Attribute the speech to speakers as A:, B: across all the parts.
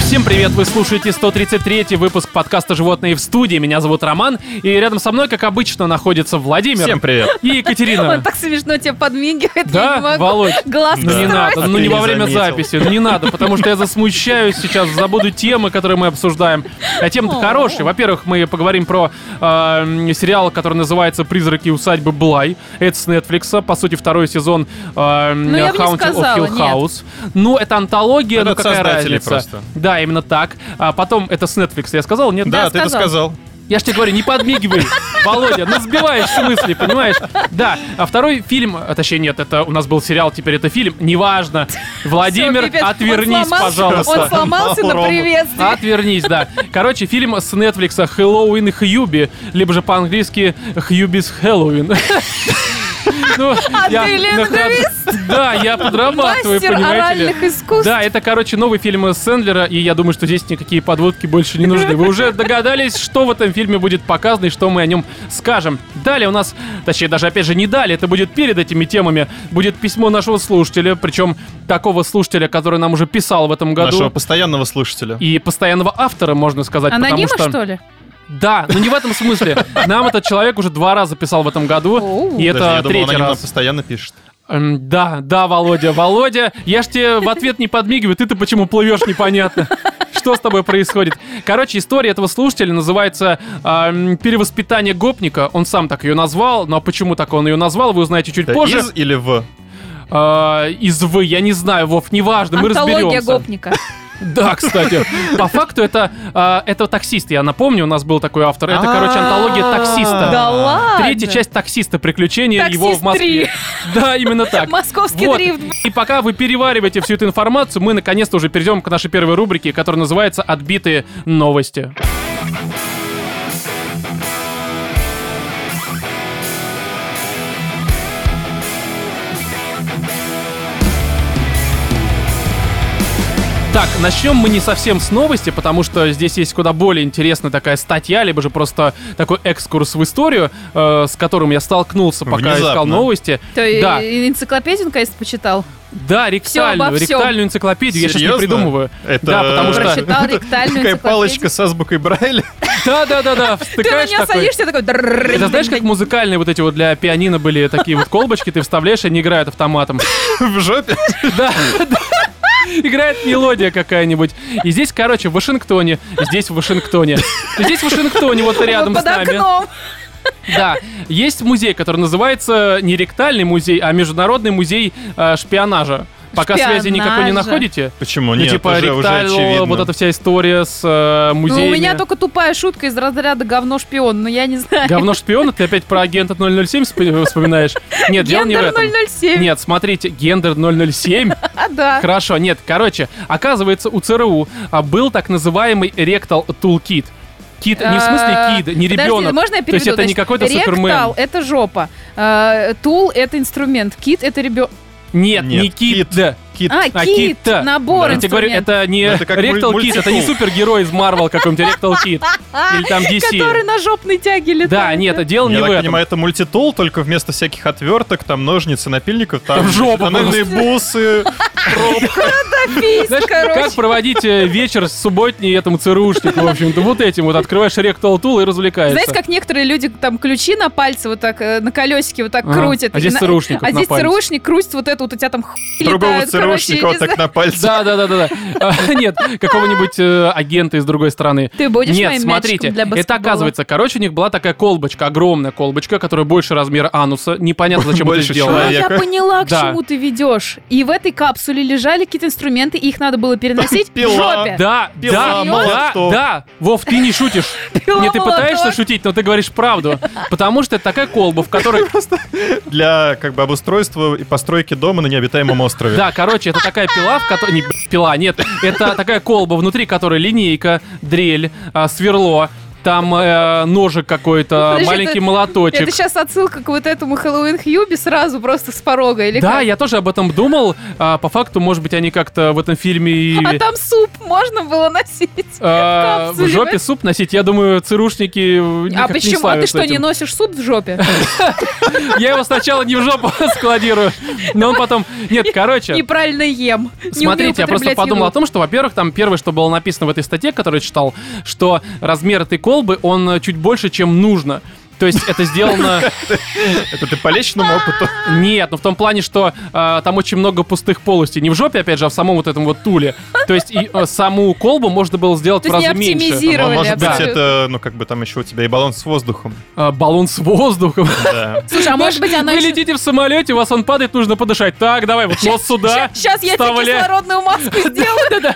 A: Всем привет, вы слушаете 133-й выпуск подкаста «Животные в студии». Меня зовут Роман, и рядом со мной, как обычно, находится Владимир
B: Всем привет.
A: и Екатерина.
C: Он так смешно тебе подмигивает, я не
A: Да,
C: могу.
A: Володь?
C: Глаз
A: Ну не
C: строить.
A: надо,
B: А
A: ну
B: ты
A: не
B: не
A: во время
B: заметил.
A: записи, ну не надо, потому что я засмущаюсь сейчас, забуду темы, которые мы обсуждаем. А темы-то
C: О.
A: хорошие. Во-первых, мы поговорим про э, м, сериал, который называется «Призраки усадьбы Блай». Это с Netflix, по сути, второй сезон э, м,
C: Ну, я бы не
A: Haunting of
C: сказала,
A: Hill
C: нет.
A: House. Ну, это антология,
B: Это
A: ну
B: от
A: какая
B: создателей
A: разница.
B: просто.
A: Да, именно так. А потом, это с Netflix, я сказал? Нет,
B: Да,
C: Да,
B: ты это
C: сказал.
B: сказал.
A: я же тебе говорю, не подмигивай, Володя, ну сбиваешь с мысли, понимаешь? Да, а второй фильм, а, точнее нет, это у нас был сериал, теперь это фильм, неважно. Владимир,
C: Всё, пипец. Он
A: отвернись,
C: сломался- Он
A: пожалуйста.
C: сломался на
B: Робот.
C: приветствие.
A: Отвернись, да. Короче, фильм с Netflix Хэллоуин и Хьюби, либо же по-английски Хьюбис Хэллоуин. Ну, я
C: ты
A: нахрен- Да, я подрабатываю,
C: Мастер
A: понимаете ли.
C: оральных искусств.
A: Да, это, короче, новый фильм Сэндлера, и я думаю, что здесь никакие подводки больше не нужны. Вы уже догадались, что в этом фильме будет показано и что мы о нем скажем. Далее у нас, точнее, даже опять же не далее, это будет перед этими темами, будет письмо нашего слушателя, причем такого слушателя, который нам уже писал в этом году.
B: Нашего постоянного слушателя.
A: И постоянного автора, можно сказать,
C: Анонимы,
A: потому что...
C: что ли?
A: Да, но не в этом смысле. Нам этот человек уже два раза писал в этом году,
C: Оу.
A: и это
B: Даже я думал,
A: третий
B: она
A: раз.
B: постоянно пишет.
A: Эм, Да, да, Володя, Володя, я ж тебе в ответ не подмигиваю, ты-то почему плывешь, непонятно. Что с тобой происходит? Короче, история этого слушателя называется эм, «Перевоспитание гопника». Он сам так ее назвал, но почему так он ее назвал, вы узнаете чуть
B: Да,
A: позже.
B: Из или в?
A: Э, из «вы», я не знаю, Вов, неважно, мы
C: Антология
A: разберемся.
C: гопника.
A: Да, кстати. По факту это, э, это таксист, я напомню, у нас был такой автор. Это, короче, антология таксиста.
C: Да ладно.
A: Третья часть таксиста, приключения
C: Таксист
A: его в Москве.
C: три.
A: Да, именно так.
C: Московский
A: Вот.
C: дрифт.
A: И пока вы перевариваете всю эту информацию, мы наконец-то уже перейдем к нашей первой рубрике, которая называется «Отбитые новости». Так, начнем мы не совсем с новости, потому что здесь есть куда более интересная такая статья, либо же просто такой экскурс в историю, э, с которым я столкнулся, пока искал
B: Внезапно.
A: новости.
C: То и-
A: да.
C: и энциклопедию, наконец, почитал.
A: Да, ректальную,
C: обо всем.
A: ректальную энциклопедию. Я сейчас
B: Серьезно?
A: не придумываю.
B: Это-
A: Да, потому что...
B: Прочит-
C: Прочитал ректальную
B: Такая
C: энциклопедию.
B: палочка с азбукой Брайля.
A: Да, да, да, да.
C: Ты на
A: втыкаешь
C: меня
A: такой.
C: садишься такой... «Дррррррр».
A: Это знаешь, как музыкальные вот эти вот для пианино были такие вот колбочки, ты вставляешь, они играют автоматом.
B: В жопе.
A: Да, да. Играет мелодия какая-нибудь. И здесь, короче, в Вашингтоне, здесь в Вашингтоне, здесь в Вашингтоне, вот рядом
C: Вот
A: с
C: под
A: нами.
C: окном.
A: Да, есть музей, который называется не ректальный музей, а международный музей э, шпионажа. Пока связи никакой не
C: Шпионажа.
A: находите.
B: Почему?
A: Ну,
B: Нет,
A: типа
B: уже, уже
A: ректального,
B: очевидно.
A: вот эта вся история с э,
C: Ну,
A: музеями.
C: у меня только тупая шутка из разряда говно-шпион, но я не знаю.
A: Говно шпиона, ты опять про агента 007 вспо- э, вспоминаешь? Нет, дело не в
C: Гендер
A: этом.
C: 007.
A: Нет, смотрите, гендер 007.
C: А, да.
A: Хорошо, нет, короче, оказывается, у ЦРУ а, был так называемый ректал тулкит. Кит, не в смысле
C: Э,
A: кид, не
C: подожди,
A: ребенок.
C: Можно я
A: То есть
C: переведу?
A: это не
C: Значит,
A: какой-то
C: ректал
A: супермен.
C: это жопа. Э, Тул это инструмент. Кит это ребенок.
A: Нет,
B: Нет,
A: не кит.
B: кит.
A: да.
B: Кит.
C: А,
A: А,
C: кит.
A: кит-то.
C: Набор
A: Я тебе говорю,
C: инструментов.
A: это не
B: Ну, это как
A: ректал
B: муль-
A: кит, это не
B: мультфильм.
A: супергерой из Марвел какой-нибудь, ректал кит. Или там DC.
C: Который А, на жопной тяге летает.
A: Да, нет, дело не
B: Я
A: в
B: так
A: этом.
B: понимаю, это мультитул, только вместо всяких отверток, там ножниц и напильников,
A: Там
B: там
A: жопа
B: тоннельные бусы.
C: Писька,
A: Знаешь, Ну, как
C: Ну, короче.
A: проводить э, вечер с субботней этому ЦРУшнику, в общем-то, вот этим вот, открываешь ректал тул и развлекаешься.
C: Знаете, как некоторые люди там ключи на пальце вот так, э, на колесике вот так
A: Ага.
C: крутят.
A: А здесь
C: И на-
A: ЦРУшников
C: А
A: на
C: здесь
A: палец.
C: ЦРУшник крутит вот это вот у тебя там хуй
B: Другого
C: летают, короче,
B: ЦРУшника вот
C: я не
B: так на пальце.
A: Да, да, да, да, да. А, Нет, какого-нибудь э, агента из другой страны.
C: Ты будешь
A: Нет,
C: моим
A: смотрите,
C: мячиком для
A: это
C: баскетбола?
A: оказывается, короче, у них была такая колбочка, огромная колбочка, которая больше размера ануса. Непонятно, зачем это
B: Больше
A: сделано.
B: человека.
C: Ну, я
B: человека.
C: поняла, к
A: Да.
C: чему ты ведешь. И в этой капсуле лежали какие-то инструменты, и их надо было переносить в
B: Пила.
C: жопе.
A: Да, да,
B: Пила,
A: да,
B: молоток.
A: да, Вов, ты не шутишь.
C: Пила,
A: Нет, ты пытаешься
C: молоток.
A: шутить, но ты говоришь правду. Потому что это такая колба, в которой
B: Для как бы обустройства и постройки дома на необитаемом острове.
A: Да, короче, это такая пила, в которой... Не, б***ь, пила, нет. Это такая колба, внутри которой линейка, дрель, а, сверло, там э, ножик какой-то,
C: Ну, Подожди,
A: маленький
C: это-
A: молоточек.
C: Это сейчас отсылка к вот этому Хэллоуин Хьюби сразу просто с порога, или
A: Да,
C: как?
A: я тоже об этом думал. А, по факту, может быть, они как-то в этом фильме и
C: А там суп можно было носить.
A: э, в
C: капсуле,
A: жопе
C: да?
A: суп носить. Я думаю, цирушники э,
C: А
A: никак не
C: почему? А ты
A: славятся
C: что, не
A: этим.
C: носишь суп в жопе?
A: Я его сначала не в жопу складирую, но он потом... Нет, короче...
C: Неправильно ем. Не умею
A: Смотрите, я просто
C: употреблять
A: подумал
C: еду.
A: о том, что, во-первых, там первое, что было написано в этой статье, которую я читал, что размер этой колбы, он э, чуть больше, чем нужно. То есть это сделано...
B: Это ты по личному опыту.
A: Нет, ну в том плане, что э, там очень много пустых полостей. Не в жопе, опять же, а в самом вот этом вот туле. То есть и э, саму колбу можно было сделать
C: То
A: в
C: есть не
A: разы меньше.
C: оптимизировать.
B: Ну, Может быть,
A: абсолютно.
B: это, ну, как бы там еще у тебя и баланс с воздухом.
A: Э, баллон с воздухом.
B: Да.
C: Слушай, а может быть, она
A: Вы летите в самолете, у вас он падает, нужно подышать. Так, давай, вот нос сюда.
C: Сейчас я тебе
A: вставляй.
C: кислородную маску сделаю.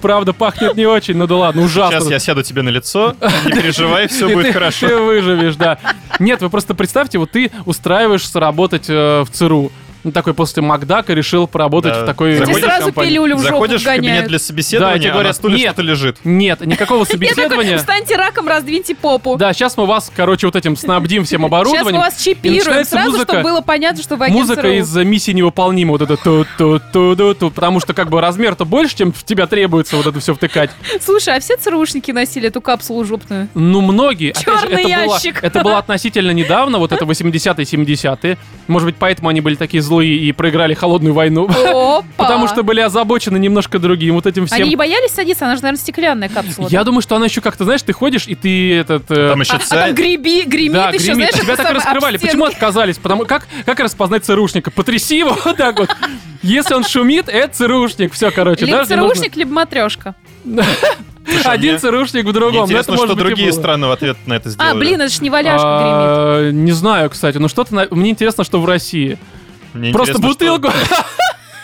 A: Правда, пахнет не очень, ну да ладно, ужасно.
B: Сейчас я сяду тебе на лицо, не переживай, все
A: И
B: будет
A: ты-
B: хорошо.
A: Ты выживешь, да. Нет, вы просто представьте, вот ты устраиваешься работать э, в ЦРУ. Ну, такой после Макдака решил поработать
B: Да.
A: в такой...
B: Заходишь-
A: компании.
C: сразу пилюлю в жопу
B: Заходишь в кабинет
C: вгоняют.
A: Да,
B: для
A: и тебе
B: собеседования, а на
A: говорят,
B: стуле
A: «Нет».
B: что-то лежит.
A: Нет, никакого
C: Я такой,
A: собеседования.
C: встаньте раком, раздвиньте попу.
A: Да, сейчас мы вас, короче, вот этим снабдим всем
C: Сейчас мы
A: оборудованием.
C: вас
A: И
C: чипируем.
A: начинается
C: Сразу,
A: музыка.
C: чтобы было понятно, что вы агент
A: Музыка
C: ЦРУ.
A: из э, миссии невыполнима, вот это ту ту ту ту ту потому что как бы размер-то больше, чем в тебя требуется вот это все втыкать.
C: Слушай, а все ЦРУшники носили эту капсулу жопную?
A: Ну, многие. Опять же,
C: Чёрный
A: это
C: ящик.
A: Было, это было относительно недавно, вот это 80-е, 70-е. Может быть, поэтому они были такие злые и проиграли холодную войну.
C: Опа!
A: Потому что были озабочены немножко другим вот этим
C: Они не
A: всем.
C: боялись садиться? Она же, наверное, стеклянная капсула.
A: Я думаю, что она еще как-то, знаешь, ты ходишь, и ты этот... э,
B: Там еще
C: А там
B: цель.
C: греби, гремит
A: да,
C: еще,
A: гремит.
C: знаешь,
A: Тебя
C: это
A: так
C: самое,
A: раскрывали.
C: об стенки.
A: Почему отказались? Потому как, как распознать ЦРУшника? Потряси его вот так вот. Если он шумит, это ЦРУшник. Все, короче,
C: Либо
A: даже не нужно-
C: ЦРУшник, либо матрешка.
A: Один
B: мне-
A: ЦРУшник в другом. Но
B: Интересно,
A: ну, это, может
B: что
A: быть, и
B: другие
A: было.
B: страны в ответ на это сделали.
C: А, блин, это ж не валяшка
A: А, Не знаю, кстати. Ну что-то... на- Мне интересно, что в России.
B: Мне
A: Просто
B: интересно, что-
A: бутылку.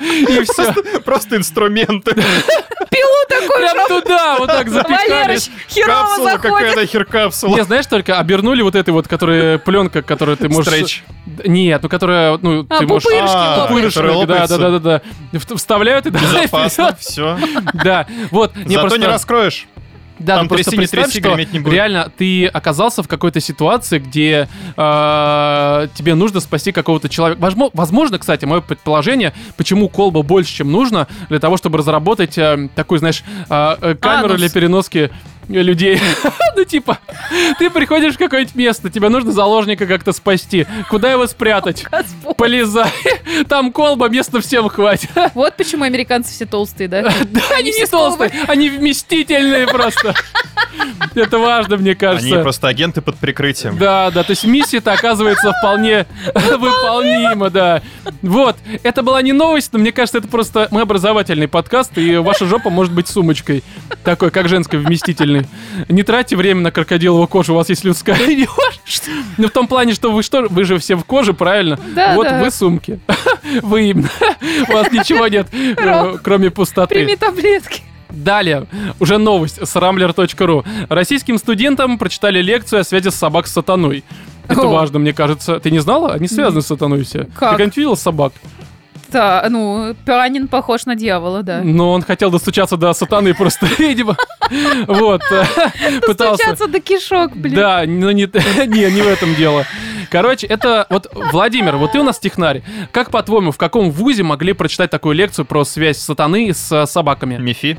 A: И все.
B: Просто- Просто инструменты.
C: гремит. Пилу такой
A: Прям туда вот так запихали.
C: Валерыч, херово
B: Капсула,
C: заходит.
B: какая-то хер капсула.
A: Не, знаешь, только обернули вот этой вот, которая пленка, которую ты можешь...
B: Стрейч.
A: Д- Нет, ну которая, ну,
C: А,
A: ты можешь...
C: пупырышки
A: А,
C: лопаются.
A: пупырышки, да,
B: Которые
A: да,
B: лопаются.
A: да, да, да. В- Вставляют и давай
B: Безопасно,
A: вперед.
B: все.
A: Да, вот. мне
B: Зато не
A: просто-
B: раскроешь.
A: Да,
B: Там
A: ты просто
B: тряси, не
A: представь,
B: тряси,
A: что
B: греметь не будет.
A: реально ты оказался в какой-то ситуации, где э, тебе нужно спасти какого-то человека. Возмо- Возможно, кстати, мое предположение, почему колба больше, чем нужно, для того, чтобы разработать э, такую, знаешь, э,
B: А,
A: э, камеру
B: ну
C: Анус.
A: для переноски людей. Ну, типа, ты приходишь в какое-нибудь место, тебе нужно заложника как-то спасти. Куда его спрятать?
C: Господь.
A: Полезай. Там колба, места всем хватит.
C: Вот почему американцы все толстые, да?
A: Да, они не
C: все сколбы.
A: толстые, они вместительные просто. Это важно, мне
B: Они
A: кажется.
B: просто агенты под прикрытием.
A: Да, да, то есть миссия-то оказывается вполне выполнима, да. Вот, это была не новость, но мне кажется, это просто мы образовательный подкаст, и ваша жопа может быть сумочкой. Такой, как женской, вместительной. Не тратьте время на крокодиловую кожу, у вас есть людская. не ваша. Ну, в том плане, что вы что, вы же все в коже, правильно?
C: Да,
A: Вот
C: да.
A: вы сумки. Вы им. У вас ничего нет, э,
C: Ром,
A: кроме пустоты.
C: Прими таблетки.
A: Далее, уже новость с rambler.ru. Российским студентам прочитали лекцию о связи собак с сатаной. Это
C: О.
A: важно, мне кажется. Ты не знала? Они связаны с сатаной все.
C: Как?
A: Ты когда-нибудь видел собак?
C: Да, ну, Пианин похож на дьявола, да.
A: Но он хотел достучаться до сатаны просто, видимо. Вот. Пытался.
C: Стучаться до кишок, блин.
A: Да, но не, не, не в этом дело. Короче, это вот, Владимир, вот ты у нас технарь. Как по-твоему, в каком вузе могли прочитать такую лекцию про связь сатаны с э, собаками?
B: Мифи.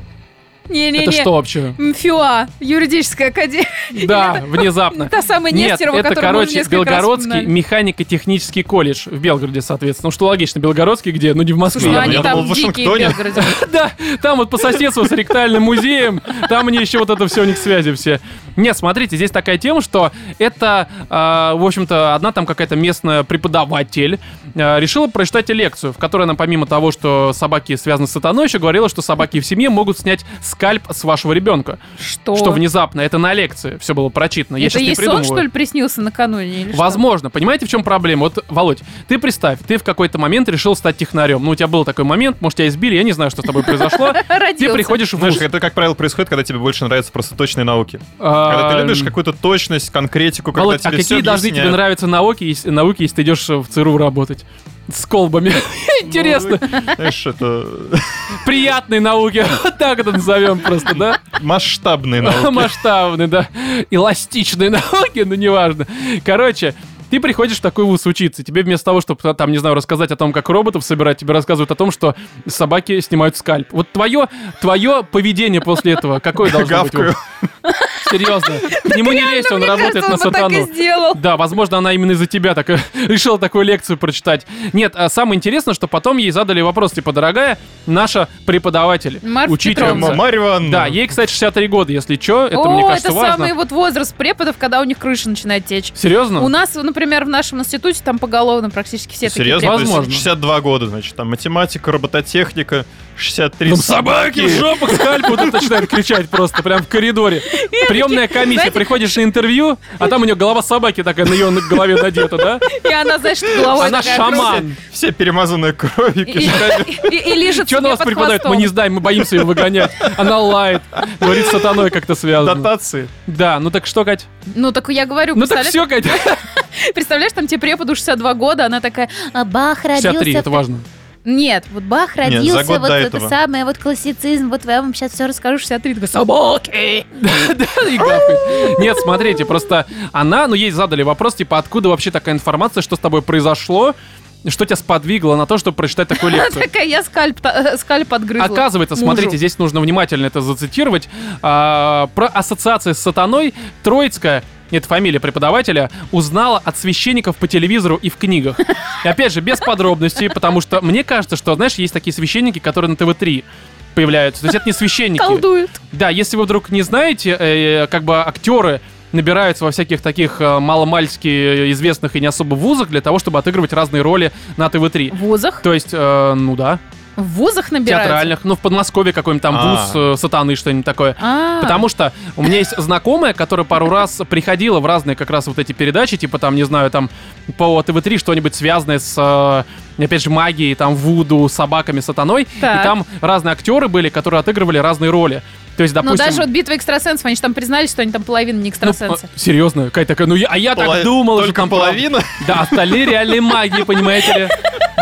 A: Это
C: Не-не-не.
A: что вообще?
C: МФЮА, юридическая академия.
A: Да, внезапно.
C: Та самая
A: Нет,
C: Нестерова,
A: это,
C: которую мы уже
A: короче,
C: несколько раз
A: Белгородский
C: вспоминали.
A: механико-технический колледж в Белгороде, соответственно. Ну, что логично, Белгородский где? Ну, не в Москве.
C: Слушай, ну
A: я
B: Я
C: они
A: думаю.
B: думал,
C: там
B: в
C: дикие в
B: Вашингтоне.
C: Белгороде.
A: Да, там вот по соседству с ректальным музеем, там мне еще вот это все у них связи все. Нет, смотрите, здесь такая тема, что это, а, в общем-то, одна там какая-то местная преподаватель а, решила прочитать лекцию, в которой она помимо того, что собаки связаны с сатаной, еще говорила, что собаки в семье могут снять скальп с вашего ребенка.
C: Что?
A: Что внезапно, это на лекции все было прочитано. Я
C: Это
A: сейчас не
C: ей сон,
A: придумываю.
C: что ли, приснился накануне? или что?
A: Возможно. Понимаете, в чем проблема? Вот, Володь, ты представь, ты в какой-то момент решил стать технарем. Ну, у тебя был такой момент, может, тебя избили, я не знаю, что с тобой произошло. Ты
C: Родился.
A: приходишь в
B: Знаешь,
A: вуз.
B: это, как правило, происходит, когда тебе больше нравятся просто точные науки. Когда ты
A: А,
B: любишь какую-то точность, конкретику, когда
A: Володь, а
B: тебе всё
A: какие должны тебе
B: объясняют.
A: нравиться науки, если, науки, если ты идешь в ЦРУ работать? с колбами. Интересно.
B: Ну, Знаешь, это
A: Приятной науки. Вот так это назовем просто, да?
B: масштабный науки.
A: Масштабной, да. Эластичной науки, но неважно. Короче, ты приходишь в такой вуз учиться, и тебе вместо того, чтобы там, не знаю, рассказать о том, как роботов собирать, тебе рассказывают о том, что собаки снимают скальп. Вот твое, твое поведение после этого, какое должно быть?
B: Гавкаю.
A: Вов? Серьезно. К нему не лезь, он
C: Мне
A: работает
C: кажется,
A: на
C: он бы так и
A: сатану.
C: сделал.
A: Да, возможно, она именно из-за тебя так решила такую лекцию прочитать. Нет, а самое интересное, что потом ей задали вопрос, типа, дорогая наша преподаватель,
C: Марфа Петровна.
A: учительница.
B: М- Марья Ивановна.
A: Да, ей, кстати, 63 года, если что, это,
C: О,
A: мне кажется,
C: это
A: важно.
C: самый вот возраст преподов, когда у них крыша начинает течь.
A: Серьезно?
C: У нас, например, в нашем институте там поголовно практически все
B: Серьезно?
C: такие
B: То есть
A: Возможно.
B: 62 года, значит, там математика, робототехника, 63...
A: Там Ну, собаки в жопах скальп вот это начинают кричать просто прям в коридоре. Приемная комиссия,
C: Знаете-
A: приходишь на интервью, а там у нее голова собаки такая на ее голове надета, да?
C: преподы. И она, знаешь, головой
A: Она
C: такая
A: шаман.
B: Все перемазанные кровью,
C: И, и- и- и лижет
A: Что
C: себе
A: она вас
C: под
A: преподает? Мы
C: хвостом.
A: не знаем, мы боимся ее выгонять. Она лает. Говорит, с сатаной как-то связано.
B: дотации.
A: Да, ну так что, Кать?
C: Ну, так я говорю,
A: Ну так
C: представляешь,
A: все, Кать.
C: представляешь, там тебе преподу 62 года, она такая,
D: А Бах родился...
A: 53,
D: в-
A: это важно.
C: нет,
D: Вот Бах
B: Нет, за
D: родился,
B: год
D: вот
B: до
D: это
B: этого.
D: самое, вот классицизм, вот я вам сейчас все расскажу, 63, такой,
C: собаки.
A: Да, и гавкает. Нет, смотрите, просто она, ну ей задали вопрос, типа, откуда вообще такая информация, что с тобой произошло, что тебя сподвигло на то, чтобы прочитать такую
C: Она
A: лекцию.
C: такая, я скальп, та- э, скальп отгрызла.
A: Оказывается,
C: мужу.
A: смотрите, здесь нужно внимательно это зацитировать. а, про ассоциации с сатаной Троицкая, это фамилия преподавателя, узнала от священников по телевизору и в книгах. И опять же, без подробностей, потому что мне кажется, что, знаешь, есть такие священники, которые на ТВ-3 появляются. То есть это не священники.
C: Колдует.
A: Да, если вы вдруг не знаете, э, как бы актеры набираются во всяких таких э, маломальски известных и не особо вузах для того, чтобы отыгрывать разные роли на ТВ-3.
C: В вузах?
A: То есть, э, ну да,
C: В вузах набирают?
A: театральных, ну в Подмосковье какой-нибудь там
B: А.
A: вуз э, сатаны, что-нибудь такое.
C: А,
A: Потому что у меня есть знакомая, которая пару раз приходила в разные как раз вот эти передачи, типа там, не знаю, там по ТВ-3 что-нибудь связанное с, э, опять же, магией, там, вуду, собаками, сатаной.
C: Так.
A: И там разные актеры были, которые отыгрывали разные роли. То есть,
C: ну
A: допустим...
C: даже вот битва экстрасенсов, они же там признались, что они там половина не
A: Ну,
C: экстрасенсы.
A: а, серьезно, какая такая, ну я, а я так
B: Пола-
A: думал, что
B: только
A: там
B: половина?
A: прав- Да, остальные реальные маги, понимаете ли.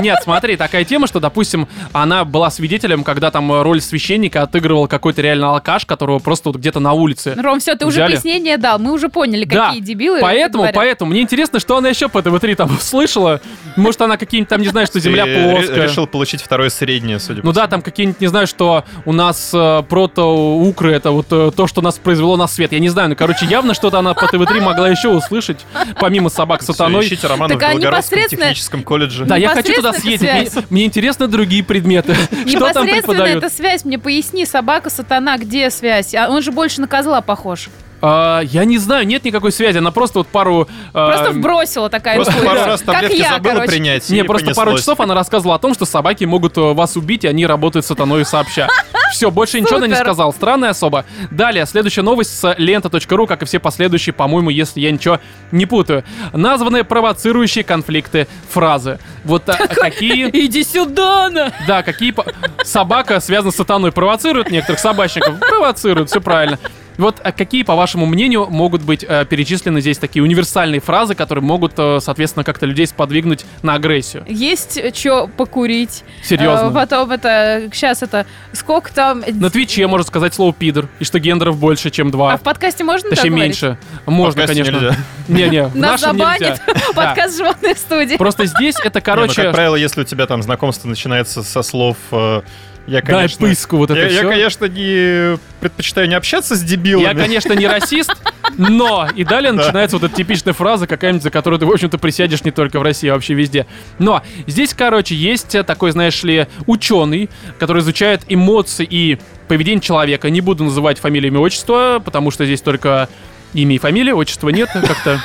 A: Нет, смотри, такая тема, что, допустим, она была свидетелем, когда там э, роль священника отыгрывал какой-то реально алкаш, которого просто вот где-то на улице.
C: Ну, Ром, все, ты уже
A: Взяли.
C: пояснение дал, мы уже поняли,
A: Да,
C: какие дебилы.
A: поэтому,
C: говорят.
A: поэтому, мне интересно, что она еще по ТВ-3 там услышала. Может, она какие-нибудь там, не знаю, что земля
B: Ты Э, ре-
A: плоская.
B: решил получить второе среднее, судя по
A: Ну да, там какие-нибудь, не знаю, что у нас э, протоукры, это вот э, то, что нас произвело на свет. Я не знаю, ну, короче, явно что-то она по ТВ-3 могла еще услышать, помимо собак
B: всему.
A: сатаной.
B: Ищите роман в
C: Так, а
B: Белгородском
C: непосредственно-
B: техническом колледже.
A: Да, я хочу туда съездить.
C: Непосредственно
A: Мне,
C: это
A: мне интересны другие предметы. Что там
C: Непосредственно
A: преподают?
C: эта связь, мне поясни, собака, сатана, где связь? А он же больше на козла похож.
A: А, Я не знаю, нет никакой связи. Она просто вот пару... а,
C: Просто вбросила такая
B: Просто
C: инфу.
B: пару раз
C: Как
B: таблетки
C: я,
B: забыла
C: короче.
B: принять.
A: Не,
B: и
A: просто пару
B: понеслось.
A: часов она рассказывала о том, что собаки могут э, вас убить, и они работают сатаной сообща. Все, больше ничего она не
C: Супер.
A: сказала. Странная особа. Далее, следующая новость с лента.ру, как и все последующие, по-моему, если я ничего не путаю. Названы провоцирующие конфликты фразы. Вот а, какие...
C: Иди сюда, на!
A: Да, какие... по- Собака связана с сатаной. Провоцирует некоторых собачников? Провоцирует, все правильно. Вот а, какие, по вашему мнению, могут быть э, перечислены здесь такие универсальные фразы, которые могут, э, соответственно, как-то людей сподвигнуть на агрессию?
C: Есть что покурить.
A: Серьезно.
C: Э, Потом это, сейчас это, сколько там...
A: На Твиче можно сказать слово пидор, и что гендеров больше, чем два.
C: А в подкасте можно
A: Точнее,
C: так говорить?
A: меньше. Можно,
B: Подкасте
A: конечно.
B: нельзя.
A: Не-не, в
C: Нас
A: нашем нельзя.
C: забанит
A: Да.
C: подкаст «Животные студии».
A: Просто здесь это,
B: Не, ну,
A: короче...
B: как правило, если у тебя там знакомство начинается со слов... э, Я,
A: Дай
B: конечно,
A: пыску вот это
B: я, я,
A: всё.
B: конечно, не предпочитаю не общаться с дебилами.
A: Я, конечно, не расист, но... И далее начинается вот эта типичная фраза какая-нибудь, за которую ты, в общем-то, присядешь не только в России, а вообще везде. Но здесь, короче, есть э, такой, знаешь ли, ученый, который изучает эмоции и поведение человека. Не буду называть фамилию, имя, отчество, потому что здесь только имя и фамилия, отчества нет, как-то...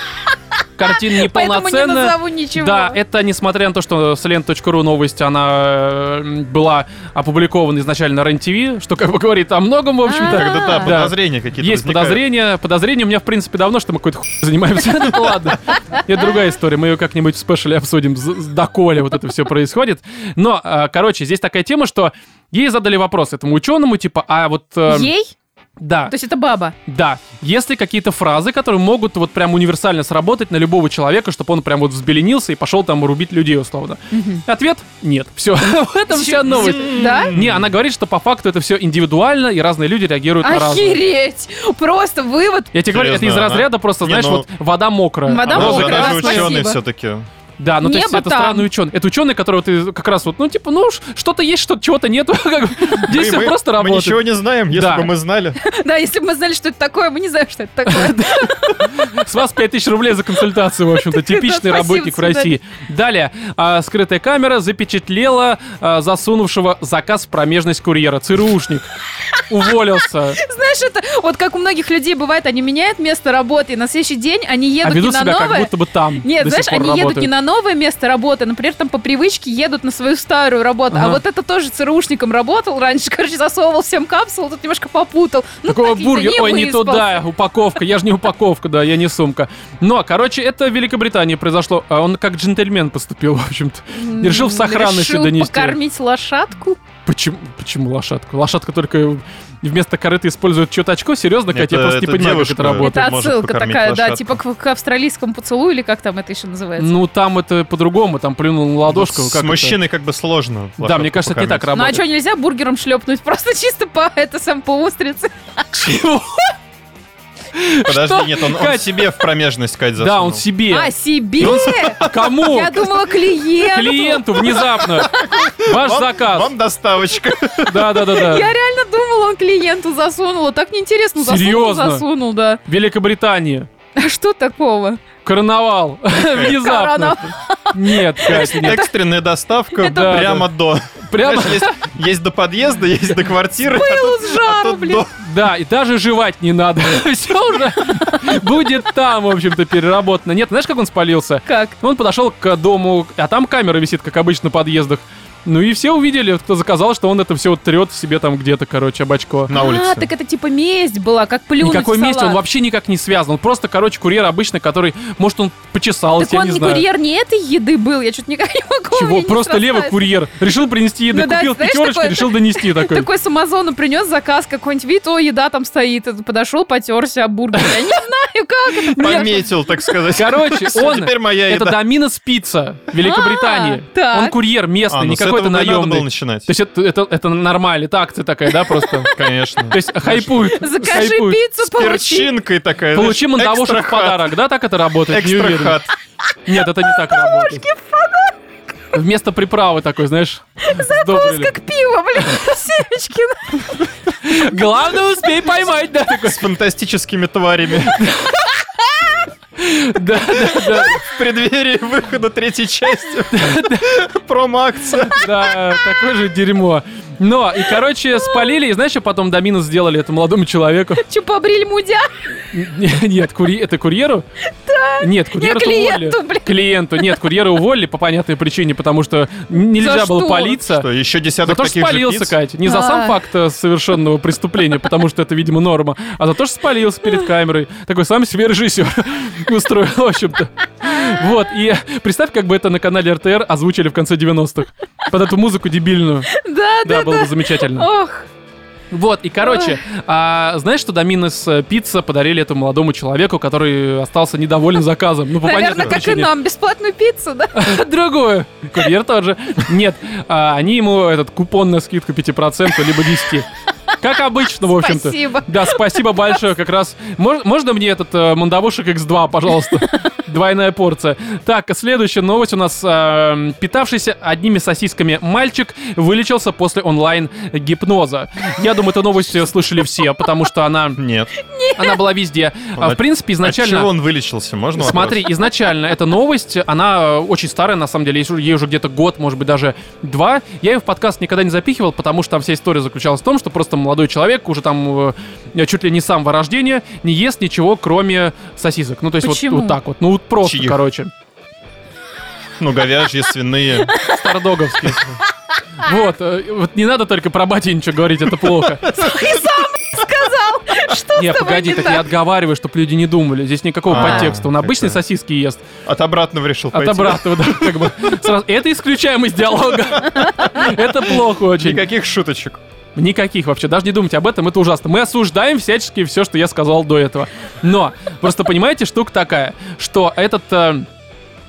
A: Картина
C: Поэтому не
A: неполноценная.
C: назову ничего.
A: Да, это несмотря на то, что с лент.ру новость, она э, была опубликована изначально на РЕН-ТВ, что как бы говорит о многом, в общем-то.
B: Когда да,
C: Да.
B: подозрения какие-то
A: Есть
B: возникают.
A: подозрения. Подозрения у меня, в принципе, давно, что мы какой-то хуй занимаемся. Ну ладно. Это другая история. Мы ее как-нибудь в спешле обсудим. З- з- Доколе вот это все происходит. Но, а, короче, здесь такая тема, что ей задали вопрос этому ученому, типа, а вот... э,
C: Ей?
A: Да,
C: То есть это баба.
A: да. Если какие-то фразы, которые могут вот прям универсально сработать на любого человека, чтобы он прям вот взбеленился и пошел там рубить людей условно. Ответ — нет. Все, в этом вся новость.
C: Да?
A: Не, она говорит, что по факту это все индивидуально, и разные люди реагируют по-разному.
C: Охереть! Просто вывод.
A: Я тебе говорю, это из
B: Серьезно, она?
A: разряда просто,
B: Не,
A: знаешь,
B: ну-
A: вот вода мокрая.
C: Вода
A: Она
B: Она
A: же-
B: же,
C: мокрая,
B: она же
C: спасибо.
B: ученый все-таки.
A: Да, ну то есть
C: Небо
A: это
C: там.
A: странный ученый. Это ученый, которого ты как раз вот, ну типа, ну ш- что-то есть, что-то чего-то нету. как бы. Здесь все просто
B: мы
A: работает.
B: ничего не знаем, если
A: Да.
B: бы мы знали.
C: Да, если бы мы знали, что это такое, мы не знаем, что это такое.
A: С вас 5000 рублей за консультацию, в общем-то. Типичный
C: спасибо,
A: работник в
C: до свидания.
A: России. Далее. а, Скрытая камера запечатлела а, засунувшего заказ в промежность курьера. ЦРУшник. Уволился.
C: Знаешь, это вот как у многих людей бывает, они меняют место работы, и на следующий день они
A: А
C: едут не
A: ведут
C: на
A: себя как
C: новое.
A: будто бы там.
C: Нет,
A: до сих
C: знаешь,
A: пор
C: они едут
A: работают.
C: не на новое место работы, а, например, там по привычке едут на свою старую работу.
A: Ага.
C: А вот это тоже ЦРУшником работал раньше, короче, засовывал всем капсулу, тут немножко попутал. Ну,
A: Такого
C: так и
A: бургера.
C: не
A: Ой, не
C: выспался.
A: туда, упаковка. Я же не упаковка, да, я не сумка. Но, короче, это в Великобритании произошло. А Он как джентльмен поступил, в общем-то.
C: М,
A: Решил в сохранности
C: решил
A: донести.
C: покормить лошадку.
A: Почему, почему лошадку? Лошадка только вместо корыта использует чье-то очко? Серьезно,
B: Нет,
A: Катя? Я просто не
B: это
A: понимаю, как это
B: девушка.
A: работает.
C: это
B: может
C: отсылка
B: покормить
C: такая, да,
B: лошадку.
C: типа к, к австралийскому поцелую, или как там это еще называется.
A: Ну, там это по-другому, там плюнул на ладошку.
B: С
A: как это?
B: мужчиной как бы сложно.
A: Да, мне кажется, это не так
B: покормить.
C: Ну а
A: работает.
C: что, нельзя бургером шлепнуть? Просто чисто по это сам по устрице.
A: Чего? Что?
B: Подожди, нет, он, он
A: Кать.
B: себе в промежность, Кать, засунул.
A: Да, он себе.
C: А, себе!
A: Кому?
C: Я думала, клиент.
A: Клиенту внезапно. Ваш
B: Вам-
A: заказ.
B: Вам доставочка.
A: Да-да-да-да.
C: Я реально думала, он клиенту засунул. А Так неинтересно, засунул,
A: Серьезно?
C: засунул, да.
A: Великобритания.
C: А что такого?
A: Карнавал. Внезапно. Нет, Кать, нет.
B: Экстренная доставка
A: Это-
B: прямо до.
A: Прямо,
B: Знаешь, есть, есть до подъезда, есть до квартиры. а тут-
C: Пылу Ну, с жару,
B: тут
C: блин.
B: до.
A: да, и даже жевать не надо. Все уже будет там, в общем-то, переработано. Нет, знаешь, как он спалился?
C: Как?
A: Он подошел к дому, а там камера висит, как обычно, на подъездах. Ну и все увидели, вот кто заказал, что он это все вот трет себе там где-то, короче, об очко.
B: На улице.
C: А, так это типа месть была, как плюнуть
A: Никакой
C: в салат.
A: мести он вообще никак не связан. Он просто, короче, курьер обычный, который, может, он почесал,
C: Так
A: я
C: он
A: не
C: не
A: знаю.
C: курьер не этой еды был, я что-то никак не могу.
A: Чего?
C: мне не
A: Просто левый
C: срастается.
A: курьер. Решил принести еды,
C: Ну да,
A: купил
C: знаешь,
A: пятерочку,
C: такое-
A: решил донести такой.
C: Такой с Амазона принес заказ, какой-нибудь вид, о, еда там стоит. И Подошел, потерся, об бургер. Я не знаю, как это.
B: Пометил, так сказать.
A: Ну, Короче,
B: Всё,
A: он-
B: Теперь моя
A: Это
B: еда.
A: Доминос Пицца Великобритании.
C: А, так.
A: Он курьер местный,
B: А, ну
A: не
B: с этого
A: какой-то
B: бы надо было
A: наемный.
B: начинать.
A: То есть это, это, это нормально, это акция такая, да, просто?
B: Конечно.
A: То есть хайпуют.
C: Закажи
A: хайпуют.
C: пиццу,
B: С
C: получи.
B: перчинкой такая.
A: Получи
B: знаешь,
A: мандавошек
B: экстра
A: в
B: хат,
A: подарок, да, так это работает? Не
B: Экстра
A: уверен.
B: хат.
A: Нет, это не так работает. Вместо приправы такой, знаешь, сдобрили.
C: Как пиво, блин, семечки.
A: Главное, успей поймать, да, такой.
B: С фантастическими тварями.
A: Да, да,
B: В преддверии выхода третьей части. Промо-акция.
A: да, да, такое же дерьмо. Но, и, короче, спалили, и знаешь, что потом до минус сделали это молодому человеку?
C: Че, побрили мудя?
A: Н- Нет, курье- это курьеру? Нет, курьера
C: клиенту,
A: уволили.
C: блин.
A: Клиенту, нет, курьера уволили по понятной причине, потому что н- нельзя
C: За
A: было
C: что?
A: палиться.
B: Что, еще
A: За
B: десяток
A: то, что
B: таких же
A: спалился,
B: пиц?
A: Кать. Не за сам
C: А.
A: факт э, совершенного преступления, потому что это, видимо, норма, а за то, что спалился перед камерой. Такой сам себе режиссер устроил, в общем-то. Вот, и представь, как бы это на канале РТР озвучили в конце 90-х. Под эту музыку дебильную.
C: Да,
A: Да,
C: да,
A: было бы
C: да.
A: замечательно.
C: Ох,
A: Вот, и короче, а, знаешь, что Доминос э, пицца подарили этому молодому человеку, который остался недоволен заказом? Ну, по понятной
C: наверное, как и
A: причине.
C: нам, бесплатную пиццу, да?
A: Другую. Курьер тоже. Нет, а, они ему этот купон на скидку 5% либо 10. Как обычно, в общем-то.
C: Спасибо.
A: Да, спасибо большое, как раз. Мож- можно мне этот э, мандавушек X2, пожалуйста? Двойная порция. Так, следующая новость у нас. э, питавшийся одними сосисками мальчик вылечился после онлайн-гипноза. Я думаю, эту новость э, слышали все, потому что она,
B: Нет.
A: она была везде. А, в принципе, изначально...
B: От чего он вылечился? Можно вопрос?
A: Смотри, изначально эта новость, она э, очень старая, на самом деле, ей уже- ей уже где-то год, может быть, даже два. Я ее в подкаст никогда не запихивал, потому что там вся история заключалась в том, что просто молодой человек уже там э, чуть ли не с самого рождения не ест ничего, кроме сосисок. Ну, то есть вот,
C: Почему?
A: вот так вот. Ну, вот просто,
B: Чьих?
A: короче.
B: Ну, говяжьи, свиные.
A: Стардоговский. Вот, э, вот не надо только про батю ничего говорить, это плохо.
C: И сам сказал, что
A: Не,
C: с тобой
A: погоди,
C: не
A: так
C: так?
A: я отговариваю, чтобы люди не думали. Здесь никакого
B: А,
A: подтекста. Он обычные сосиски ест.
B: От обратного решил
A: От
B: пойти.
A: обратного, да, как бы. Сразу- Это исключаем из диалога. Это плохо очень.
B: Никаких шуточек.
A: Никаких вообще, даже не думайте об этом, это ужасно. Мы осуждаем всячески все, что я сказал до этого. Но, просто понимаете, штука такая, что этот... э,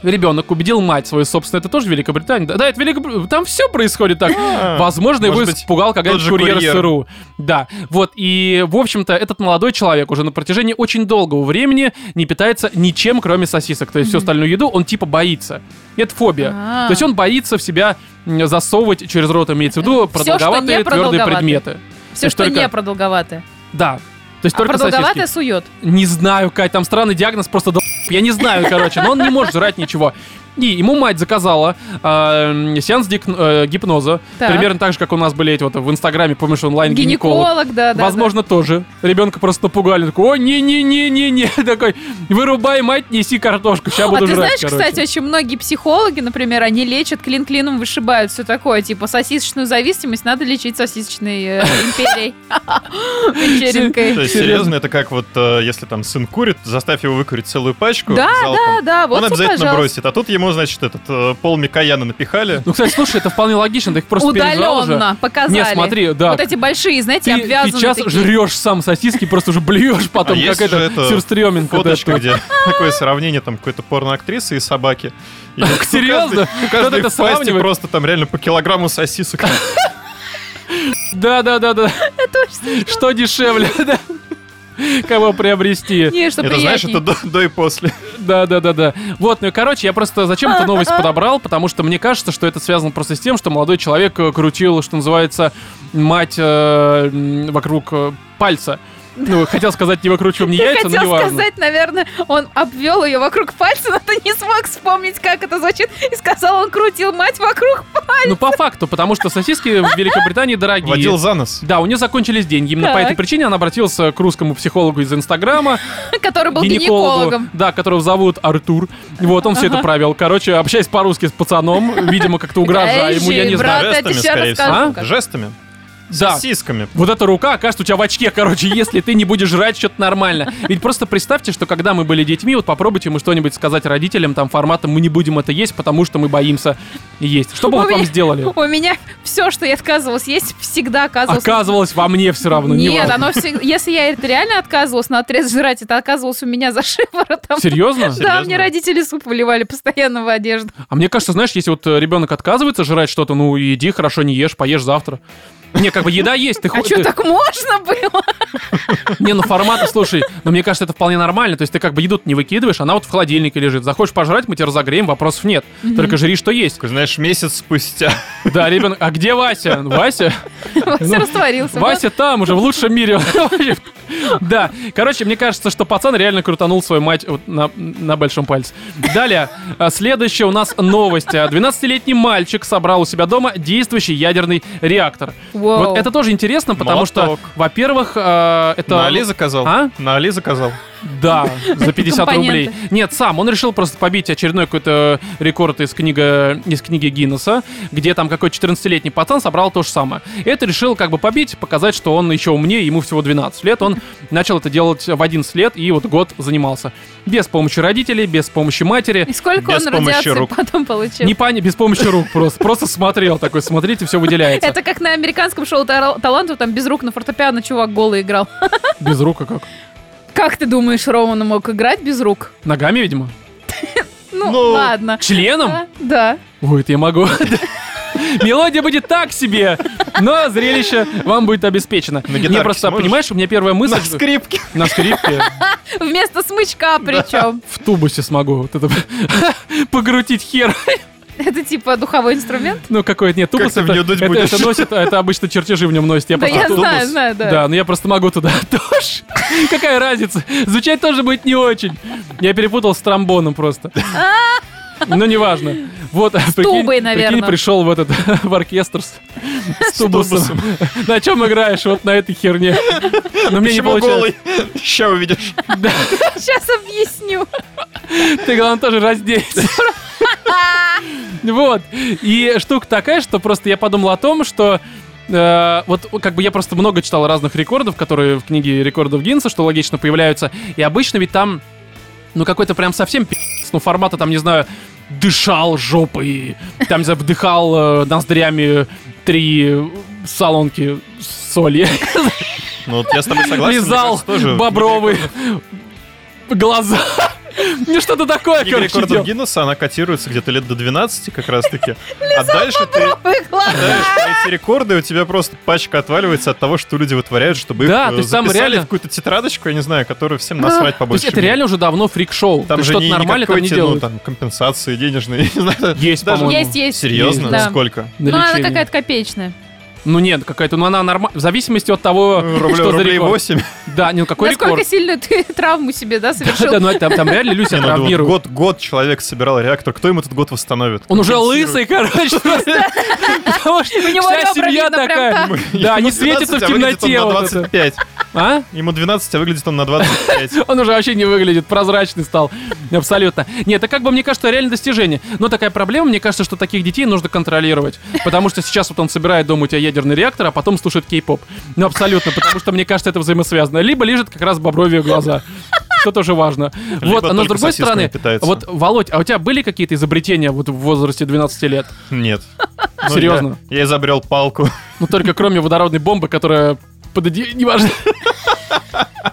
A: Ребенок убедил мать свою, собственно, это тоже Великобритания. Да, да, это Великобритания. Там все происходит так. Возможно, его
B: А, Может быть,
A: испугал когда-нибудь
B: тот же
A: курьер,
B: курьер.
A: СРУ. Да, вот, и, в общем-то, этот молодой человек уже на протяжении очень долгого времени не питается ничем, кроме сосисок. То есть всю остальную еду он типа боится. Это фобия.
C: А.
A: То есть он боится в себя м, засовывать через рот, имеется в виду,
C: что не
A: продолговатые твердые
C: продолговатое.
A: предметы.
C: Все,
A: И
C: что
A: только-
C: не продолговатое.
A: Да. То есть
C: А
A: только сосиски.
C: продолговатое сует.
A: Не знаю, Кать, там странный диагноз, просто дол- Я не знаю, короче, но он не может жрать ничего. И ему мать заказала э, сеанс дик- э, гипноза.
C: Так.
A: Примерно так же, как у нас были эти вот в Инстаграме, помнишь, онлайн-гинеколог.
C: Гинеколог, да, да.
A: Возможно, тоже. Ребенка просто напугали. Такой, о, не-не-не-не-не. Такой, вырубай, мать, неси картошку. Сейчас
C: да. А
A: буду
C: ты
A: жрать,
C: знаешь,
A: короче.
C: кстати, очень многие психологи, например, они лечат клин клином, вышибают все такое. Типа сосисочную зависимость надо лечить сосисочной э, империей.
B: То
C: Вечеринкой.
B: есть, серьезно, это как вот, э, если там сын курит, заставь его выкурить целую пачку
C: Да,
B: залпом.
C: да, да, вот
B: Он
C: тебе,
B: обязательно
C: пожалуйста.
B: бросит. А тут ему, значит, этот э, пол Микояна напихали.
A: Ну, кстати, слушай, это вполне логично. Ты их просто пережрал уже.
C: Удаленно показали.
A: Не, смотри, да.
C: Вот эти большие, знаете,
A: Ты,
C: обвязанные
A: ты сейчас
C: такие.
A: жрешь сам сосиски, просто уже блюешь потом,
B: А есть
A: как это,
B: же это
A: сюрстреминг. вот
B: Фоточка,
A: этот.
B: где такое сравнение, там, какой-то порноактрисы и собаки. И вот у
A: Серьезно?
B: каждой- У
A: Кто-то
B: каждой
A: это
B: в пасти
A: сравнивает?
B: просто там реально по килограмму сосисок.
A: Да, да, да, да. Что дешевле, да? Кого приобрести?
C: Не, что
B: Это, знаешь,
C: приятней.
B: это до до и после.
A: Да, да, да, да. Вот, ну и короче, я просто зачем эту новость подобрал, потому что мне кажется, что это связано просто с тем, что молодой человек э, крутил, что называется, мать э, м, вокруг э, пальца. Ну, хотел сказать, не выкручивай мне
C: Я
A: яйца, но не
C: хотел
A: важно.
C: сказать, наверное, он обвел ее вокруг пальца, но ты не смог вспомнить, как это звучит, и сказал, он крутил мать вокруг
A: Ну, по факту, потому что сосиски в Великобритании дорогие.
B: Водил за нос.
A: Да, у нее закончились деньги. Именно по
C: Так.
A: этой причине она обратилась э, к русскому психологу из Инстаграма,
C: пальца, который был
A: гинекологу,
C: гинекологом.
A: да, которого зовут Артур. И вот он все это провел. Короче, общаясь по-русски с пацаном, видимо, как-то угрожая ему, я
C: Эй,
A: не знаю.
C: брат, я
B: Жестами,
C: тебе сейчас
B: скорее всего.
C: расскажу.
A: А?
C: как.
B: Жестами.
A: Да.
B: Сосисками.
A: Вот эта рука окажется у тебя в очке, короче, если ты не будешь жрать что-то нормально. Ведь просто представьте, что когда мы были детьми, вот попробуйте мы что-нибудь сказать родителям, там, форматом «мы не будем это есть, потому что мы боимся есть». Что бы
C: У
A: вот вам
C: меня-
A: сделали?
C: У меня все, что я отказывалась есть, всегда
A: А
C: оказывалось...
A: Оказывалось, во мне все равно, не
C: Нет, оно всегда... Если я это реально отказывалась на отрез жрать, это оказывалось у меня за шиворотом.
A: Серьезно?
C: Да,
B: Серьезно?
C: мне родители суп выливали постоянно в одежду.
A: А мне кажется, знаешь, если вот э, ребенок отказывается жрать что-то, ну иди, хорошо, не ешь, поешь завтра. Не, как бы еда есть, ты
C: А
A: хоть-
C: что,
A: ты-
C: так можно было?
A: Не, ну формата, слушай, но мне кажется, это вполне нормально. То есть ты как бы еду не выкидываешь, она вот в холодильнике лежит. Захочешь пожрать, мы тебя разогреем, вопросов нет. Только жри, что есть.
B: Такой, Знаешь, месяц спустя.
A: Да, ребенок, а где Вася? Вася?
C: Все растворился.
A: Ну, Вася там уже, в лучшем мире. Да, короче, мне кажется, что пацан реально крутанул свою мать вот на, на большом пальце. Далее, а, следующая у нас новость. А, 12-летний мальчик собрал у себя дома действующий ядерный реактор.
C: Вау.
A: Вот это тоже интересно, потому что,
B: Молоток.
A: во-первых, а, это...
B: На Али заказал?
A: А?
B: На Али заказал.
A: Да, за 50
C: компоненты.
A: рублей. Нет, сам, он решил просто побить очередной какой-то рекорд из, книга, из книги Гиннесса, где там какой-то 14-летний пацан собрал то же самое. Это решил как бы побить, показать, что он еще умнее, ему всего 12 лет. Он начал это делать в 11 лет и вот год занимался. Без помощи родителей, без помощи матери.
C: И сколько
B: Без
C: он
B: помощи
C: радиации
B: рук.
C: потом получил?
A: Не пани, без помощи рук просто. Просто смотрел такой, смотрите, все выделяется.
C: Это как на американском шоу «Тара- талантов, там без рук на фортепиано чувак голый играл.
A: Без рук а как?
C: Как ты думаешь, Роман мог играть без рук?
A: Ногами, видимо.
C: Ну,
B: Ну,
C: ладно.
A: Членом?
C: Да, Да.
A: Ой, это я могу. Мелодия будет так себе, но зрелище вам будет обеспечено.
B: На
A: Не
B: гитарке
A: просто,
B: сможешь?
A: понимаешь, у меня первая мысль...
B: На скрипке.
A: На скрипке.
C: Вместо смычка причем.
A: В тубусе смогу вот это покрутить хер.
C: Это типа духовой инструмент.
A: Ну, какой-то нет, тубус
B: Как ты в неё
A: это,
B: дуть
A: это,
B: будешь?
A: это носит, это обычно чертежи в нем носит. Я
C: Да
A: просто
C: я
A: тубус.
C: знаю, знаю, да.
A: Да, но я просто могу туда тоже. Какая разница? Звучать тоже будет не очень. Я перепутал с тромбоном просто. Ну, неважно. Вот, прикинь,
C: тубой,
A: прикинь,
C: наверное.
A: пришел в этот, в оркестр с, с тубусом.
B: тубусом.
A: На чем играешь? Вот на этой херне. Но мне не
B: Почему
A: получилось.
B: голый? Ща увидишь.
C: Сейчас объясню.
A: Ты, главное, тоже раздеться. Вот. И штука такая, что просто я подумал о том, что э, вот как бы я просто много читал разных рекордов, которые в книге рекордов Гиннесса, что логично появляются. И обычно ведь там, ну, какой-то прям совсем пи***ц, ну, формата там, не знаю, дышал жопой, там, не знаю, вдыхал э, ноздрями три салонки соли.
B: Ну, вот я с тобой согласен. мне
A: Лизал
B: кажется, тоже
A: бобровый глаза. Ну что-то такое,
B: Книга
A: короче,
B: рекордов
A: идёт.
B: Гиннесса, она котируется где-то лет до 12 как раз-таки. А дальше ты
C: Ой, класс.
B: ставишь на эти рекорды, и у тебя просто пачка отваливается от того, что люди вытворяют, чтобы
A: Да,
B: их
A: то
B: э,
A: есть там
B: записали
A: реально- А,
B: в какую-то тетрадочку, я не знаю, которую всем насрать
A: То есть
B: побольше.
A: это реально уже давно фрик-шоу. То
B: Там
A: есть
B: же
A: что-то
B: не,
A: нормально там
B: никакой
A: не
B: те, ну,
A: делают.
B: там компенсации денежные, не знаю.
A: Есть,
B: даже-
A: по-моему.
C: Есть, есть.
B: Серьезно?
A: Есть,
C: да.
B: Сколько?
A: на
C: Ну, она
A: лечение.
C: какая-то копеечная.
A: Ну нет, какая-то, ну она нормальная. В зависимости от того, что
B: Ну, Рублей,
A: за
B: рублей
A: рекорд.
B: 8.
A: Да, не, ну какой
C: Насколько
A: рекорд?
C: сильно ты травму себе, да, совершил?
A: Да, ну там, там реально Люся
B: Не, ну, вот
A: травмирует.
B: год, год человек собирал реактор, кто ему этот год восстановит?
A: Он уже
B: Компенсирует.
A: лысый, короче. просто. Потому что
C: него
A: вся
C: ребра
A: семья
C: видно прям
A: такая.
C: так.
A: Да, они
B: Ему 12,
A: светятся в
B: а выглядит
A: темноте.
B: он на
A: вот это.
B: 25.
A: А?
B: Ему 12, а выглядит он на 25.
A: Он уже вообще не выглядит, прозрачный стал. Абсолютно. Нет, это как бы, мне кажется, реально достижение. Но такая проблема, мне кажется, что таких детей нужно контролировать. Потому что сейчас вот он собирает дома у тебя ядерный реактор, а потом слушает кей-поп. Ну, абсолютно, потому что, мне кажется, это взаимосвязано. Либо лежит как раз бобровье глаза. Что тоже важно.
B: Либо
A: вот, а но с
B: только
A: другой
B: сосисками
A: стороны,
B: питается.
A: вот, Володь, а у тебя были какие-то изобретения вот в возрасте 12 лет?
B: Нет. Ну,
A: Серьезно?
B: Я я изобрел палку.
A: Ну, только кроме водородной бомбы, которая под оде- неважно.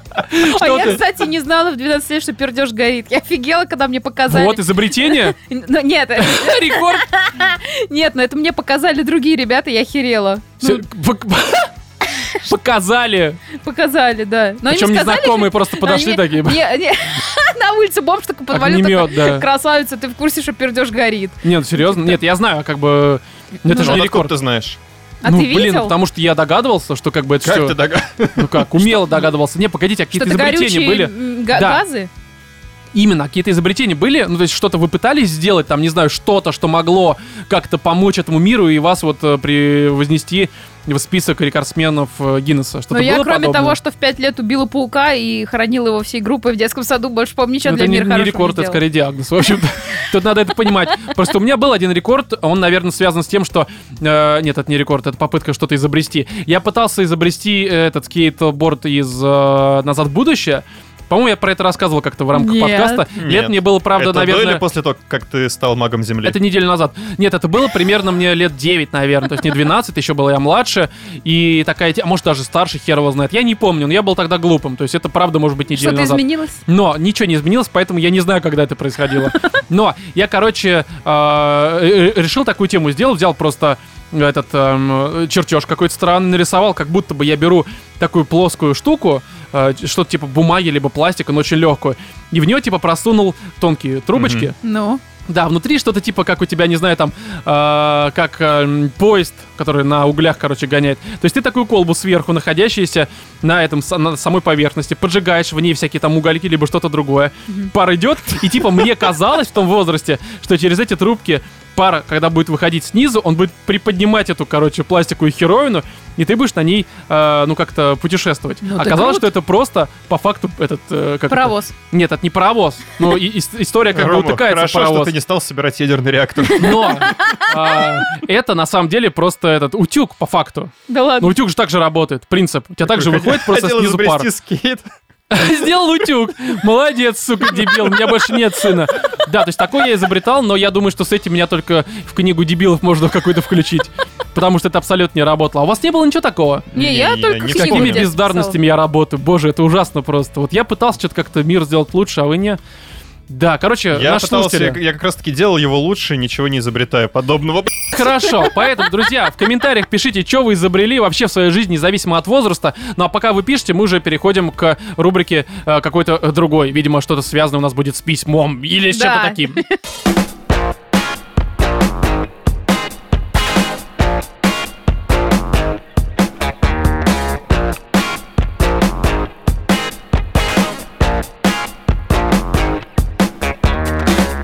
C: А
A: Что
C: я,
A: ты?
C: кстати, не знала в 12 лет, что пердеж горит. Я офигела, когда мне показали.
A: Вот изобретение,
C: Ну, нет, э,
A: рекорд.
C: нет, но это мне показали другие ребята, я херела.
A: Всё, пок- Показали.
C: Показали, да. Но
A: Причем
C: они сказали,
A: незнакомые просто подошли
C: Они-
A: такие.
C: Не, не, на улице бомж такой подвалил.
A: Огнемет, да.
C: такой, Красавица, ты в курсе, что пердеж горит.
A: Нет, серьезно? Нет, я знаю, как бы... ну, Это
B: Ну,
A: же
B: вот
A: не
B: откуда
A: рекорд.
B: ты знаешь?
C: А
A: ну,
C: ты
A: блин,
C: видел?
A: потому что я догадывался, что как бы это
B: Как ты
A: все...
B: догадался?
A: Ну как, умело догадывался. Не, погодите, а какие-то
C: Что-то
A: изобретения
C: горючие
A: были?
C: м, га-
A: Да.
C: газы?
A: Именно, какие-то изобретения были? Ну, то есть что-то вы пытались сделать, там, не знаю, что-то, что могло как-то помочь этому миру и вас вот э, при... вознести в список рекордсменов э, Гиннесса? Что-то
C: Но Ну, я,
A: было
C: кроме
A: подобное?
C: того, что в пять лет убила паука и хоронила его всей группой в детском саду, больше, по-моему, ничего
A: Ну,
C: для
A: это не,
C: мира
A: не
C: хорошего
A: рекорд,
C: не
A: это
C: сделала.
A: скорее диагноз. В общем, тут надо это понимать. Просто у меня был один рекорд, он, наверное, связан с тем, что... э, нет, это не рекорд, это попытка что-то изобрести. Я пытался изобрести этот скейтборд из э, «Назад в будущее». По-моему, я про это рассказывал как-то в рамках
C: Нет.
A: подкаста. Лет
B: Нет.
A: мне было, правда,
B: Это до
A: наверное...
B: или после того, как ты стал магом Земли?
A: Это неделю назад. Нет, это было примерно мне лет 9, наверное. То есть не 12, еще была я младше. И такая... те- А может, даже старше, хер его знает. Я не помню, но я был тогда глупым. То есть это, правда, может быть, неделю
C: Что-то
A: назад.
C: изменилось?
A: Но ничего не изменилось, поэтому я не знаю, когда это происходило. Но я, короче, э, э, решил такую тему сделать, взял просто этот эм, чертеж какой-то странный нарисовал, как будто бы я беру такую плоскую штуку, э, что-то типа бумаги либо пластика, но очень легкую, и в нее типа просунул тонкие трубочки.
C: Ну,
A: Да, внутри что-то типа, как у тебя, не знаю, там, э, как эм, поезд, который на углях, короче, гоняет. То есть ты такую колбу сверху, находящуюся на этом, с- на самой поверхности, поджигаешь в ней всякие там угольки, либо что-то другое. Пар идет, и типа мне казалось в том возрасте, что через эти трубки пар, когда будет выходить снизу, он будет приподнимать эту, короче, пластиковую херовину, и ты будешь на ней, э, ну, как-то путешествовать.
C: Ну, так
A: Оказалось, что
C: круто.
A: это просто, по факту, этот... э, как это?
C: паровоз.
A: Нет, это не паровоз. Ну, и- и- история как бы
B: Рома,
A: утыкается в
B: хорошо,
A: паровоз.
B: что ты не стал собирать ядерный реактор.
A: Но а, это на самом деле просто этот утюг по факту.
C: Да
A: Ну,
C: ладно.
A: утюг же так же работает. Принцип. У тебя так же выходит просто
B: Хотел
A: снизу пар.
B: изобрести скейт.
A: Сделал утюг. Молодец, сука, дебил. У меня больше нет сына. Да, то есть такое я изобретал, но я думаю, что с этим меня только в книгу дебилов можно какую-то включить. Потому что это абсолютно не работало. А у вас не было ничего такого?
C: Не, я
B: Не,
C: только
B: не помню.
C: книгу
A: Какими
C: в детстве
A: бездарностями я работаю? Боже, это ужасно просто. Вот я пытался что-то как-то мир сделать лучше, а вы не... Да, короче,
B: Я
A: наши
B: пытался,
A: слушатели.
B: я я как раз таки делал его лучше, ничего не изобретая подобного.
A: Хорошо, поэтому, друзья, в комментариях пишите, что вы изобрели вообще в своей жизни, независимо от возраста. Ну а пока вы пишете, мы уже переходим к рубрике э, какой-то э, другой. Видимо, что-то связано у нас будет с письмом или с
C: Да.
A: чем-то таким.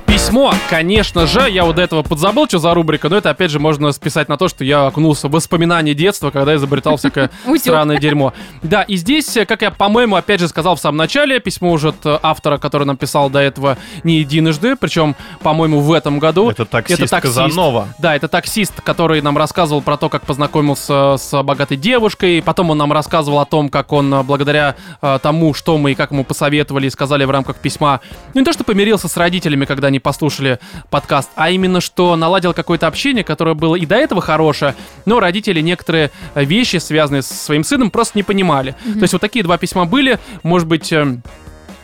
A: Письмо, конечно же, я вот до этого подзабыл, что за рубрика, но это опять же можно списать на то, что я окунулся в воспоминания детства, когда изобретал всякое
C: Утюг.
A: странное дерьмо. Да, и здесь, э, как я, по-моему, опять же сказал в самом начале, письмо уже от э, автора, который нам писал до этого не единожды, причем, по-моему, в этом году.
B: Это таксист
A: таксист.
B: Казанова.
A: Да, это таксист, который нам рассказывал про то, как познакомился с э, богатой девушкой. Потом он нам рассказывал о том, как он э, благодаря э, тому, что мы и как ему посоветовали и сказали в рамках письма, ну не то, что помирился с родителями, когда они послушали слушали подкаст, а именно, что наладил какое-то общение, которое было и до этого хорошее, но родители некоторые э, вещи, связанные со своим сыном, просто не понимали. То есть вот такие два письма были, может быть... эм,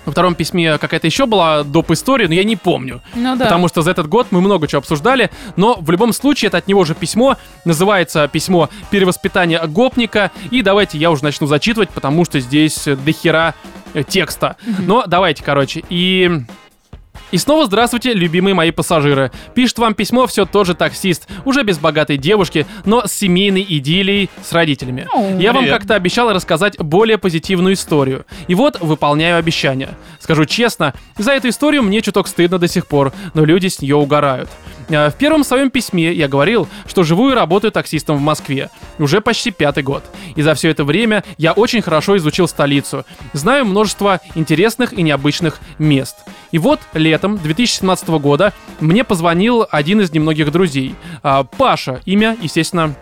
A: во втором письме какая-то еще была доп. история, но я не помню.
C: Ну да.
A: Потому что за этот год мы много чего обсуждали, но в любом случае это от него же письмо. Называется письмо «Перевоспитание гопника». И давайте я уже начну зачитывать, потому что здесь э, дохера э, текста. Но давайте, короче. И... И снова здравствуйте, любимые мои пассажиры. Пишет вам письмо все тот же таксист, уже без богатой девушки, но с семейной идиллией с родителями.
C: О,
A: Я вам
B: привет.
A: как-то обещал рассказать более позитивную историю. И вот выполняю обещание. Скажу честно, за эту историю мне чуток стыдно до сих пор, но люди с нее угорают. Э, В первом своем письме я говорил, что живу и работаю таксистом в Москве. Уже почти пятый год. И за все это время я очень хорошо изучил столицу. Знаю множество интересных и необычных мест. И вот летом 2017 года мне позвонил один из немногих друзей. А, Паша. Имя, естественно,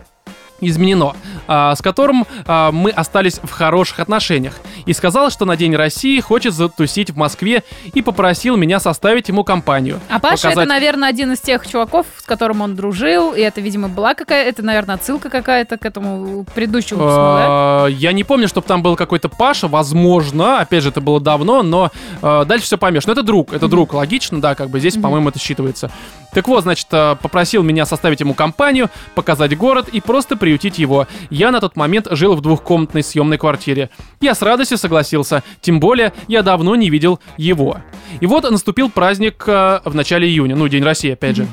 A: изменено, а, с которым а, мы остались в хороших отношениях, и сказал, что на День России хочет затусить в Москве и попросил меня составить ему компанию.
C: А Паша это,
A: Показать-
C: наверное, один из тех чуваков, с которым он дружил, и это, видимо, была какая это, наверное, отсылка какая-то к этому предыдущему письму, да?
A: Э, Я не помню, чтобы там был какой-то Паша, возможно, опять же, это было давно, но э, дальше все поймешь. Но это друг, это друг, логично, да, как бы здесь, по-моему, это считывается. Так вот, значит, э, попросил меня составить ему компанию, показать город и просто приютить его. Я на тот момент жил в двухкомнатной съемной квартире. Я с радостью согласился, тем более я давно не видел его. И вот наступил праздник э, в начале июня, ну, День России, опять же.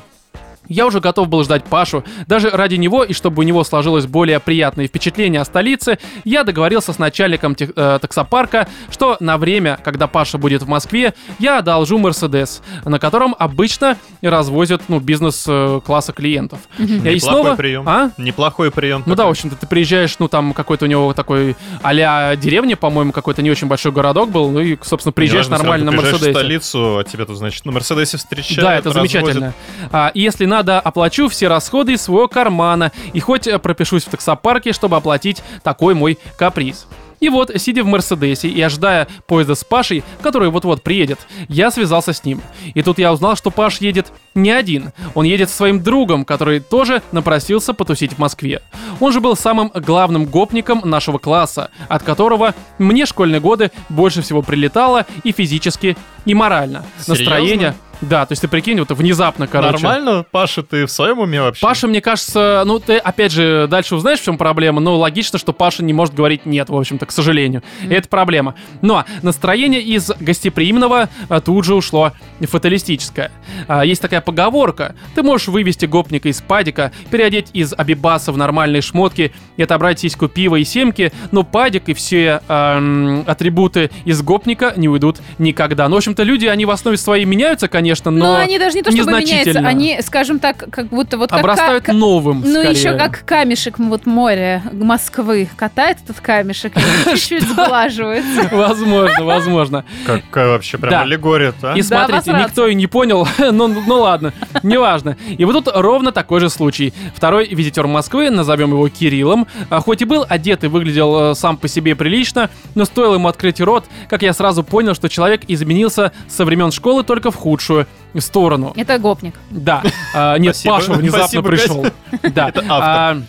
A: Я уже готов был ждать Пашу. Даже ради него и чтобы у него сложилось более приятное впечатление о столице, я договорился с начальником тех- э, таксопарка, что на время, когда Паша будет в Москве, я одолжу Мерседес, на котором обычно развозят ну, бизнес-класса клиентов. Я И
B: Неплохой
A: снова-
B: прием.
A: А?
B: Неплохой прием.
A: Ну да, в общем-то, ты приезжаешь, ну там какой-то у него такой а-ля деревня, по-моему, какой-то не очень большой городок был, ну и, собственно, приезжаешь нормально на
B: Мерседесе.
A: Мерседесе.
B: столицу, а тебя тут, значит, на Мерседесе встречают.
A: Да, это
B: развозят.
A: замечательно. А, и если надо, оплачу все расходы из своего кармана и хоть э, пропишусь в таксопарке, чтобы оплатить такой мой каприз. И вот, сидя в Мерседесе и ожидая поезда с Пашей, который вот-вот приедет, я связался с ним. И тут я узнал, что Паш едет не один. Он едет со своим другом, который тоже напросился потусить в Москве. Он же был самым главным гопником нашего класса, от которого мне школьные годы больше всего прилетало и физически, и морально.
B: Серьезно?
A: Настроение да, то есть ты прикинь, вот внезапно, короче.
B: Нормально, Паша, ты в своем уме вообще?
A: Паша, мне кажется, ну ты опять же дальше узнаешь, в чем проблема, но логично, что Паша не может говорить нет, в общем-то, к сожалению. И Это проблема. Но настроение из гостеприимного а, тут же ушло в фаталистическое. А, Есть такая поговорка. Ты можешь вывести гопника из падика, переодеть из абибаса в нормальные шмотки и отобрать сиську пива и семки, но падик и все эм, атрибуты из гопника не уйдут никогда. Ну, в общем-то, люди, они в основе своей меняются, конечно, но...
C: Ну, они даже не то чтобы меняются,
A: незначительно.
C: они, скажем так, как будто вот как...
A: обрастают
C: ка-
A: новым.
C: Ну,
A: скорее.
C: еще как камешек вот море Москвы катает этот камешек, и чуть-чуть сглаживается.
A: Возможно, возможно.
B: Какая вообще прям
A: Да.
B: аллегория-то, а?
A: И
C: Да,
A: смотрите,
C: обосраться.
A: никто и не понял, ну, ну ладно, неважно. И вот тут ровно такой же случай. Второй визитер Москвы, назовем его Кириллом, а, хоть и был одет и выглядел э, сам по себе прилично, но стоило ему открыть рот, как я сразу понял, что человек изменился со времен школы только в худшую сторону.
C: Это гопник.
A: Да. А, Нет,
B: Спасибо.
A: Паша внезапно
B: Спасибо,
A: пришел. Да.
B: Это автор.
A: А,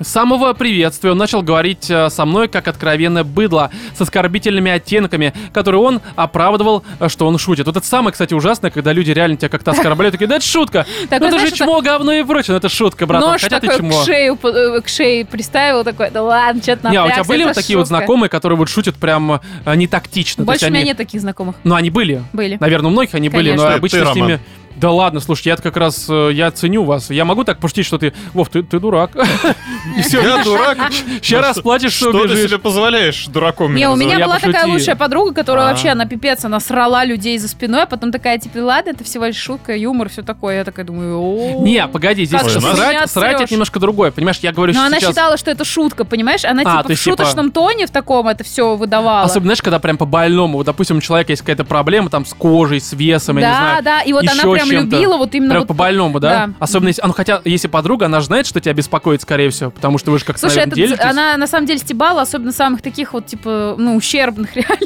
A: С самого приветствия он начал говорить э, со мной как откровенное быдло, с оскорбительными оттенками, которые он оправдывал, э, что он шутит. Вот это самое, кстати, ужасное, когда люди реально тебя как-то оскорбляют, такие, да это шутка,
C: Такой,
A: ну это же
C: а знаешь,
A: чмо, говно и прочее, ну это шутка, братан,
C: Нож
A: хотя ты
C: такой
A: чмо.
C: к шее, уп- э, к шее приставил, такой, да ладно, что-то
A: Не, а
C: напрягся,
A: у тебя были
C: это
A: вот такие вот
C: шутка».
A: знакомые, которые вот шутят прям э, не тактично?
C: Больше у меня
A: нет.
C: нет таких знакомых.
A: Ну, они были.
C: Были.
A: Наверное, у многих они были, но
C: Конечно.
B: Ты-
A: обычно
B: ты,
A: с ними...
B: Роман.
A: Да ладно, слушай, я как раз, э, я ценю вас. Я могу так пошутить, что ты, Вов, ты, ты дурак.
B: Я дурак.
A: Сейчас
B: Ну,
A: расплатишь, что
B: Что ты
A: убежишь.
B: себе позволяешь дураком
C: Не,
B: меня
C: у меня
A: ну, я
C: была такая
A: пошутил.
C: лучшая подруга, которая
B: А.
C: вообще, она пипец, она срала людей за спиной, а потом такая, типа, ладно, это всего лишь шутка, юмор, все такое. Я такая думаю, о
A: Не, погоди, здесь
C: Как
B: же ты
A: срать,
C: меня
A: срать
C: отсрёшь?
A: это немножко другое. Понимаешь, я говорю
C: Но Ну, она
A: сейчас...
C: считала, что это шутка, понимаешь? Она,
A: А,
C: типа,
A: то
C: в
A: есть, типа-
C: шуточном тоне в таком это все выдавала.
A: Особенно, знаешь, когда прям по больному, вот, допустим, у человека есть какая-то проблема там с кожей, с весом, я не
C: да,
A: знаю.
C: да, и вот она
A: ещё
C: прям
A: чем-то.
C: любила вот именно...
A: Прям
C: вот-
A: по-больному, да?
C: Да.
A: Особенно если... а, Ну, хотя, если подруга, она же знает, что тебя беспокоит, скорее всего, потому что вы же как-то,
C: Слушай,
A: наверное,
C: это-
A: делитесь.
C: она на самом деле стебала, особенно самых таких вот, типа, ну, ущербных реально.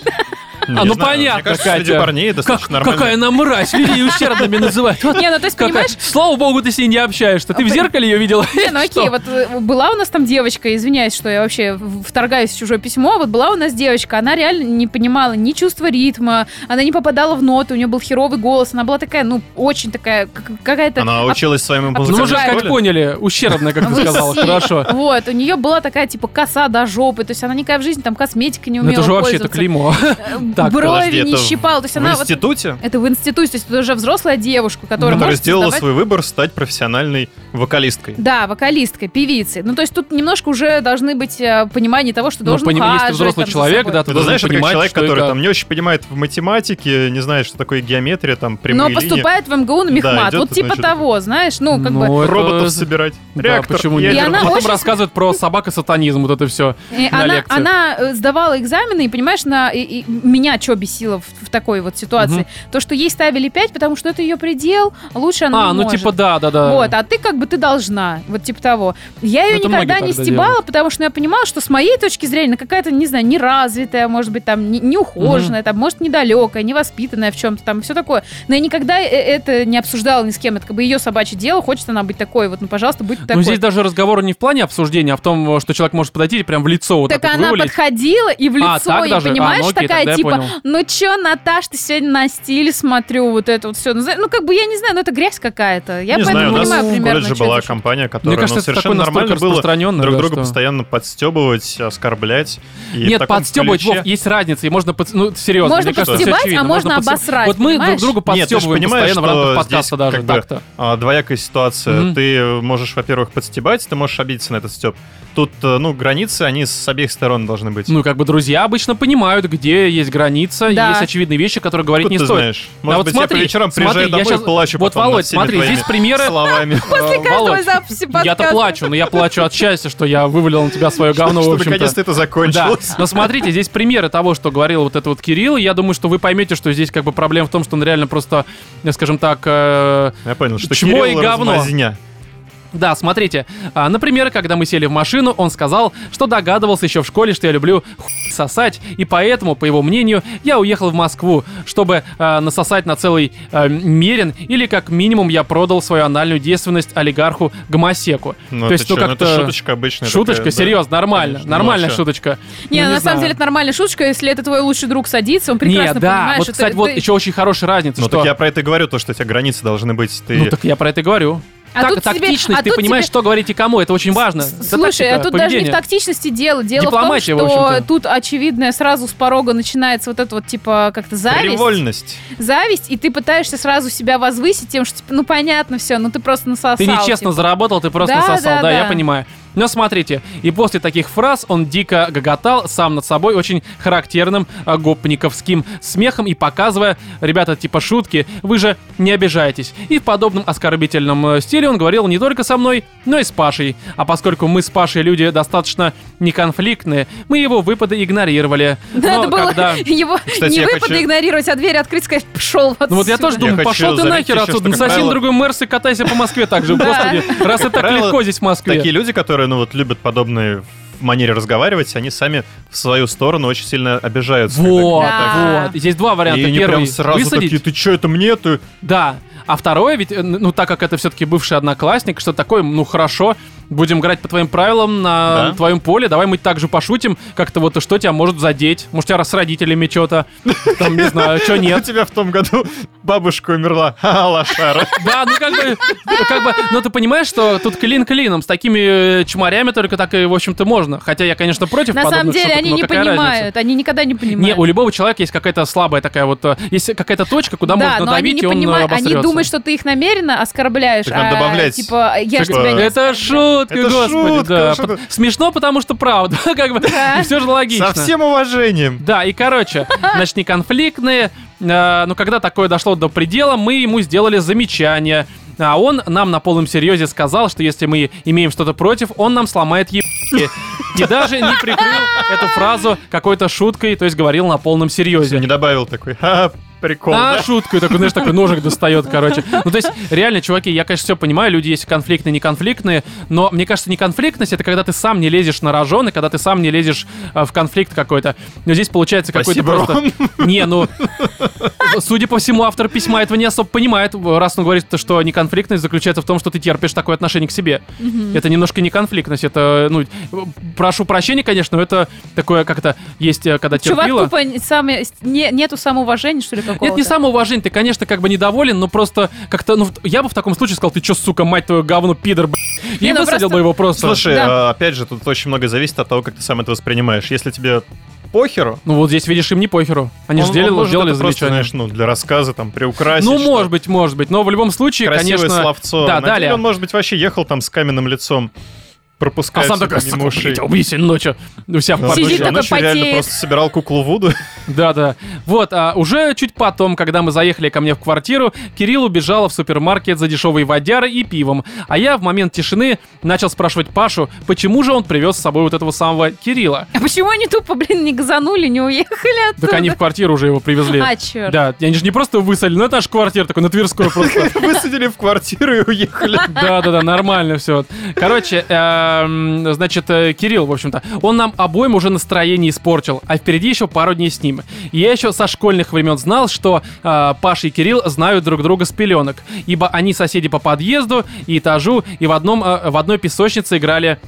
B: Не
A: А, ну,
B: знаю,
A: понятно,
B: Мне кажется, среди
A: Катя.
B: парней достаточно
A: Как-
B: нормально.
A: какая она мразь, людей ущербными называет. Вот
C: Не, ну, то есть,
A: какая-
C: понимаешь, А
A: Слава богу, ты с ней не общаешься. Ты в зеркале ее видела?
C: Не, ну окей,
A: Что?
C: вот э, была у нас там девочка, извиняюсь, что я вообще в- вторгаюсь в чужое письмо, вот была у нас девочка, она реально не понимала ни чувства ритма, она не попадала в ноты, у нее был херовый голос, она была такая, ну, очень такая, как- какая-то...
B: Она
C: об-
B: училась в своем
A: Ну, мы
B: музыкальной
A: уже как
B: школе?
A: поняли, ущербная, как ты
C: Вы
A: сказала.
C: все.
A: Хорошо.
C: Вот, у нее была такая, типа, коса до жопы, то есть она никакая в жизни там косметика не
A: Ну,
C: умела
A: это же вообще-то
C: пользоваться.
A: клеймо.
C: Э,
A: Так,
C: Брови
B: подожди,
C: не
B: это
C: щипала, то есть она
B: ну В
C: вот...
B: институте?
C: Это в институте, то есть это уже взрослая
A: Ну,
C: девушка, которая
B: Которая
C: может
B: сделала
C: создавать-
B: свой выбор стать профессиональной вокалисткой.
C: Да, вокалисткой, певицей. Ну, то есть тут немножко уже должны быть э, понимание того, что
A: Ну,
C: должен
A: понимаешь, если ты
C: ухаживать
A: взрослый
C: там за
A: человек,
C: собой.
A: да,
B: Ну,
A: ты
B: ты
A: должен
B: знаешь, это как
A: понимать,
B: человек,
A: что
B: который
A: это-
B: там не очень понимает в математике, не знает, что такое геометрия, там прямые
C: Но
B: линии.
C: поступает в МГУ на мехмат.
B: идет,
C: вот типа
B: значит,
C: того, знаешь, ну, как бы...
A: Ну, это-
B: Роботов собирать.
A: Да,
B: Реактор.
A: почему
B: ядерный.
A: нет?
C: И она
A: Потом
C: очень-
A: рассказывают про собак и сатанизм, вот это все.
C: э,
A: на
C: она,
A: лекциях.
C: она э, сдавала экзамены, и, понимаешь, на, и- и меня что бесило в, в такой вот ситуации?
A: Мгм.
C: То, что ей ставили 5, потому что это ее предел, лучше она
A: А,
C: не
A: ну
C: может.
A: типа да, да, да.
C: Вот, а ты как бы ты должна, вот типа того. Я ее
A: Это
C: никогда
A: многие
C: не
A: так
C: стебала,
A: делают.
C: потому что ну, я понимала, что с моей точки зрения она какая-то, не знаю, неразвитая, может быть, там, не- неухоженная, там, может, недалекая, невоспитанная в чем-то там, все такое. Но я никогда э, это не обсуждала ни с кем. Это как бы ее собачье дело, хочет она быть такой, вот, ну, пожалуйста, будь такой.
A: Ну здесь даже разговор не в плане обсуждения, а в том, что человек может подойти и прям в лицо вот
C: так
A: так, вот
C: она
A: вывалить.
C: подходила и в лицо,
A: А, так
C: и,
A: даже? А,
C: понимаешь,
A: ну окей, тогда
C: такая,
A: я
C: типа,
A: понял.
C: ну чё, Наташ, ты сегодня на стиле смотрю, вот это вот все. Ну, зна- ну, как бы, я не знаю, ну, это грязь какая-то. Я
B: не
C: поэтому
B: знаю, у нас
C: понимаю
B: в
C: примерно,
B: колледже
C: чё
B: была
C: это, чё.
B: компания, которая
A: Мне кажется,
B: ну,
A: это такое
B: совершенно
A: настолько
B: нормально было
A: распространенное,
B: друг
A: да,
B: друга
A: что-
B: постоянно подстебывать, оскорблять. и в
A: Нет,
B: таком
A: подстебывать,
B: ключе-
A: Вов, есть разница, и можно, под... ну, серьезно,
C: Можно
A: мне кажется, всё
C: подстебать, а
A: очевидно,
C: можно
A: подстеб-
C: обосрать,
A: Вот мы друг
C: понимаешь?
A: другу
B: Нет, ты же
A: подстебываем
B: понимаешь,
A: постоянно в
B: что
A: рамках
B: здесь
A: подкаста
B: как
A: даже,
B: бы-
A: так-то.
B: а, двоякая ситуация.
A: Мгм.
B: Ты можешь, во-первых, подстебать, ты можешь обидеться на этот степ. Тут, э, ну, границы, они с обеих сторон должны быть.
A: Ну, как бы друзья обычно понимают, где есть граница, и
C: Да.
A: есть очевидные вещи, которые говорить
B: Откуда
A: не
B: ты
A: стоит.
B: знаешь? Может
A: вот
B: быть,
A: смотри,
B: я по вечерам
A: смотри,
B: приезжаю
A: я
B: домой
A: щас-
B: и плачу
A: вот,
B: потом над
A: Володь,
B: всеми
A: смотри,
B: твоими
A: здесь примеры-
B: словами.
A: После
C: А каждого записи подкаста.
A: Я-то плачу, но я плачу от счастья, что я вывалил на тебя свое говно, в
B: Чтобы
A: общем-то.
B: наконец-то это
A: Да,
B: закончилось.
A: но смотрите, здесь примеры того, что говорил вот этот вот Кирилл. и Я думаю, что вы поймете, что здесь как бы проблема в том, что он реально просто, э, скажем так, э,
B: Я понял, что
A: Чмо и
B: Кирилл
A: говно.
B: размазня.
A: да, смотрите. А, Например, когда мы сели в машину, он сказал, что догадывался еще в школе, что я люблю хуй сосать, и поэтому, по его мнению, я уехал в Москву, чтобы э, насосать на целый э, мерин, или как минимум я продал свою анальную девственность олигарху Гомосеку.
B: Ну,
A: То
B: ты
A: есть, ну
B: чё, это
A: как-то...
B: шуточка обычная.
A: Шуточка,
B: такая, да.
A: серьезно, нормально,
B: Конечно, ну,
A: нормальная
B: а чё?
A: шуточка.
C: Не,
A: Ну,
C: на самом
A: знаю.
C: деле это нормальная шуточка, если это твой лучший друг садится, он прекрасно
A: Не, да,
C: понимает,
A: вот,
C: что
A: кстати,
C: ты-
A: вот
C: ты-
A: еще очень хорошая разница,
B: Ну,
A: что...
B: так я про это и говорю, то, что у тебя границы должны быть. Ты...
A: Ну, так я про это и говорю.
C: А
A: Так-
C: тут тебе-
A: тактичность,
C: а
A: ты
C: тут
A: понимаешь,
C: тебе-
A: что говорить и кому, это очень важно. Это
C: Слушай, а
A: тактика
C: тут даже не
A: поведения.
C: в тактичности дело. Дело
A: Дипломатия,
C: в
A: в
C: том, что
A: общем-то.
C: тут, очевидно, сразу с порога начинается вот это вот, типа, как-то зависть.
B: Привольность.
C: Зависть, и ты пытаешься сразу себя возвысить тем, что, типа, ну, понятно все, ну, ты просто насосал.
A: Ты нечестно
C: типа.
A: заработал, ты просто
C: Да,
A: сосал, да,
C: да,
A: я
C: да.
A: понимаю. Но смотрите, и после таких фраз он дико гоготал сам над собой очень характерным а, гопниковским смехом и показывая, ребята, типа шутки, вы же не обижаетесь. И в подобном оскорбительном э, стиле он говорил не только со мной, но и с Пашей. А поскольку мы с Пашей люди достаточно неконфликтные, мы его выпады игнорировали. Но
C: Надо было
A: ну, когда-
C: его
B: Кстати,
C: не
B: я
C: выпады
B: хочу-
C: игнорировать, а дверь открыть, сказать, пошел отсюда.
A: Ну вот я тоже думаю,
B: хочу
A: пошел ты
B: заметить
A: нахер
B: еще,
A: отсюда,
B: что, как
A: насоси на
B: правило-
A: другой Мерс и катайся по Москве так же,
C: Да.
A: господи. Раз это так
B: правило,
A: легко здесь в
B: Такие
A: Москве.
B: люди, которые, ну, вот любят подобные в манере разговаривать, они сами в свою сторону очень сильно обижаются. когда
A: Вот,
B: говорят так.
C: Да.
A: вот. Здесь два
B: И
A: варианта.
B: они
A: Первый
B: прям сразу
A: высадить.
B: такие, ты чё, это мне? Ты...
A: Да. А второе, ведь, э, ну, так как это все-таки бывший одноклассник, что такое, ну, хорошо, будем играть по твоим правилам на
B: Да.
A: твоем поле, давай мы так же пошутим, как-то вот что тебя может задеть. Может, у тебя с родителями что-то, там, не знаю, что
B: У
A: нет.
B: тебя в том году бабушка умерла. Ха-ха, лошара.
A: Да, ну как бы, как бы, ну ты понимаешь, что тут клин клином, с такими э, чмарями только так и, в общем-то, можно. Хотя я, конечно, против
C: На самом
A: подобных
C: деле
A: шуток,
C: они
A: но
C: не
A: какая разница?
C: понимают, они никогда не
A: Не,
C: понимают.
A: у любого человека есть какая-то слабая такая вот, э, есть какая-то точка, куда
C: да,
A: можно
C: но они
A: надавить,
C: не
A: и он э,
C: понимают, они
A: обосрётся.
C: думают, что ты их намеренно оскорбляешь.
B: Так надо
C: а,
B: добавлять.
C: Типа, я же
B: Типа,
C: тебя не
A: Это шутка,
B: Это
A: господи,
B: шутка,
A: да.
B: шутка.
A: Пот- Смешно, потому что правда, как бы,
C: Да.
A: все же логично.
B: Со всем уважением.
A: Да, и короче, значит, не конфликтные. э, но когда такое дошло до предела, мы ему сделали замечание. А он нам на полном серьезе сказал, что если мы имеем что-то против, он нам сломает ебки. И даже не прикрыл эту фразу какой-то шуткой, то есть говорил на полном серьезе.
B: Не добавил такой. «Ха-ха, прикол,
A: На
B: да?
A: шутку, и такой, знаешь, такой ножик достает, короче. Ну, то есть, реально, чуваки, я, конечно, все понимаю, люди есть конфликтные, неконфликтные, но мне кажется, неконфликтность — это когда ты сам не лезешь на рожон, и когда ты сам не лезешь а, в конфликт какой-то. Но здесь получается какой-то
B: Спасибо,
A: просто...
B: Ром.
A: Не, ну, судя по всему, автор письма этого не особо понимает, раз он говорит, то, что неконфликтность заключается в том, что ты терпишь такое отношение к себе. Это немножко неконфликтность, это, ну, прошу прощения, конечно, но это такое как-то есть, э, когда
C: Чувак
A: терпила.
C: тупо не- сам- не- нету самоуважения, что ли, какого-то?
A: Нет, не самоуважение, ты, конечно, как бы недоволен, но просто как-то, ну, в- я бы в таком случае сказал, ты чё, сука, мать твою, говно, пидор, блядь.
C: Не,
A: И
C: ну
A: высадил
C: просто-
A: бы его просто.
B: Слушай,
C: Да.
B: а, опять же, тут очень много зависит от того, как ты сам это воспринимаешь. Если тебе похеру,
A: Ну вот здесь, видишь, им не похеру. Они же
B: он-
A: сделали,
B: он может
A: сделали
B: это просто,
A: замечание.
B: знаешь, ну, для рассказа там приукрасить.
A: ну,
B: что-то.
A: может быть, может быть, но в любом случае,
B: Красивое
A: конечно...
B: словцо.
A: Да,
B: На деле
A: далее.
B: он, может быть, вообще ехал там с каменным лицом,
A: А
B: пропуская
A: сам
B: всё
A: такой, сука,
B: мимо ушей.
A: блядь, убей сегодня ночью. У себя в
B: Ну,
A: парке.
B: слушай,
C: Сидит
B: а
C: такой,
B: ночью реально
C: потеет.
B: просто собирал куклу Вуду.
A: Да, да. Вот, а уже чуть потом, когда мы заехали ко мне в квартиру, Кирилл убежал в супермаркет за дешевой водярой и пивом. А я в момент тишины начал спрашивать Пашу, почему же он привез с собой вот этого самого Кирилла.
C: А почему они тупо, блин, не газанули, не уехали оттуда?
A: Так они в квартиру уже его привезли.
C: А, черт.
A: Да, они же не просто высадили, ну это наш квартира такой, на Тверскую просто.
B: Высадили в квартиру и уехали.
A: Да-да-да, нормально все. Короче, эм, значит, э, Кирилл, в общем-то, он нам обоим уже настроение испортил, а впереди еще пару дней с ним. Я еще со школьных времен знал, что э, Паша и Кирилл знают друг друга с пеленок, ибо они соседи по подъезду и этажу, и в, одном, э, в одной песочнице играли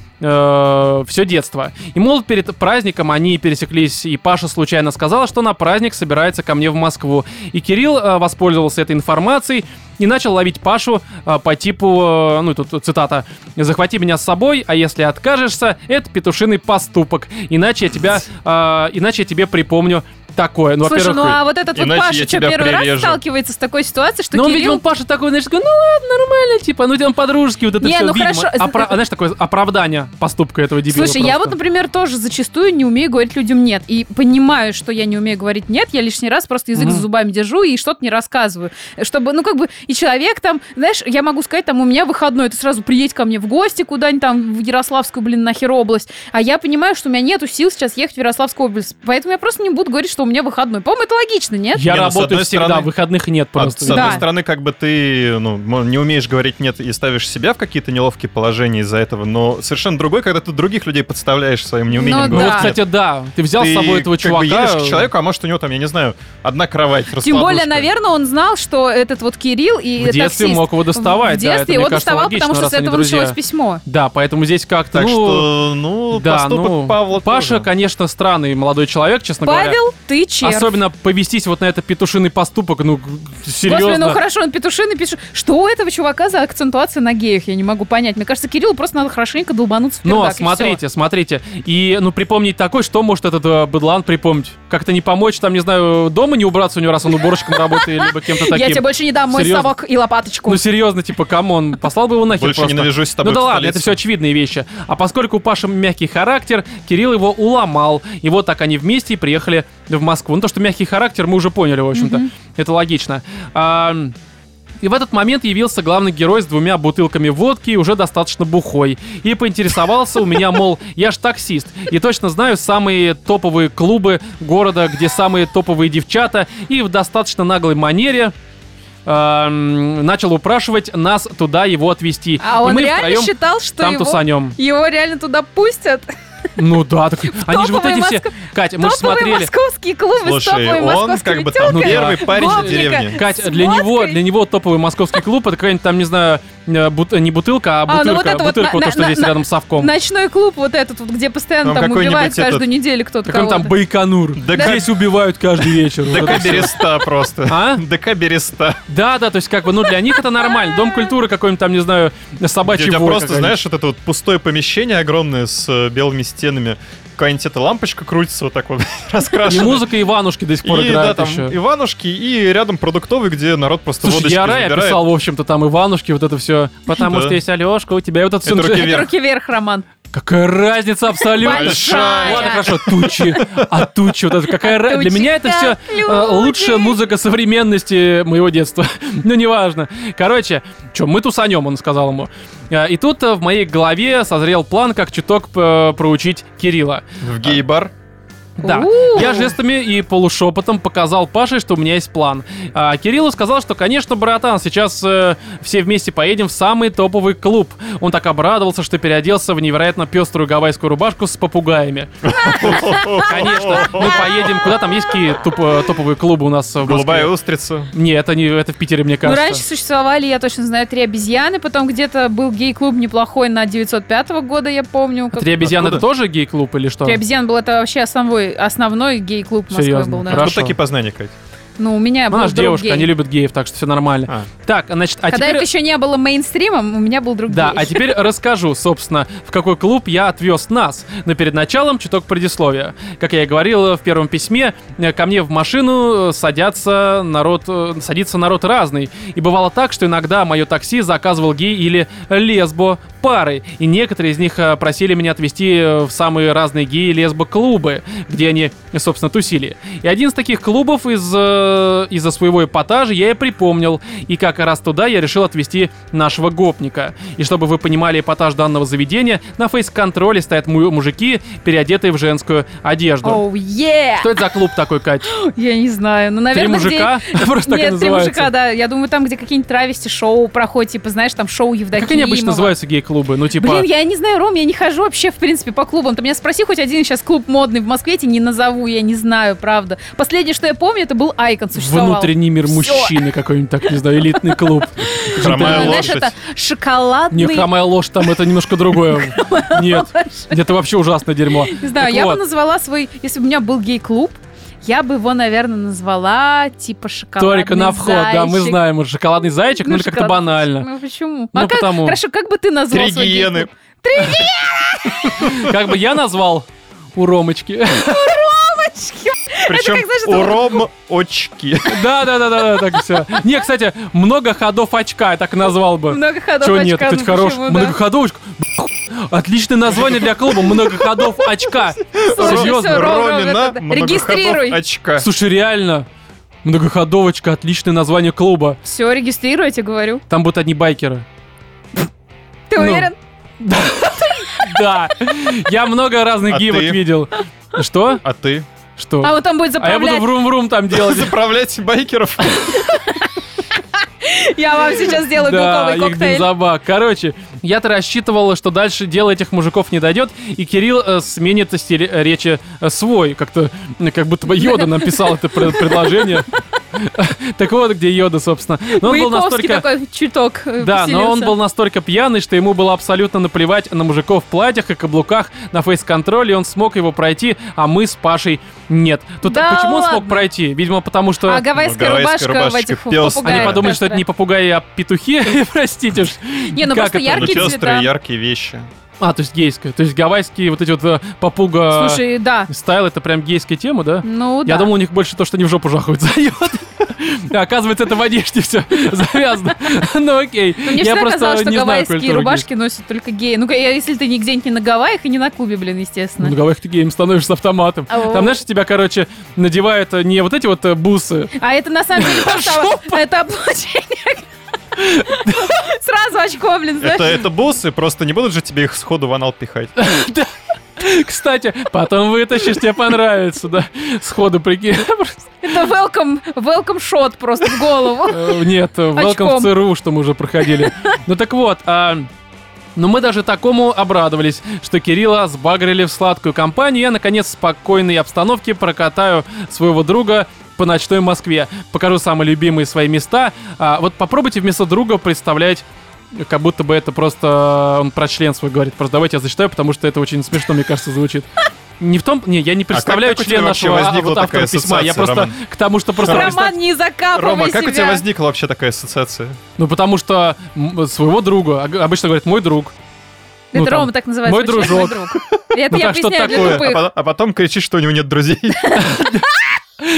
A: все детство. И, мол, перед праздником они пересеклись, и Паша случайно сказала, что на праздник собирается ко мне в Москву. И Кирилл э, воспользовался этой информацией и начал ловить Пашу э, по типу, э, ну, тут цитата, «Захвати меня с собой, а если откажешься, это петушиный поступок, иначе я тебя, э, иначе я тебе припомню такое». Ну,
C: Слушай, ну
A: во-первых,
C: а вот этот вот
B: иначе
C: Паша,
B: я
C: что,
B: тебя
C: первый раз
B: прирежу.
C: сталкивается с такой ситуацией, что
A: ну, он, видимо,
C: Кирилл...
A: Паша такой, знаешь, такой, ну ладно, нормально, типа, ну, там по-дружески вот это
C: Не,
A: все,
C: ну,
A: видимо,
C: хорошо.
A: опра- знаешь, такое оправдание поступка этого дебила
C: Слушай, я
A: просто.
C: вот, например, тоже зачастую не умею говорить людям «нет». И понимаю, что я не умею говорить «нет», я лишний раз просто язык
A: Мгм.
C: за зубами держу и что-то не рассказываю. Чтобы, ну, как бы, и человек там, знаешь, я могу сказать, там, у меня выходной, ты сразу приедь ко мне в гости куда-нибудь там, в Ярославскую, блин, нахер область. А я понимаю, что у меня нету сил сейчас ехать в Ярославскую область. Поэтому я просто не буду говорить, что у меня выходной. По-моему, это логично, нет?
A: Я
B: Не, ну, с
A: работаю
B: одной
A: всегда,
B: стороны-
A: выходных нет
B: А,
A: просто.
B: С одной
C: Да.
B: стороны, как бы ты ну, мо- не умеешь говорить «нет» и ставишь себя в какие-то неловкие положения из-за этого, но совершенно другой, когда ты других людей подставляешь своим неумением
C: Ну
B: говорить
A: Вот,
C: да.
B: «нет».
A: кстати, да, ты взял
B: Ты
A: с собой этого
B: как бы
A: чувака.
B: едешь к человеку, а может у него там, я не знаю, одна кровать
C: Тем более,
B: раскладушка.
C: наверное, он знал, что этот вот Кирилл и
A: в детстве
C: таксист.
A: мог его доставать.
C: В
A: да, это,
C: детстве
A: мне
C: его
A: кажется,
C: доставал,
A: логично,
C: потому что
A: раз
C: с
A: они
C: этого
A: друзья.
C: началось письмо.
A: Да, поэтому здесь как-то,
B: Так
A: ну,
B: что, ну,
A: да,
B: поступок
A: ну,
B: Павла
A: Паша,
B: тоже.
A: конечно, странный молодой человек, честно говоря.
C: Павел, ты черт.
A: Особенно повестись вот на этот петушиный поступок, ну, г- серьезно.
C: Господи, ну хорошо, он петушины пишет. Что у этого чувака за акцентуация на геях? Я не могу понять. Мне кажется, Кириллу просто надо хорошенько долбануться в
A: Но
C: пердак, и
A: смотрите, смотрите. И, ну, припомнить такой, что может этот э, быдлан припомнить? Как-то не помочь, там, не знаю, дома не убраться у него, раз он уборщиком работает, либо кем-то
C: всё.
A: таким.
C: Я тебе больше не дам мой
A: Серьезно?
C: совок и лопаточку.
A: Ну, серьезно, типа, камон, послал бы его нахер
B: Больше
A: просто.
B: ненавижусь с тобой
A: Ну да
B: в
A: ладно,
B: столице.
A: это все очевидные вещи. А поскольку у Паши мягкий характер, Кирилл его уломал. И вот так они вместе и приехали в Москву. Ну то, что мягкий характер, мы уже поняли, в общем-то. Это логично. А, и в этот момент явился главный герой с двумя бутылками водки и уже достаточно бухой. И поинтересовался у меня, мол, я ж таксист. И точно знаю самые топовые клубы города, где самые топовые девчата. И в достаточно наглой манере эм, начал упрашивать нас туда его отвезти.
C: а
A: И
C: он
A: мы
C: реально
A: втроем
C: считал, что
A: там
C: его,
A: тусанем.
C: его реально туда пустят?
A: Ну да, так они же вот
C: топовый
A: эти все...
C: Моск-
A: Кать, мы же
C: топовые
A: смотрели...
C: московские клубы с
B: Слушай,
C: топовыми
B: он
C: московскими
B: как бы там ну,
A: тёлками.
B: первый парень в
A: Бабника.
B: деревне.
A: Кать,
C: С
A: для него,
C: водкой?
A: для него топовый московский клуб это какая-нибудь там, не знаю, э, бут- не бутылка, а
C: ну
A: бутылка,
C: вот это вот
A: бутылка,
C: на-
A: вот то, что
C: на-
A: здесь
C: на-
A: рядом с совком.
C: Ночной клуб вот этот, вот, где постоянно
B: Там
C: там,
B: какой-нибудь
C: убивают каждую
B: этот-
C: неделю кто-то
A: Какой-нибудь там
C: кого-то.
A: Байконур.
B: Да.
A: Здесь убивают каждый вечер. Вот это
B: ДК
A: всё.
B: Береста просто.
A: А?
B: ДК Береста.
A: Да, да, то есть как бы, ну для них это нормально. Дом культуры какой-нибудь там, не знаю, собачий
B: У тебя
A: вор
B: просто,
A: какой-нибудь.
B: знаешь, вот это вот пустое помещение огромное с э, белыми стенами. Какая-нибудь эта лампочка крутится вот так вот,
A: И
B: раскрашена.
A: музыка Иванушки до сих пор
B: И, да,
A: играет
B: там
A: еще.
B: Иванушки, и рядом продуктовый, где народ просто
A: Слушай,
B: водочки
A: я рай
B: забирает.
A: описал, в общем-то, там Иванушки, вот это все. Потому
B: Да.
A: что есть Алешка, у тебя и вот это все.
B: Это руки вверх.
C: Руки вверх, Роман.
A: Какая разница абсолютно?
B: Большая.
A: Ладно, хорошо, тучи, а тучи, вот это какая разница. Для
C: Тучи,
A: меня это все
C: как люди.
A: лучшая музыка современности моего детства. Ну, неважно. Короче, что, мы тусанем, он сказал ему. А, И тут а, в моей голове созрел план, как чуток э, проучить э, Кирилла.
B: В гей-бар.
A: Да.
C: У-у-у.
A: Я жестами и полушепотом показал Паше, что у меня есть план. А, Кириллу сказал, что, конечно, братан, сейчас э, все вместе поедем в самый топовый клуб. Он так обрадовался, что переоделся в невероятно пеструю гавайскую рубашку с попугаями. Конечно, мы поедем. Куда там есть какие туп- топовые клубы у нас в Москве?
B: Голубая устрица.
A: Не, это не это в Питере, мне
C: Ну,
A: кажется.
C: раньше существовали, я точно знаю, три обезьяны, потом где-то был гей-клуб неплохой на 905 года, я помню.
A: А
C: как-
A: Три обезьяны это
B: Откуда?
A: тоже гей-клуб или что?
C: Три обезьяны был, это вообще основной, основной гей-клуб Москвы
A: Серьезно?
C: был. наверное.
A: Хорошо.
B: Откуда такие познания, Кать?
C: Ну, у меня
A: Ну,
C: был
A: она же
C: друг
A: девушка,
C: гей.
A: они любят геев, так что все нормально.
B: А.
A: Так, значит, а
C: Когда
A: теперь...
C: это еще не было мейнстримом, у меня был друг
A: Да,
C: гей.
A: а теперь расскажу, собственно, в какой клуб я отвез нас. Но перед началом чуток предисловия. Как я и говорил э, в первом письме, э, ко мне в машину э, садятся народ, э, садится народ разный. И бывало так, что иногда мое такси заказывал гей или лесбо пары. И некоторые из них э, просили меня отвезти э, в самые разные гей и лесбо-клубы, где они, э, собственно, тусили. И один из таких клубов из, э, из-за своего эпатажа я и припомнил. И как раз туда я решил отвезти нашего гопника. И чтобы вы понимали эпатаж данного заведения, на фейс-контроле стоят му- мужики, переодетые в женскую одежду.
C: Оу, е!
A: Что это за клуб такой, Кать?
C: Я не знаю. Ну,
A: Три
C: наверное,
A: мужика? Просто так и
C: Нет, три мужика,
A: называется.
C: да. Я думаю, там, где какие-нибудь травести-шоу проходят, типа, знаешь, там шоу Евдокимова.
A: Как они обычно называются гей-клубы? Ну, типа...
C: Блин, я не знаю, Ром, я не хожу вообще, в принципе, по клубам. Ты меня спроси хоть один сейчас клуб модный в Москве, я тебе не назову, я не знаю, правда. Последнее, что я помню, это был Айкон существовал.
A: Внутренний мир
C: Всё.
A: мужчины какой-нибудь, так не знаю, элитный клуб.
B: Хромая
C: Да,
A: Джентльмен.
B: лошадь.
C: Знаешь, это шоколадный...
A: Не хромая ложь, там это немножко другое. Нет, это вообще ужасное дерьмо.
C: Не знаю,
A: Так
C: я
A: вот,
C: бы назвала свой... Если бы у меня был гей-клуб, я бы его, наверное, назвала типа шоколадный
A: Только на вход, да, мы
C: зайчик».
A: знаем, шоколадный зайчик, ну, или как-то
C: шоколад-
A: банально.
C: Ну почему?
A: Ну,
C: а как,
A: потому.
C: Хорошо, как бы ты назвал
B: Три
C: свой
B: гиены.
C: гей-клуб?
A: Как бы я назвал у Ромочки.
B: Причем
C: как, знаешь, это
B: у
C: вот-
B: Ром очки.
A: Да, да, да, да, да, так все. Не, кстати, много ходов очка, я так назвал бы.
C: Много ходов
A: Чего
C: очка,
A: нет,
C: ну
A: кстати, хорош.
C: почему, да?
A: Многоходовочка. Отличное название для клуба. Много ходов очка.
C: Слушай,
A: Серьезно.
C: всё, Ром, Ром,
B: Ромина
C: это-
B: многоходов
C: регистрируй.
B: очка.
A: Слушай, реально. Многоходовочка, отличное название клуба.
C: Все, регистрируйте, говорю.
A: Там будут одни байкеры.
C: Ты
A: Ну,
C: уверен?
A: Да. Я много разных
B: А
A: гивок
B: ты?
A: видел. Что?
B: А ты?
A: Что?
C: А вот там будет
A: А я буду
C: заправлять.
A: врум-врум там делать.
B: Заправлять байкеров?
C: Я вам сейчас сделаю
A: Да,
C: белковый
A: их
C: коктейль.
A: бензобак. Короче, я-то рассчитывал, что дальше дело этих мужиков не дойдет, и Кирилл э, сменит стиль э, речи э, свой. Как-то, э, как будто бы Йода написал это пред- предложение. Так вот, где Йода, собственно. Но он был
C: Маяковский
A: настолько...
C: такой чуток э,
A: Да, но он
C: поселился.
A: был настолько пьяный, что ему было абсолютно наплевать на мужиков в платьях и каблуках на фейс-контроле, и он смог его пройти, а мы с Пашей нет. Тут
C: Да
A: почему он смог
C: ладно?
A: пройти? Видимо, потому что...
C: А гавайская
B: Ну, гавайская
C: рубашка в
B: рубашечка,
C: этих
B: пёс.
C: попугаях.
A: Они
B: да,
A: подумали, что
C: пестрая.
A: это не попугаи, а петухи, простите ж.
C: Не, ну
A: Как
C: просто
A: это?
B: Ну,
C: яркие
B: пестрые,
C: цвета.
B: яркие вещи.
A: А, то есть гейская. То есть гавайские вот эти вот э, попуга
C: Слушай, да.
A: стайл, это прям гейская тема, да?
C: Ну да.
A: Я думал, у них больше то, что они в жопу жахают, зает. А Оказывается, это в одежде все завязано. Ну окей.
C: Мне
A: Я
C: всегда
A: просто
C: казалось, что
A: не знаю
C: гавайские
A: культуру
C: рубашки носят только геи. Ну, я- если ты не где-нибудь не на Гавайях и не на Кубе, блин,
A: Ну,
C: естественно.
A: на гавайях ты геем становишься с автоматом.
C: Ау.
A: Там, знаешь, тебя, короче, надевают э, не вот эти вот э, бусы.
C: А это на самом деле просто это облачение. Сразу очко, блин,
B: Это,
C: знаешь.
B: это боссы, просто не будут же тебе их сходу в анал пихать.
C: А
A: Кстати, потом вытащишь, тебе понравится, да. Сходу прикинь.
C: Это welcome, welcome shot просто в голову.
A: Э, Нет, э, welcome
C: Очком.
A: в ЦРУ, что мы уже проходили. Ну так вот, а... Но мы даже такому обрадовались, что Кирилла сбагрили в сладкую компанию. Я, наконец, в спокойной обстановке прокатаю своего друга по ночной Москве. Покажу самые любимые свои места. А, вот попробуйте вместо друга представлять как будто бы это просто э, он про член свой говорит. Просто давайте я зачитаю, потому что это очень смешно, мне кажется, звучит. Не в том... Не, я не представляю
B: А как у тебя
A: член
B: вообще
A: нашего а,
B: возникла
A: вот автора
B: такая
A: письма. Я
B: ассоциация,
A: просто
B: Роман?
A: к тому, что просто... представь-
C: Роман, не закапывай
B: Рома, как у тебя
C: себя.
B: возникла вообще такая ассоциация?
A: Ну, потому что м, своего друга, ог- обычно говорят, мой друг. Ну,
C: Это
A: там,
C: Рома так называется.
A: мой
C: вообще,
A: дружок.
C: друг. Это
A: Ну,
C: я
A: так что
C: объясняю для
A: такое?
B: А
A: Тупых.
B: потом, а потом кричишь, что у него нет друзей.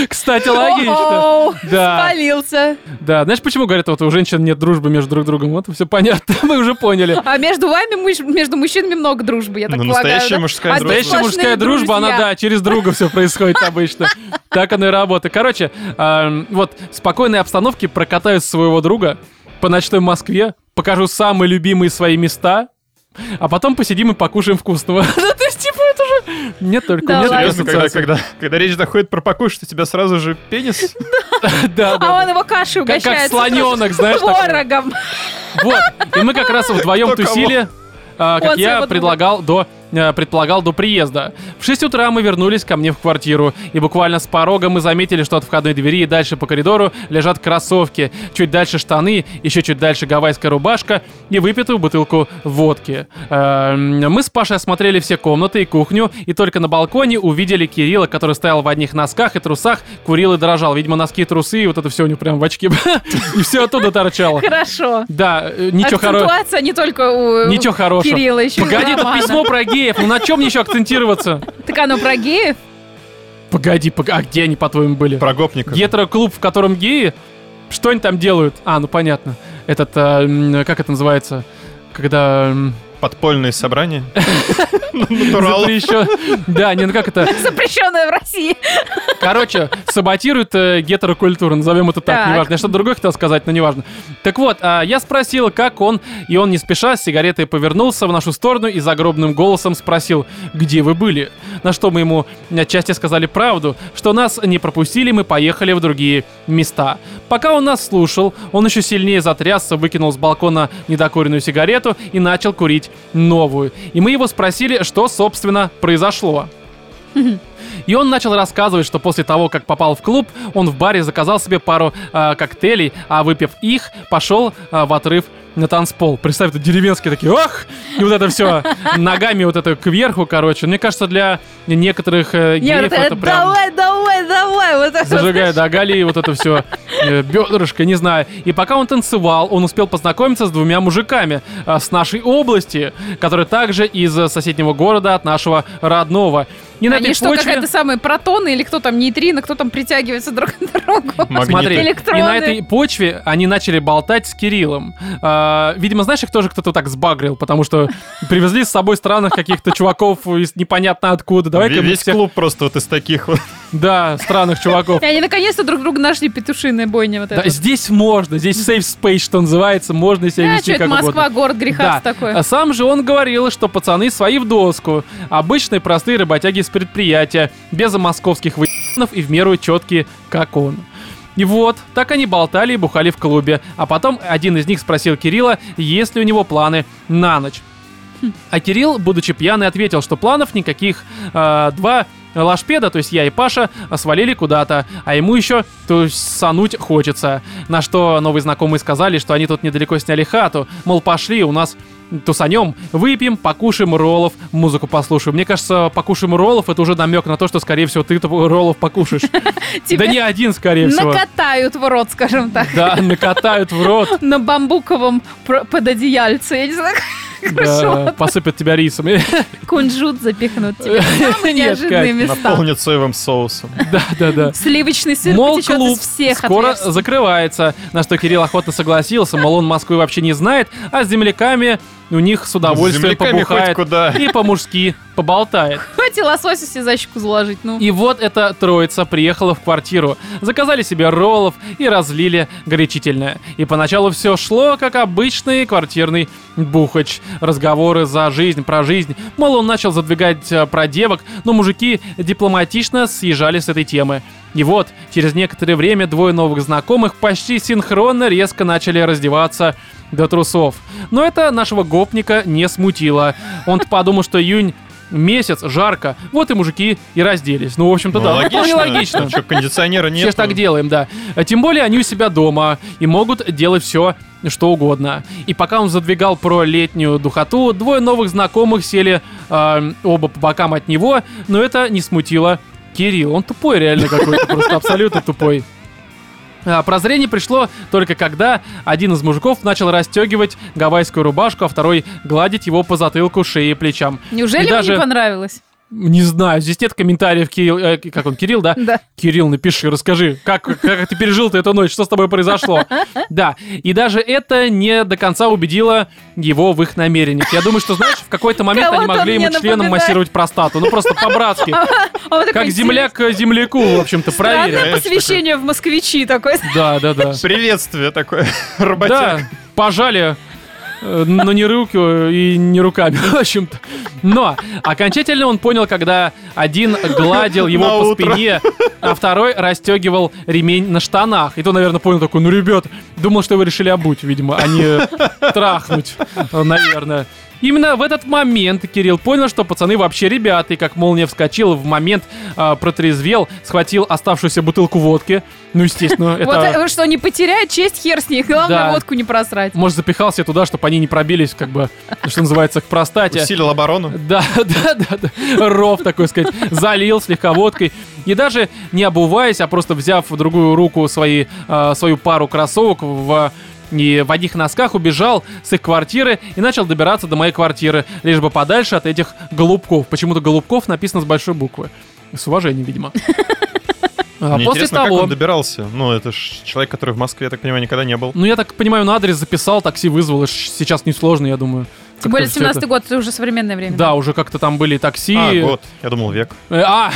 A: Кстати, логично.
C: О-оу,
A: Да,
C: Спалился.
A: да. Знаешь, почему говорят, вот у женщин нет дружбы между друг другом? Вот все понятно, мы уже поняли.
C: А между вами, мыш- между мужчинами много дружбы, я так
B: Ну,
C: полагаю.
B: настоящая
C: да?
B: мужская
C: Одни
B: дружба.
A: Настоящая
C: сплошные
A: мужская дружба, она,
C: друзья.
A: да, через друга все происходит обычно. Так оно и работает. Короче, эм, вот, в спокойной обстановке прокатаюсь своего друга по ночной Москве, покажу самые любимые свои места, а потом посидим и покушаем вкусного. Ну, то есть, типа, это же... Нет, только
C: Да
A: у меня такая
B: Серьезно, когда,
A: ассоциация.
B: когда, когда речь доходит про покушать, у тебя сразу же пенис?
A: Да, да.
C: А он его кашей
A: Как- как
C: угощает.
A: слоненок, знаешь, такой.
C: Творогом.
A: Вот. И мы как раз вдвоем
B: Кто кого?
A: тусили, а, как
C: Он
A: я
C: своего друга.
A: предлагал до э, предполагал до приезда. В 6 утра мы вернулись ко мне в квартиру, и буквально с порога мы заметили, что от входной двери и дальше по коридору лежат кроссовки, чуть дальше штаны, еще чуть дальше гавайская рубашка и выпитую бутылку водки. Эм, Мы с Пашей осмотрели все комнаты и кухню, и только на балконе увидели Кирилла, который стоял в одних носках и трусах, курил и дрожал. Видимо, носки и трусы, и вот это все у него прям в очке. И все оттуда торчало.
C: Хорошо.
A: Да, э, ничего хорошего.
C: Акцентуация не только у
A: Ничего хорошего.
C: Кирилла еще. и у
A: Погоди, тут
C: Романа.
A: письмо про геев. Ну на чем мне еще акцентироваться?
C: Так оно про геев?
A: Погоди, пог- а где они, по-твоему, были?
B: Про гопника.
A: Гетероклуб, в котором геи. Что они там делают? А, ну понятно. Этот, а, м, как это называется? Когда м,
B: Подпольные собрания. Ну, Натурал.
A: запрещен- Да, не, ну как это?
C: Запрещенное в России.
A: Короче, саботируют э, гетерокультуру, назовем это так,
C: Так.
A: неважно. Я что-то другое хотел сказать, но неважно. Так вот, а, я спросил, как он, и он не спеша с сигаретой повернулся в нашу сторону и загробным голосом спросил, где вы были? На что мы ему э, отчасти сказали правду, что нас не пропустили, мы поехали в другие места. Пока он нас слушал, он еще сильнее затрясся, выкинул с балкона недокуренную сигарету и начал курить новую. И мы его спросили, что, собственно, произошло. И он начал рассказывать, что после того, как попал в клуб, он в баре заказал себе пару э, коктейлей, а выпив их, пошел э, в отрыв на танцпол. Представь, это деревенские такие, ах! И вот это все ногами вот это кверху, короче. Мне кажется, для некоторых э,
C: Я
A: геев
C: говорю,
A: это прям...
C: давай, давай, давай. Вот так вот.
A: Зажигая до Галии вот это все бедрышко, не знаю. И пока он танцевал, он успел познакомиться с двумя мужиками а, с нашей области, которые также из э, соседнего города от нашего родного. И на
C: Они
A: этой
C: что,
A: почве-
C: какая-то самые протоны или кто там нейтрино, кто там притягивается друг к другу?
B: Магниты.
A: Смотри,
C: Электроны.
A: и на этой почве они начали болтать с Кириллом. А, видимо, знаешь, их тоже кто-то так сбагрил, потому что привезли с собой странных каких-то чуваков из непонятно откуда. Давай
B: Ве- Весь клуб просто вот из таких вот.
A: Да, странных чуваков.
C: И они наконец-то друг друга нашли, петушиная бойня вот
A: Да,
C: эта.
A: здесь можно, здесь safe space, что называется, можно себя
C: Да,
A: вести
C: что это
A: как угодно.
C: Москва, город греха
A: Да.
C: такой.
A: А Сам же он говорил, что пацаны свои в доску. Обычные простые работяги с предприятия, без московских выебанов и в меру четкие, как он. И вот, так они болтали и бухали в клубе. А потом один из них спросил Кирилла, есть ли у него планы на ночь. А Кирилл, будучи пьяный, ответил, что планов никаких. Э, два лашпеда, то есть я и Паша, э, свалили куда-то, а ему еще тусануть хочется. На что новые знакомые сказали, что они тут недалеко сняли хату, мол, пошли, у нас тусанем, выпьем, покушаем роллов, музыку послушаем. Мне кажется, покушаем роллов, это уже намек на то, что, скорее всего, ты роллов покушаешь. Да не
C: Тебе
A: один, скорее всего.
C: накатают в рот, скажем так.
A: Да, накатают в рот.
C: На бамбуковом про- пододеяльце, я не знаю, как хорошо.
A: Да, посыпят тебя рисом.
C: Кунжут запихнут тебе в самые
A: Нет,
C: неожиданные места.
B: Наполнят соевым соусом.
A: Да, да, да.
C: Сливочный сыр
A: мол,
C: потечет
A: клуб
C: из всех
A: скоро
C: отверстий.
A: закрывается, на что Кирилл охотно согласился, мол, он Москвы вообще не знает, а с земляками у них с удовольствием
B: земляками хоть
A: побухает
B: куда.
A: и по-мужски поболтает.
C: Хватит лосося себе за щеку заложить, ну.
A: И вот эта троица приехала в квартиру, заказали себе роллов и разлили горячительное. И поначалу все шло, как обычный квартирный бухач. Разговоры за жизнь, про жизнь. Мол, он начал задвигать э, про девок, но мужики дипломатично съезжали с этой темы. И вот, через некоторое время двое новых знакомых почти синхронно резко начали раздеваться до трусов. Но это нашего гопника не смутило. Он подумал, что июнь месяц, жарко, вот и мужики и разделись. Ну, в общем-то,
B: Ну,
A: да, вполне логично.
B: Что, кондиционера нет?
A: Все ж так делаем, да. А Тем более они у себя дома и могут делать все, что угодно. И пока он задвигал про летнюю духоту, двое новых знакомых сели э, оба по бокам от него, но это не смутило Кирилл. Он тупой реально какой-то, просто абсолютно тупой. А, Прозрение пришло только когда один из мужиков начал расстегивать гавайскую рубашку, а второй гладить его по затылку, шее и плечам.
C: Неужели
A: и
C: мне
A: даже-
C: не понравилось?
A: Не знаю, здесь нет комментариев, Кирилл, э, как он, Кирилл, да?
C: Да.
A: Кирилл, напиши, расскажи, как, как ты пережил ты эту ночь, что с тобой произошло? Да, и даже это не до конца убедило его в их намерениях. Я думаю, что, знаешь, в какой-то момент они
C: Кого-то
A: могли ему
C: мне
A: членом
C: напоминает.
A: массировать простату. Ну, просто по-братски.
C: А вот такой
A: Как земляк э, земляку, в общем-то, проверили.
C: Странное посвящение в москвичи такое.
A: Да, да, да.
B: Приветствие такое,
A: Да,
B: работяг.
A: пожали Э, Но не руки э, и не руками, в общем-то. Но окончательно он понял, когда один гладил его
B: На
A: по
B: утро.
A: спине, а второй расстегивал ремень на штанах. И то, наверное, понял такой, ну, ребят, думал, что его решили обуть, видимо, а не э, трахнуть, э, наверное. Именно в этот момент Кирилл понял, что пацаны вообще ребята, и как молния вскочил, в момент э, протрезвел, схватил оставшуюся бутылку водки. Ну, естественно, это...
C: Вот э, что не потеряют честь, хер с ней. Главное,
A: Да.
C: водку не просрать.
A: Может, запихал себе туда, чтобы они не пробились, как бы, что называется, к простате.
B: Усилил оборону.
A: Да, да, да, да. Ров, такой сказать, залил слегка водкой. И даже не обуваясь, а просто взяв в другую руку свои, э, свою пару кроссовок в и в одних носках убежал с их квартиры и начал добираться до моей квартиры, лишь бы подальше от этих голубков. Почему-то голубков написано с большой буквы. С уважением, видимо. А
B: Мне
A: После
B: интересно, как
A: того...
B: он добирался. Ну, это ж человек, который в Москве, я так понимаю, никогда не был.
A: Ну, я так понимаю, на адрес записал, такси вызвал, и ш- сейчас несложно, я думаю. Как-то
C: Тем более,
A: всё это-
C: 17-й год, это уже современное время.
A: Да, уже как-то там были такси.
B: А, год. Я думал, век.
A: Э, А,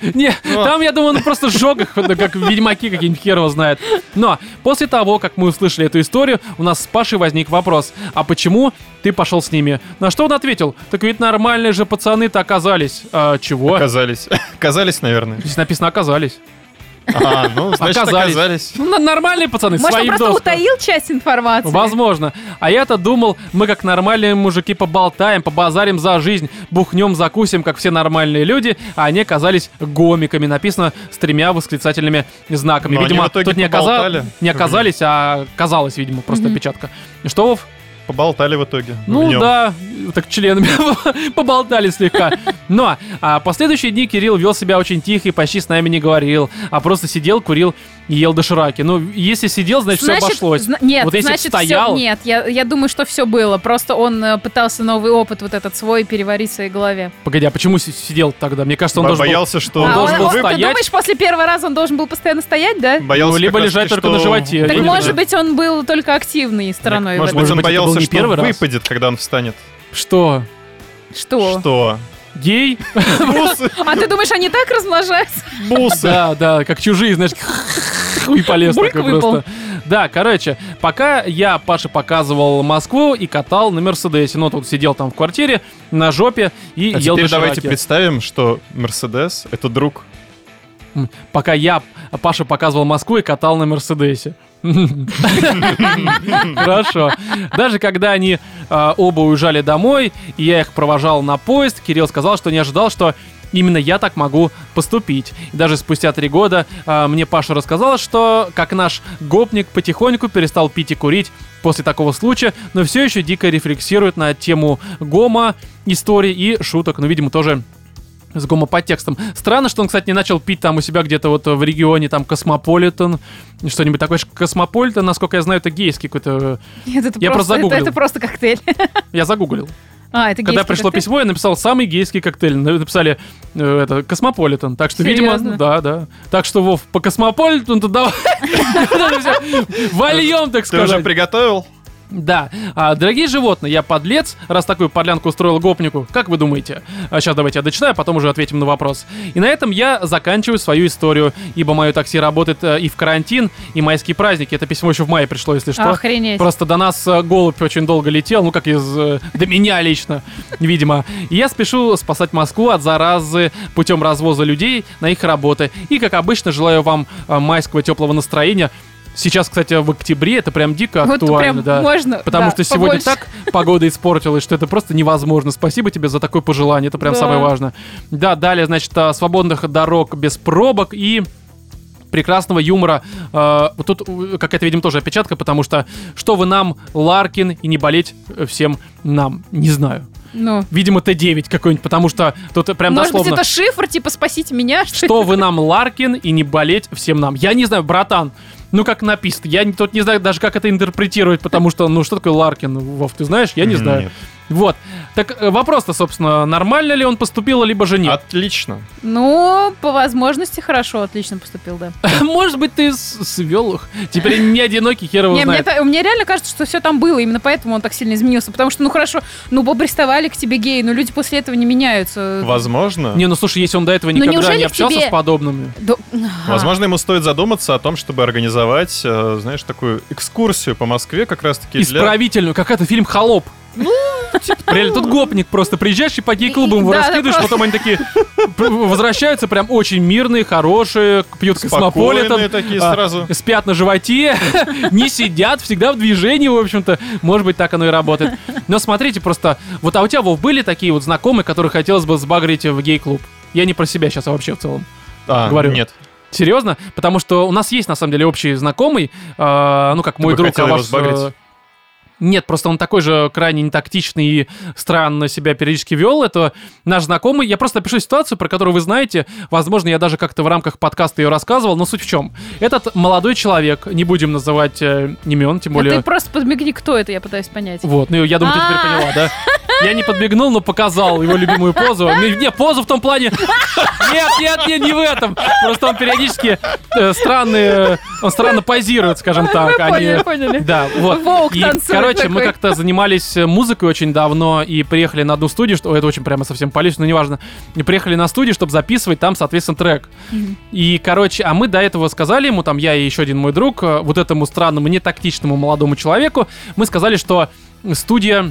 A: не,
B: Ну.
A: там, я думаю, он просто сжег их, да, как ведьмаки какие-нибудь хер его знает. Но после того, как мы услышали эту историю, у нас с Пашей возник вопрос, а почему ты пошел с ними? На что он ответил, так ведь нормальные же пацаны-то оказались. А, чего?
B: Оказались. Оказались, наверное.
A: Здесь написано оказались.
B: А, ну, значит,
A: Оказались.
B: оказались.
A: Ну, на- нормальные пацаны,
C: Может, он
A: своим
C: просто
A: доскам.
C: утаил часть информации?
A: Возможно. А я-то думал, мы как нормальные мужики поболтаем, побазарим за жизнь, бухнем, закусим, как все нормальные люди, а они оказались гомиками. Написано с тремя восклицательными знаками.
B: Но они
A: видимо,
B: в итоге
A: тут не, оказа-
B: поболтали.
A: не оказались, а казалось, видимо, просто опечатка. И Что, Вов?
B: Поболтали в итоге.
A: Ну
B: Днём.
A: да, так членами поболтали слегка. Но а, последующие дни Кирилл вел себя очень тихо и почти с нами не говорил, а просто сидел, курил и ел дошираки. Ну, если сидел, значит, все обошлось.
C: зна- нет,
A: вот если б
C: значит,
A: стоял,
C: все, нет, я, я думаю, что все было. Просто он э, пытался новый опыт вот этот свой переварить в своей голове.
A: Погоди, а почему си- сидел тогда? Мне кажется, он
B: Бо-
A: должен был-
B: боялся, что...
A: он
C: А,
A: должен был
C: ты
A: стоять.
C: думаешь, после первого раза он должен был постоянно стоять, да?
B: Боялся
A: Ну, либо
B: как раз
A: лежать
B: таки,
A: только на
B: что
A: животе.
C: Так
A: Или-
C: может быть, он был только активной стороной. в
B: Может
C: этом.
A: Может
B: быть, он
A: быть, это был
B: боялся,
A: не
B: что
A: первый раз?
B: выпадет, когда он встанет.
A: Что?
C: Что?
B: Что?
A: Гей?
B: Бусы,
C: А ты думаешь, они так размножаются?
B: бусы.
A: Да, да, как чужие, знаешь, хуй полез
C: Бульк
A: такой
C: выпал.
A: просто. Да, короче, пока я Паше показывал Москву и катал на Мерседесе. Ну, тут сидел там в квартире, на жопе и
B: А
A: ел
B: теперь давайте
A: дошираки.
B: представим, что Мерседес — это друг.
A: М, Пока я Паша показывал Москву и катал на Мерседесе. Хорошо. Даже когда они э, оба уезжали домой, и я их провожал на поезд, Кирилл сказал, что не ожидал, что именно я так могу поступить. И даже спустя три года э, мне Паша рассказала, что как наш гопник потихоньку перестал пить и курить после такого случая, но все еще дико рефлексирует на тему гома, истории и шуток. Ну, видимо, тоже с гомоподтекстом. Странно, что он, кстати, не начал пить там у себя где-то вот в регионе, там, Космополитен, что-нибудь такое. Ш- Космополитен, насколько я знаю, это гейский какой-то...
C: Нет, это
A: Я просто
C: просто это-
A: загуглил.
C: это просто коктейль.
A: Я загуглил.
C: А, это
A: Когда
C: гейский
A: пришло
C: коктейль?
A: письмо, я написал самый гейский коктейль. На- Написали э, это Космополитен. Так что, видимо,
C: Серьезно?
A: ну да, да. Так что, Вов, по Космополитену то давай. Вольем, так
B: Ты уже
A: сказать.
B: приготовил?
A: Да. А, Дорогие животные, я подлец, раз такую подлянку устроил гопнику. Как вы думаете? Сейчас давайте я дочитаю, а потом уже ответим на вопрос. И на этом я заканчиваю свою историю, ибо мое такси работает э, и в карантин, и майские праздники. Это письмо еще в мае пришло, если что.
C: Охренеть.
A: Просто до нас э, голубь очень долго летел, ну как из... э, до меня лично, видимо. И я спешу спасать Москву от заразы путем развоза людей на их работы. И, как обычно, желаю вам э, майского теплого настроения. Сейчас, кстати, в октябре это прям дико
C: Вот
A: актуально,
C: прям
A: да.
C: можно.
A: Потому
C: да,
A: что сегодня
C: побольше.
A: так погода испортилась, что это просто невозможно. Спасибо тебе за такое пожелание, это прям
C: Да.
A: самое важное. Да, далее, значит, а, свободных дорог без пробок и прекрасного юмора. Э, вот тут э, какая-то, видимо, тоже опечатка, потому что что вы нам, Ларкин, и не болеть э, всем нам, не знаю.
C: Ну.
A: Видимо, Т9 какой-нибудь, потому что тут прям
C: Может быть,
A: дословно.
C: это шифр, типа, спасите меня, что ли?
A: Что вы нам, Ларкин, и не болеть всем нам. Я не знаю, братан, ну как написано. Я не- тут не знаю даже, как это интерпретировать, потому что, ну что такое Ларкин, Вов, ты знаешь? Я не знаю.
B: Нет.
A: Вот. Так э, вопрос-то, собственно, нормально ли он поступил, либо же нет.
B: Отлично.
C: Ну, по возможности хорошо, отлично поступил, да.
A: Может быть, ты с- свел их. Теперь не одинокий, хер его
C: Не, мне,
A: знает.
C: та- мне реально кажется, что все там было, именно поэтому он так сильно изменился. Потому что, ну хорошо, ну приставали к тебе геи, но люди после этого не меняются.
B: Возможно.
A: Не, ну слушай, если он до этого
C: Ну,
A: никогда
C: неужели
A: не
C: к
A: общался
C: тебе-
A: с подобными.
C: Да- А.
B: Возможно, ему стоит задуматься о том, чтобы организовать, э, знаешь, такую экскурсию по Москве как раз-таки для...
A: Исправительную, как это фильм «Холоп».
C: Ну,
A: Реально, тут гопник просто приезжаешь и по гей-клубам его
C: типа Да, да,
A: раскидываешь,
C: просто.
A: потом они такие пр- возвращаются прям очень мирные, хорошие, пьют
B: Спокойные
A: космополитом,
B: такие
A: а,
B: сразу.
A: спят на животе, не сидят, всегда в движении, в общем-то. Может быть, так оно и работает. Но смотрите, просто вот а у тебя, Вов, были такие вот знакомые, которые хотелось бы сбагрить в гей-клуб? Я не про себя сейчас, а вообще в целом.
B: А,
A: говорю. Ну,
B: Нет.
A: Серьезно? Потому что у нас есть, на самом деле, общий знакомый, э, ну, как мой
B: бы
A: друг,
B: хотел
A: а
B: его
A: ваш...
B: сбагрить?
A: э, Нет, просто он такой же крайне нетактичный и странно себя периодически вел. Это наш знакомый. Я просто опишу ситуацию, про которую вы знаете. Возможно, я даже как-то в рамках подкаста ее рассказывал, но суть в чем. Этот молодой человек, не будем называть э, имен, тем
C: Да
A: более...
C: ты просто подмигни, кто это, я пытаюсь понять.
A: Вот, ну я думаю, ты теперь
C: А.
A: поняла, да? Я не подмигнул, но показал его любимую позу. Не, не, позу в том плане... Нет, нет, нет, не в этом. Просто он периодически э, странные... Он странно позирует, скажем так. а не-
C: поняли, поняли.
A: Да, вот.
C: Волк
A: И,
C: танцует
A: короче, мы
C: такой.
A: как-то занимались э, музыкой очень давно и приехали на одну студию, что... Ой, это очень прямо совсем по но неважно. И приехали на студию, чтобы записывать там, соответственно, трек. И, короче, а мы до этого сказали ему, там, я и еще один мой друг, э, вот этому странному, нетактичному молодому человеку, мы сказали, что студия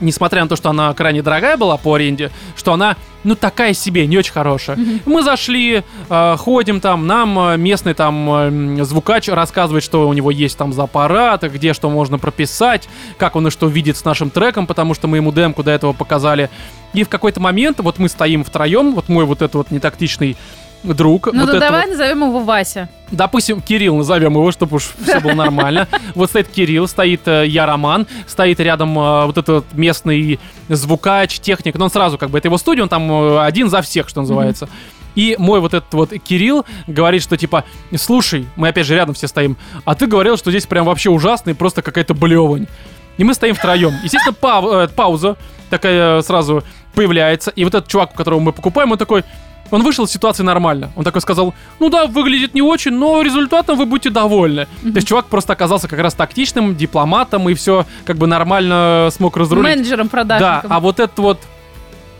A: несмотря на то, что она крайне дорогая была по аренде, что она, ну, такая себе, не очень хорошая. Мы зашли, э, ходим там, нам э, местный там э, м, звукач рассказывает, что у него есть там за аппарат, где что можно прописать, как он и что видит с нашим треком, потому что мы ему демку до этого показали. И в какой-то момент, вот мы стоим втроем, вот мой вот этот вот нетактичный друг.
C: Ну
A: вот
C: да
A: это
C: давай
A: вот-
C: назовем его Вася.
A: допустим, Кирилл, назовем его, чтобы уж все было нормально. Вот стоит Кирилл, стоит э, я, Роман, стоит рядом э, вот этот местный звукач, техник, но он сразу как бы, это его студия, он там э, один за всех, что называется. И мой вот этот вот Кирилл говорит, что типа, слушай, мы опять же рядом все стоим, а ты говорил, что здесь прям вообще ужасно и просто какая-то блевань. И мы стоим втроем. Естественно, пау- э, пауза такая э, сразу появляется. И вот этот чувак, которого мы покупаем, он такой... Он вышел из ситуации нормально. Он такой сказал, ну да, выглядит не очень, но результатом вы будете довольны. То есть чувак просто оказался как раз тактичным, дипломатом и все как бы нормально э, смог разрулить.
C: Менеджером
A: Да,
C: продажником.
A: а вот этот вот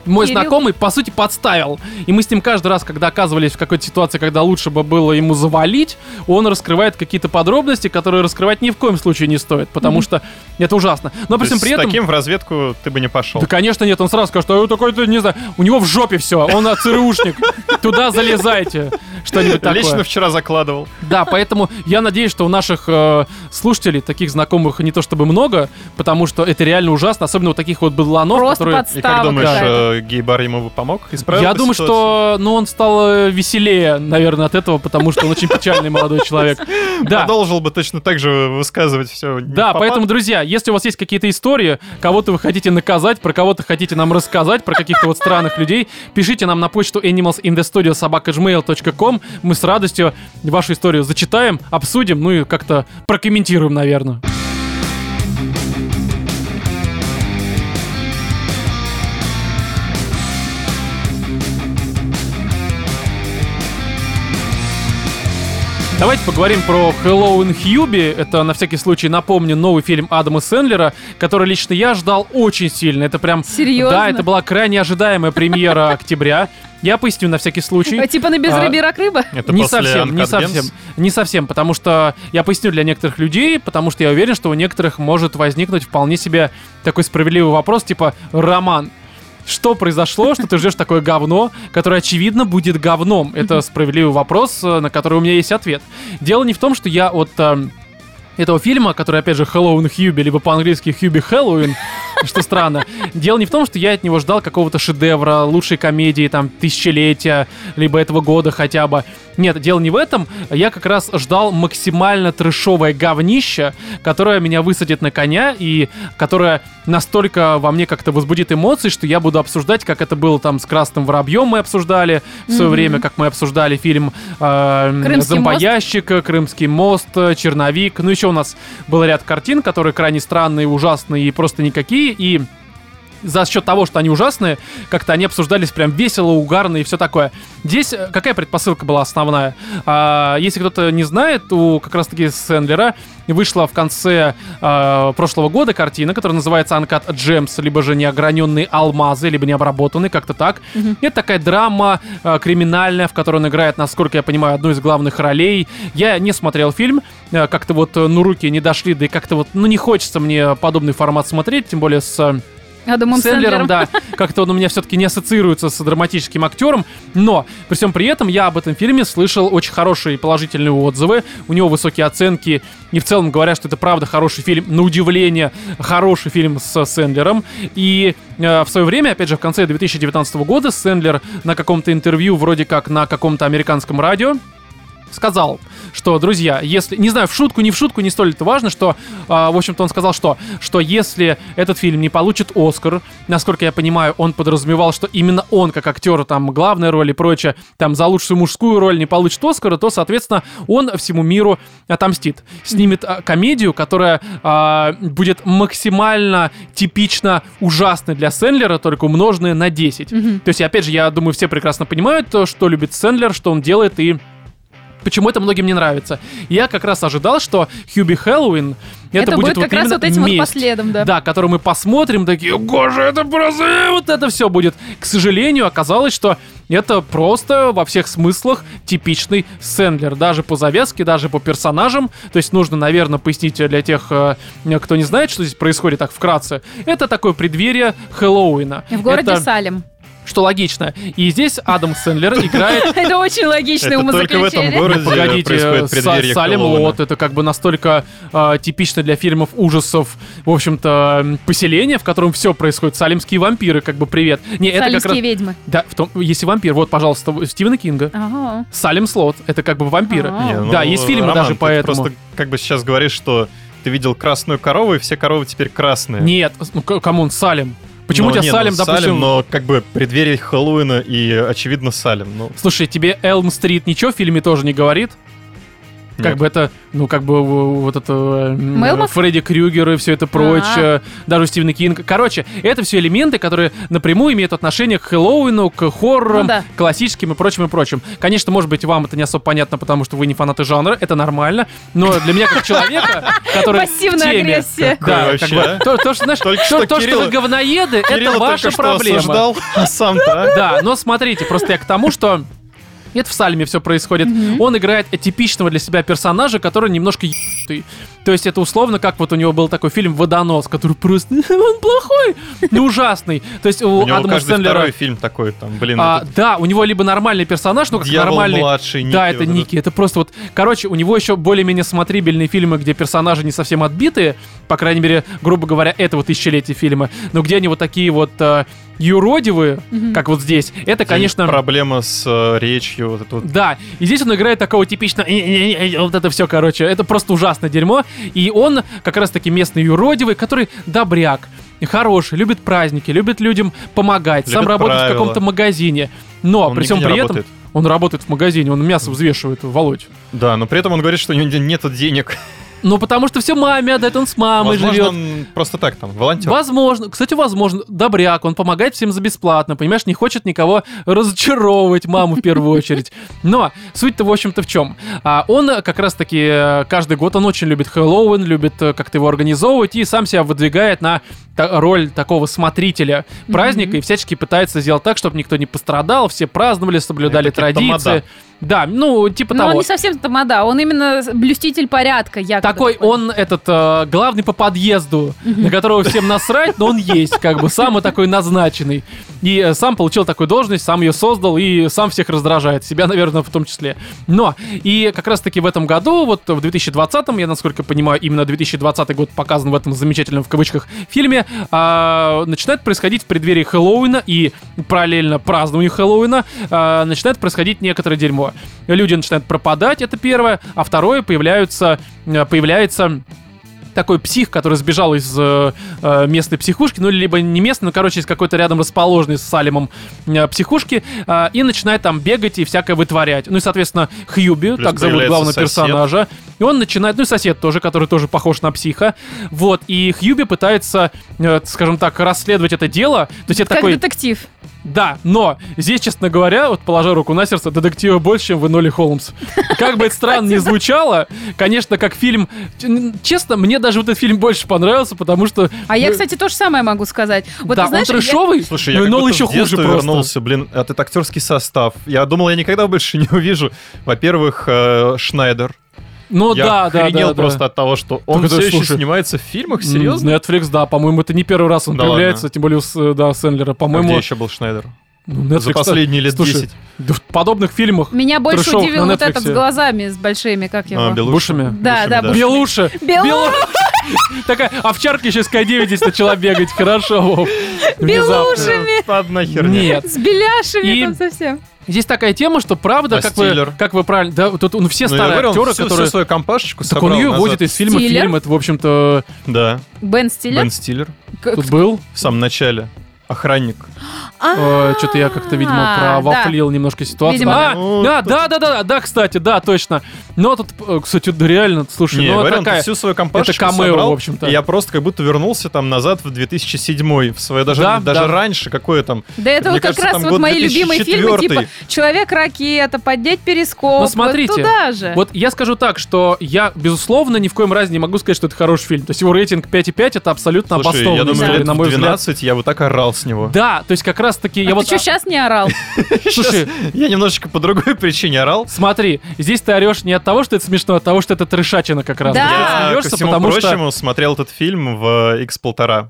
A: мой
C: Кирилл.
A: знакомый, по сути, подставил. И мы с ним каждый раз, когда оказывались в какой-то ситуации, когда лучше бы было ему завалить, он раскрывает какие-то подробности, которые раскрывать ни в коем случае не стоит, потому что это ужасно. Но
B: То
A: при всем
B: есть
A: при
B: с
A: этом...
B: таким в разведку ты бы не пошел.
A: Да, конечно, нет, он сразу скажет, что «Э, такой-то, не знаю, у него в жопе все, он а, ЦРУшник, туда залезайте, что-нибудь такое.
B: Лично вчера закладывал.
A: Да, поэтому я надеюсь, что у наших э, слушателей таких знакомых не то чтобы много, потому что это реально ужасно, особенно вот таких вот быдланов,
C: Просто
A: которые...
B: И как
C: подстава
B: думаешь,
C: какая-то.
B: э, гей-бар ему бы помог? Исправил
A: Я
B: бы
A: думаю,
B: ситуацию?
A: что ну, он стал э, веселее, наверное, от этого, потому что он очень печальный молодой человек. Да.
B: Продолжил бы точно так же высказывать все.
A: Да, поэтому, друзья, если у вас есть какие-то истории, кого-то вы хотите наказать, про кого-то хотите нам рассказать, про каких-то вот странных людей, пишите нам на почту animalsinthestudio.sobaka.gmail.com. Мы с радостью вашу историю зачитаем, обсудим, ну и как-то прокомментируем, наверное. Давайте поговорим про Хэллоуин Хьюби. Это, на всякий случай, напомню, новый фильм Адама Сэндлера, который лично я ждал очень сильно. Это прям...
C: Серьезно?
A: Да, это была крайне ожидаемая премьера октября. Я поясню на всякий случай.
C: А, Типа на безрыбье рак рыба?
B: Это
A: не
B: после
A: совсем, не
B: Uncut Gems?
A: совсем, не совсем, потому что я поясню для некоторых людей, потому что я уверен, что у некоторых может возникнуть вполне себе такой справедливый вопрос, типа Роман. Что произошло, что ты ждешь такое говно, которое, очевидно, будет говном? Это справедливый вопрос, э, на который у меня есть ответ. Дело не в том, что я от эм, этого фильма, который, опять же, Хэллоуин Хьюби, либо по-английски Хьюби Хэллоуин, что странно. Дело не в том, что я от него ждал какого-то шедевра, лучшей комедии, там, тысячелетия, либо этого года хотя бы. Нет, дело не в этом. Я как раз ждал максимально трешовое говнище, которое меня высадит на коня и которое настолько во мне как-то возбудит эмоции, что я буду обсуждать, как это было там с Красным Воробьем мы обсуждали в свое
C: Мгм.
A: время, как мы обсуждали фильм
C: «Крымский
A: э,
C: мост»?
A: «Зомбоящик», «Крымский мост», э, «Черновик». Ну, еще у нас был ряд картин, которые крайне странные, ужасные и просто никакие. И за счет того, что они ужасные, как-то они обсуждались прям весело, угарно и все такое. Здесь э, какая предпосылка была основная? А, если кто-то не знает, у как раз-таки Сэндлера вышла в конце э, прошлого года картина, которая называется «Uncut Gems», либо же «Неограненные алмазы», либо «Необработанные», как-то так. Это такая драма э, криминальная, в которой он играет, насколько я понимаю, одну из главных ролей. Я не смотрел фильм, э, как-то вот э, ну руки не дошли, да и как-то вот, ну не хочется мне подобный формат смотреть, тем более с... э,
C: Адамом
A: Сэндлером,
C: Сэндлером.
A: да, как-то он у меня все-таки не ассоциируется с драматическим актером, но при всем при этом я об этом фильме слышал очень хорошие и положительные отзывы, у него высокие оценки, и в целом говорят, что это правда хороший фильм, на удивление, хороший фильм с Сэндлером, и э, в свое время, опять же, в конце 2019 года Сэндлер на каком-то интервью, вроде как на каком-то американском радио, сказал, что, друзья, если, не знаю, в шутку, не в шутку, не столь это важно, что, а, в общем-то, он сказал, что, что если этот фильм не получит Оскар, насколько я понимаю, он подразумевал, что именно он, как актер, там, главная роль и прочее, там, за лучшую мужскую роль не получит Оскара, то, соответственно, он всему миру отомстит. Снимет а, комедию, которая а, будет максимально типично ужасной для Сэндлера, только умноженная на 10.
C: Мгм.
A: То есть, опять же, я думаю, все прекрасно понимают, то, что любит Сэндлер, что он делает и почему это многим не нравится. Я как раз ожидал, что Хьюби Хэллоуин это,
C: Это будет
A: вот
C: как раз
A: именно
C: вот этим вот
A: месть.
C: последом, да.
A: Да, который мы посмотрим, такие, боже, это просто, э, вот это все будет. К сожалению, оказалось, что это просто во всех смыслах типичный Сэндлер. Даже по завязке, даже по персонажам. То есть нужно, наверное, пояснить для тех, э, кто не знает, что здесь происходит так вкратце. Это такое преддверие Хэллоуина.
C: В городе
A: Это-
C: Салем.
A: Что логично. И здесь Адам Сэндлер играет
C: Это очень логичное
B: Это только в этом
C: умозаключение.
B: городе
A: Ну, Погодите,
B: происходит преддверие
A: Са- Салем
B: Хэллоуина.
A: Лот, это как бы настолько э, типично для фильмов ужасов, в общем-то, м, поселение, в котором все происходит. Салемские вампиры, как бы привет. Не, это как раз...
C: Салемские ведьмы.
A: Да, в том, если вампир, вот, пожалуйста, у Стивена Кинга.
C: Ага.
A: Салем Слот, это как бы вампиры.
C: Ага.
B: Не, ну,
A: Да, есть фильмы
B: Роман,
A: даже
B: ты
A: по этому.
B: Просто как бы сейчас говоришь, что ты видел красную корову, и все коровы теперь красные.
A: Нет, ну, к- камон, Салем. Почему
B: Ну,
A: у тебя
B: не, ну,
A: Салем, допустим...
B: но как бы преддверие Хэллоуина и, очевидно, Салем. Ну,
A: Слушай, тебе Элм-стрит ничего в фильме тоже не говорит? Как
B: Нет.
A: бы это, ну, как бы в- вот это м,
C: Мелмот?
A: Фредди Крюгер и все это
C: А.
A: прочее, даже у Стивена Кинга. Короче, это все элементы, которые напрямую имеют отношение к Хэллоуину, к хоррорам,
C: Ну да.
A: классическим и прочим, и прочим. Конечно, может быть, вам это не особо понятно, потому что вы не фанаты жанра, это нормально, но для меня как человека, который в
C: Пассивная
A: теме,
C: агрессия.
A: Да,
B: Какой
A: как
B: вообще,
A: бы,
B: а?
A: то, то, что, знаешь,
B: Только
A: то, то,
B: что
A: что вы
B: Кирилла-
A: говноеды,
B: Кирилла
A: это
B: только
A: ваша
B: что
A: проблема.
B: осуждал, а сам-то, а?
A: Да, но смотрите, просто я к тому, что это в Сальме все происходит. Он играет типичного для себя персонажа, который немножко ебанутый. То есть это условно, как вот у него был такой фильм «Водонос», который просто... Он плохой, ну ужасный. То есть у,
B: У него
A: Адама
B: каждый
A: Сэндлера...
B: второй фильм такой, там, блин,
A: а,
B: этот
A: да, у него либо нормальный персонаж, ну как
B: Дьявол
A: нормальный...
B: младший, Ники,
A: да, это
B: вот этот.
A: Ники. Это просто вот... Короче, у него еще более-менее смотрибельные фильмы, где персонажи не совсем отбитые, по крайней мере, грубо говоря, этого тысячелетия фильма, но где они вот такие вот э, юродивые, как вот здесь, это, конечно...
B: Проблема с э, речью, вот это вот.
A: Да, и здесь он играет такого типично... «Э, Вот это все, короче, это просто ужасное дерьмо. И он как раз-таки местный юродивый, который добряк, хороший, любит праздники, любит людям помогать, сам
B: Любит
A: работает в
B: правила.
A: каком-то магазине. Но
B: Он
A: при всем
B: нигде
A: при
B: не
A: этом
B: работает.
A: он работает в магазине, он мясо взвешивает, Володь.
B: Да, но при этом он говорит, что у него нет денег.
A: Ну, потому что все маме отдает, он с мамой
B: Возможно,
A: живет.
B: он просто так там, волонтер.
A: Возможно, кстати, возможно, добряк, он помогает всем за бесплатно, понимаешь, не хочет никого разочаровывать маму в первую очередь. Но суть-то, в общем-то, в чем? А, он э, как раз-таки э, каждый год, он очень любит Хэллоуин, любит э, как-то его организовывать и сам себя выдвигает на та- роль такого смотрителя праздника и всячески пытается сделать так, чтобы никто не пострадал, все праздновали, соблюдали
B: Это типа тамада.
A: традиции. Да, ну, типа
C: Но
A: того.
C: он не совсем тамада, он именно блюститель порядка, якобы.
A: Такой он, этот, э, главный по подъезду, на которого всем насрать, но он есть, как бы, самый такой назначенный. И э, сам получил такую должность, сам ее создал и сам всех раздражает, себя, наверное, в том числе. Но, и как раз-таки в этом году, вот в 2020, я, насколько понимаю, именно 2020 год показан в этом замечательном, в кавычках, фильме, а, начинает происходить в преддверии Хэллоуина и параллельно празднованию Хэллоуина а, начинает происходить некоторое дерьмо. Люди начинают пропадать, это первое, а второе, появляются, э, появляется такой псих, который сбежал из э, э, местной психушки, ну, либо не местной, ну, короче, из какой-то рядом расположенной с Салимом э, психушки, э, и начинает там бегать и всякое вытворять. Ну и, соответственно, Хьюби,
B: Плюс
A: так зовут
B: появляется
A: главного
B: сосед.
A: персонажа, И он начинает, ну и сосед тоже, который тоже похож на психа. Вот, и Хьюби пытается, э, скажем так, расследовать это дело. То есть это
C: Как
A: такой...
C: детектив.
A: Да, но здесь, честно говоря, вот положа руку на сердце, детектива больше, чем в Эноле Холмс. Как бы это странно ни звучало, конечно, как фильм... Честно, мне даже вот этот фильм больше понравился, потому что...
C: А я,
A: ну,
C: кстати, то же самое могу сказать. Вот,
A: да,
C: ты знаешь,
A: он
C: я-
A: трешовый,
B: Слушай, я
A: но
B: как
A: Энол
B: будто
A: еще
B: в детство
A: хуже просто.
B: вернулся, блин, этот актерский состав. Я думал, я никогда больше не увижу. Во-первых, э, Шнайдер.
A: Ну
B: я
A: да, да,
B: охренел
A: да, да.
B: просто от того, что он
A: это,
B: все еще
A: слушай,
B: снимается в фильмах,
A: М,
B: серьезно? Ну,
A: Netflix, да, по-моему, это не первый раз он
B: Да
A: появляется,
B: ладно.
A: тем более у С- э, да, Сэндлера,
B: А
A: по-моему.
B: где еще был Шнайдер?
A: ну, Netflix,
B: За последние лет
A: слушай,
B: 10.
A: да, в подобных фильмах.
C: Меня больше
A: Трешов
C: удивил
A: на
C: вот этот
A: Нетфликсе.
C: с глазами, с большими, как его.
B: А, Белуши.
A: Бушами?
C: Да,
B: Бушами,
C: да, Бушами.
A: Белуша!
C: Белу-
A: Такая овчарка еще с К9 здесь начала бегать, хорошо, Вов. Внезапно.
C: Белушами!
B: Одна херня.
A: Нет.
C: С беляшами
A: И-
C: там совсем.
A: Здесь такая тема, что правда,
B: А
A: как вы,
B: Стиллер?
A: как вы правильно... Да, тут он все
B: Ну, я
A: старые
B: говорю, он
A: актеры,
B: всю-
A: которые...
B: всю свою компашечку
A: так он
B: собрал
A: ее
B: назад.
A: выводит из фильма в
C: Стиллер?
A: фильм. Это, в общем-то,
B: Да,
C: Бен Стиллер?
B: Бен Стиллер
C: К-
A: тут был.
B: в самом начале. Охранник.
A: Э, Что-то я как-то, видимо,
C: А,
A: провафлил немножко ситуацию.
C: Видимо,
A: а,
B: да. Ну,
A: да, да, да, да, да, да, кстати, да, точно. Но тут, э, кстати, да, реально, слушай,
B: Не, я
A: ну
B: говорю, он
A: такая...
B: всю свою компашечку
A: это камео,
B: собрал,
A: в общем-то.
B: и я просто как будто вернулся там назад в 2007 в свое, даже,
A: Да,
B: даже
A: да.
B: раньше, какое там...
C: Да
B: Мне
C: это вот как
B: кажется,
C: раз
B: там
C: вот
B: год
C: мои любимые фильмы, типа
B: 2004.
C: «Человек-ракета», «Поднять перископ».
A: Ну,
C: вот
A: смотрите,
C: туда же.
A: Вот я скажу так, что я, безусловно, ни в коем разе не могу сказать, что это хороший фильм. То есть его рейтинг 5,5 это абсолютно
B: Слушай, я
A: обоснованная
B: думаю,
A: история,
B: лет
A: на
B: в
A: мой
B: 12
A: взгляд.
B: я вот так орал с него.
A: Да, то есть как раз-таки я
C: А
A: вот...
C: ты что, сейчас не орал?
A: Слушай,
B: Я немножечко по другой причине орал.
A: смотри, здесь ты орешь не от того, что это смешно, а от того, что это трешачина как раз.
C: Да.
A: Ты
B: Я, ко
A: смеешься,
B: всему
A: потому что...
B: прочему, смотрел этот фильм в э, X1,5.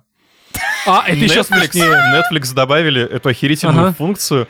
A: А, это еще
B: Netflix,
A: смешнее.
B: Netflix добавили эту охерительную
A: Ага.
B: функцию.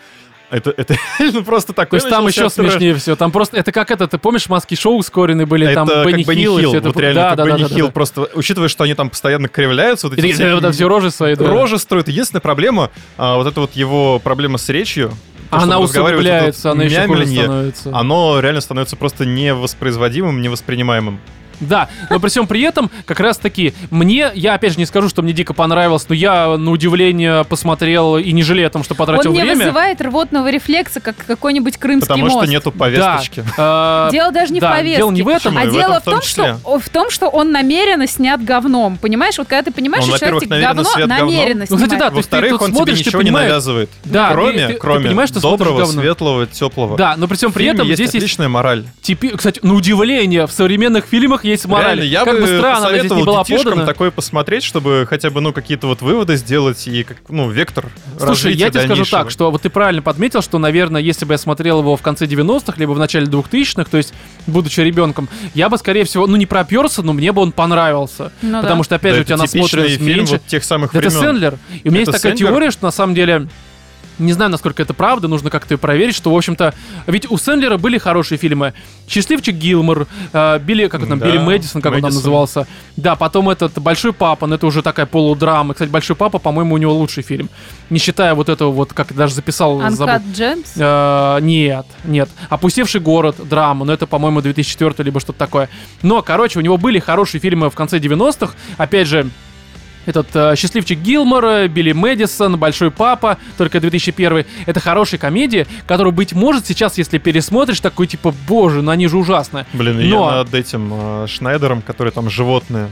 B: Это, это реально просто
A: То
B: такой
A: есть там
B: начался
A: еще
B: трэш.
A: смешнее все. Там просто, это как это, ты помнишь, маски шоу ускоренные были,
B: Это
A: там
B: как
A: Бенни Хилл, и всё это.
B: вот реально
A: да,
B: как
A: да, да,
B: Бенни
A: да, да,
B: Хилл,
A: да.
B: просто учитывая, что они там постоянно кривляются, вот
A: И
B: эти
A: такие,
B: все
A: да, да, все рожи свои, да.
B: рожи строят. Единственная проблема, а, вот эта вот его проблема с речью, то, что
A: Она
B: он разговаривает, вот это вот
A: усугубляется, она еще хуже
B: мямленье,
A: становится.
B: Оно реально становится просто невоспроизводимым, невоспринимаемым.
A: Да, но при всем при этом, как раз таки, мне, я опять же не скажу, что мне дико понравилось, но я, на удивление, посмотрел и не жалею о том, что
C: Он
A: потратил
C: мне
A: время.
C: вызывает рвотного рефлекса, как какой-нибудь крымский
B: Потому что
C: мост.
B: нету
A: Да,
B: повесточки.
A: э,
C: Дело даже не в
A: да,
C: повестке.
A: дело не в этом.
C: А
B: Почему? И в
C: дело
B: этом
C: в
B: в
C: том,
B: том
C: что о, в том, что он намеренно снят говном. Понимаешь, вот когда ты понимаешь,
B: Он,
C: что человек
B: во-первых,
C: тебе
B: наверно,
C: говно
B: снят говном.
C: намеренно
A: Ну, кстати,
C: снимает.
A: да, то есть ты
B: Во-вторых,
A: тут
B: он
A: смотришь,
B: тебе
A: ты
B: ничего не
A: понимаешь-
B: навязывает.
A: Да, ты-
B: кроме,
A: ты- ты
B: кроме
A: понимаешь, что смотришь
B: доброго,
A: говно.
B: светлого, теплого.
A: да, но при всем
B: В
A: при
B: фильме
A: этом
B: есть
A: здесь есть
B: отличная мораль.
A: Типи... Кстати, на удивление, в современных фильмах есть мораль.
B: Реально, я
A: как
B: бы
A: бы странно, она здесь
B: советовал
A: не была
B: детишкам
A: подана.
B: такое посмотреть, чтобы хотя бы, ну, какие-то вот выводы сделать и, как, ну, вектор
A: Слушай, я тебе
B: развития
A: скажу
B: дальнейшего.
A: так, что вот ты правильно подметил, что, наверное, если бы я смотрел его в конце 90-х, либо в начале 2000-х, то есть, будучи ребенком, я бы, скорее всего, ну, не проперся, но мне бы он понравился.
C: Ну
A: потому
C: да.
A: что, опять
B: Да,
A: же, у тебя
B: это типичный
A: насмотренность
B: фильм
A: меньше.
B: вот тех самых
A: Да Это
B: времен.
A: Сэндлер. И у меня
B: Это
A: есть такая
B: Сэндлер?
A: теория, что на самом деле... Не знаю, насколько это правда, нужно как-то ее проверить, что, в общем-то... Ведь у Сэндлера были хорошие фильмы. «Счастливчик Гилмор», э, Билли, как он там,
B: Да,
A: Билли Мэдисон, как он там
B: Мэдисон.
A: назывался. Да, потом этот «Большой папа», но это уже такая полудрама. Кстати, «Большой папа», по-моему, у него лучший фильм. Не считая вот этого вот, как даже записал... забыл.
C: Анкат Джемс.
A: Э, нет, нет. «Опустевший город», драма, но это, по-моему, 2004 либо что-то такое. Но, короче, у него были хорошие фильмы в конце 90-х. Опять же, этот э, «Счастливчик Гилмор», э, Билли Мэдисон, «Большой папа», только 2001. Это хорошие комедии, которые, быть может, сейчас, если пересмотришь, такой типа, боже, ну они же ужасные.
B: Блин,
A: Но-
B: я над этим э, Шнайдером, который там животное.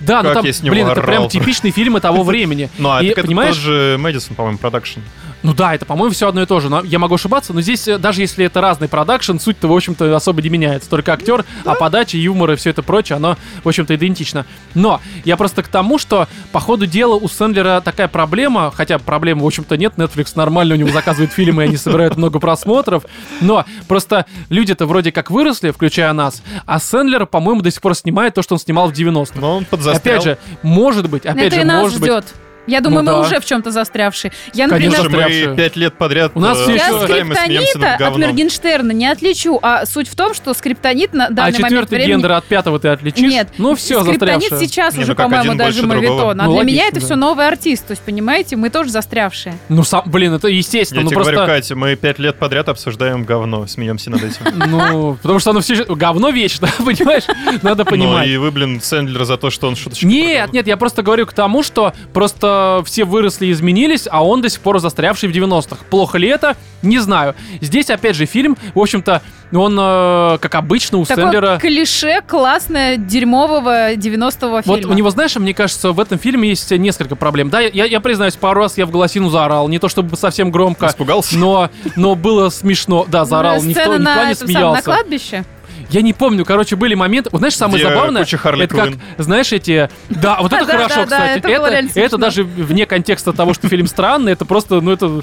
A: Да, но
B: Как
A: там,
B: я с него
A: блин, это прям
B: орал.
A: типичные фильмы того времени.
B: Ну, а
A: И,
B: так это
A: понимаешь,
B: тоже Мэдисон, по-моему, продакшн.
A: Ну да, это, по-моему, все одно и то же. Но я могу ошибаться, но здесь, э, даже если это разный продакшн, суть-то, в общем-то, особо не меняется. Только актер, а подача, юмор и все это прочее, оно, в общем-то, идентично. Но я просто к тому, что, по ходу дела, у Сэндлера такая проблема, хотя проблемы, в общем-то, нет, Netflix нормально у него заказывает фильмы, и они собирают много просмотров, но просто люди-то вроде как выросли, включая нас, а Сэндлер, по-моему, до сих пор снимает то, что он снимал в 90-х.
B: Но он подзастрял.
A: Опять же, может быть, опять
C: это
A: же,
C: и нас
A: может быть,
C: ждет. Я думаю,
A: Ну
C: мы
A: да.
C: уже в чем-то застрявшие. Я,
A: Конечно,
C: например,
B: Слушай,
A: застрявшую.
B: мы пять лет подряд
A: У нас
B: э,
A: всё
C: я
A: еще-
B: обсуждаем и смеемся
C: скриптонита
B: над
C: от
B: говном.
C: Моргенштерна не отличу, а суть в том, что скриптонит на данный
A: а
C: момент
A: четвертый
C: времени...
A: гендер от пятого ты отличишь?
C: Нет,
A: ну все,
C: скриптонит
A: застрявшая.
C: сейчас
B: Не,
C: уже,
B: ну как
C: по-моему,
B: один
C: даже
B: больше
C: мавитон.
A: другого.
C: А для
A: Ну,
C: меня
A: логично,
C: это
A: да.
C: все новый артист. То есть, понимаете, мы тоже застрявшие.
A: Ну, сам, блин, это естественно,
B: Я
A: ну
B: тебе
A: просто...
B: говорю, Катя, мы пять лет подряд обсуждаем говно, смеемся над этим.
A: Ну, потому что оно все же- говно вечно, понимаешь? Надо
B: Ну
A: понимать.
B: и вы, блин, Сэндлер за то, что он шуточки
A: Нет, нет, я просто говорю к тому, что просто э, все выросли и изменились, а он до сих пор застрявший в 90-х. Плохо ли это? Не знаю. Здесь, опять же, фильм, в общем-то, он, э, как обычно, у
C: Такое
A: Сэндлера...
C: клише классное, дерьмового 90-го
A: Вот
C: фильма.
A: у него, знаешь, мне кажется, в этом фильме есть несколько проблем. Да, я, я признаюсь, пару раз я в голосину заорал, не то чтобы совсем громко,
B: Испугался?
A: но, но было смешно. Да, заорал,
C: Ну,
A: никто,
C: сцена
A: никто
C: на,
A: не
C: этом самом,
A: смеялся.
C: на кладбище.
A: Я не помню, короче, были моменты. Вот знаешь, самое
B: Где
A: забавное,
B: куча Харли
A: это как,
B: Квинн.
A: знаешь, эти... Да, вот это
C: Да, да,
A: хорошо,
C: да,
A: кстати.
C: это было реально
A: Это это
C: смешно.
A: даже вне контекста того, что фильм странный, это просто, ну это...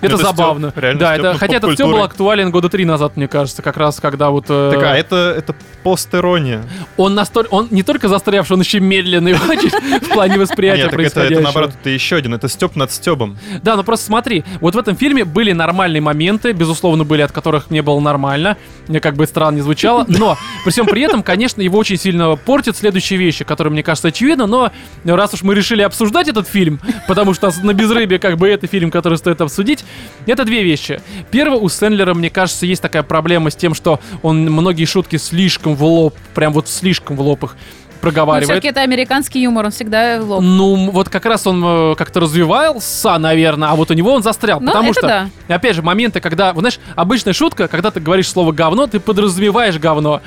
A: Это
B: Это стёб,
A: забавно.
B: реально ну,
A: Да,
B: стёб
A: это,
B: над
A: хотя это все
B: попкультурой.
A: было актуален года три назад, мне кажется, как раз когда вот... э,
B: Так, а это, это постерония.
A: Он настолько, он не только застрявший, он еще медленный очень в плане восприятия
B: Нет, так это, это
A: происходящего.
B: наоборот, это еще один. Это степ над стебом.
A: Да, ну просто смотри, вот в этом фильме были нормальные моменты, безусловно, были, от которых мне было нормально, мне как бы это странно не звучало, но при всем при этом, конечно, его очень сильно портят следующие вещи, которые, мне кажется, очевидно, но раз уж мы решили обсуждать этот фильм, потому что у нас на безрыбье как бы это фильм, который стоит обсудить, это две вещи. Первое, у Сэндлера, мне кажется, есть такая проблема с тем, что он многие шутки слишком в лоб, прям вот слишком в лоб их
C: Но
A: проговаривает.
C: все-таки это американский юмор, он всегда в лоб.
A: Ну, м, вот как раз он э, как-то развивался, наверное, а вот у него он застрял.
C: Ну,
A: потому
C: это
A: что, опять же, моменты, когда, вот знаешь, обычная шутка, когда ты говоришь слово говно, ты подразумеваешь говно.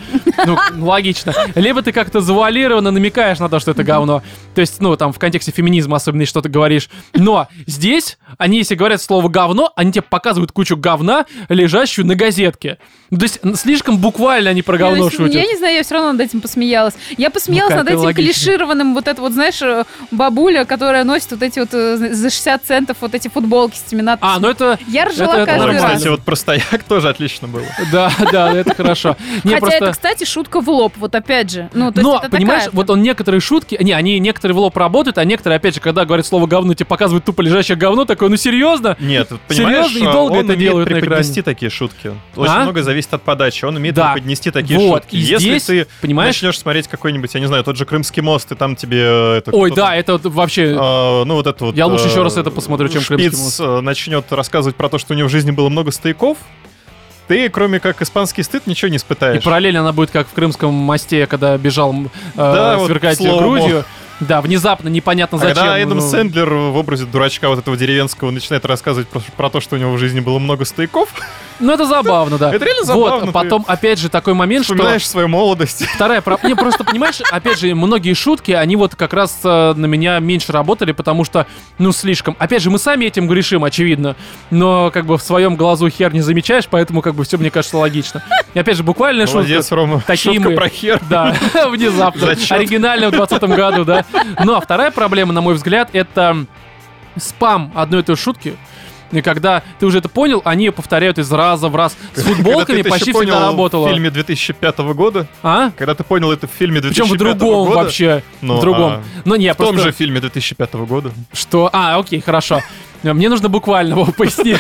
A: Ну, логично. Либо ты как-то завуалированно намекаешь на то, что это говно. То есть, ну, там, в контексте феминизма особенно, если что-то говоришь. Но здесь они, если говорят слово говно, они тебе показывают кучу говна, лежащую на газетке. Ну, То есть, н- слишком буквально они про
C: Ну,
A: говно
C: то есть, Я
A: шутят.
C: не знаю, я все равно над этим посмеялась. Я посмеялась
A: как,
C: над
A: это
C: этим
A: логично.
C: клишированным, вот это вот, знаешь, э, бабуля, которая носит вот эти вот э, за 60 центов вот эти футболки с этими
A: А,
C: надписями.
A: ну это...
C: Я ржала
A: это- это
C: каждый
B: Ой,
A: нормально.
C: раз.
B: Кстати, вот простояк тоже отлично было.
A: Да, да, это хорошо. Не,
C: Хотя
A: просто-
C: это, кстати, шутка в лоб, вот опять же. Ну, то есть
A: Но,
C: это
A: понимаешь,
C: такая-
A: вот он некоторые шутки, не, они некоторые в лоб работают, а некоторые, опять же, когда говорят слово говно, тебе показывают тупо лежащее говно, такое, ну серьезно?
B: Нет, вот
A: Серьезно?
B: понимаешь, а
A: И долго
B: он
A: это
B: умеет
A: делают на
B: преподнести такие шутки. Очень
A: А?
B: много зависит от подачи. Он умеет
A: Да.
B: преподнести такие
A: Вот,
B: шутки.
A: и
B: Если
A: здесь,
B: ты
A: понимаешь?
B: начнешь смотреть какой-нибудь, я не знаю, тот же Крымский мост, и там тебе... э, Это,
A: Ой,
B: кто-то,
A: да, это вот вообще...
B: э, ну, вот это вот...
A: Я лучше
B: э,
A: еще раз это посмотрю, чем
B: Шпиц,
A: Крымский мост.
B: э, начнет рассказывать про то, что у него в жизни было много стояков, ты, кроме как испанский стыд, ничего не
A: И
B: испытаешь.
A: параллельно она будет как в Крымском мосте, когда бежал э,
B: Да, вот
A: сверкать
B: слово
A: грудью. Да, внезапно, непонятно
B: А
A: зачем.
B: Когда Эдам
A: ну,
B: Сэндлер в образе дурачка вот этого деревенского начинает рассказывать про, про то, что у него в жизни было много стояков,
A: Ну, это забавно, да.
B: Это реально
A: Вот,
B: забавно,
A: потом, опять же, такой момент, что...
B: вспоминаешь свою молодость.
A: Вторая проблема. Не, просто, понимаешь, опять же, многие шутки, они вот как раз э, на меня меньше работали, потому что, ну, слишком. Опять же, мы сами этим грешим, очевидно. Но, как бы, в своем глазу хер не замечаешь, поэтому, как бы, все, мне кажется, логично. И, опять же, буквально шутка.
B: Молодец, Рома.
A: Такие
B: Шутка
A: мы.
B: про хер.
A: Да, внезапно.
B: Зачет.
A: Оригинально в 20 году, да. Ну, а вторая проблема, на мой взгляд, это спам одной и той шутки. И когда ты уже это понял, они повторяют из раза в раз. С футболками
B: Когда ты это
A: почти
B: еще
A: всегда
B: понял
A: работало.
B: В фильме 2005 года,
A: А?
B: когда ты понял это в фильме
A: Причем
B: 2005
A: в другом
B: года,
A: вообще.
B: Ну,
A: в другом.
B: а
A: Ну, не,
B: В том
A: просто-
B: же фильме 2005 года.
A: Что? А, окей, хорошо. Мне нужно буквально его пояснить.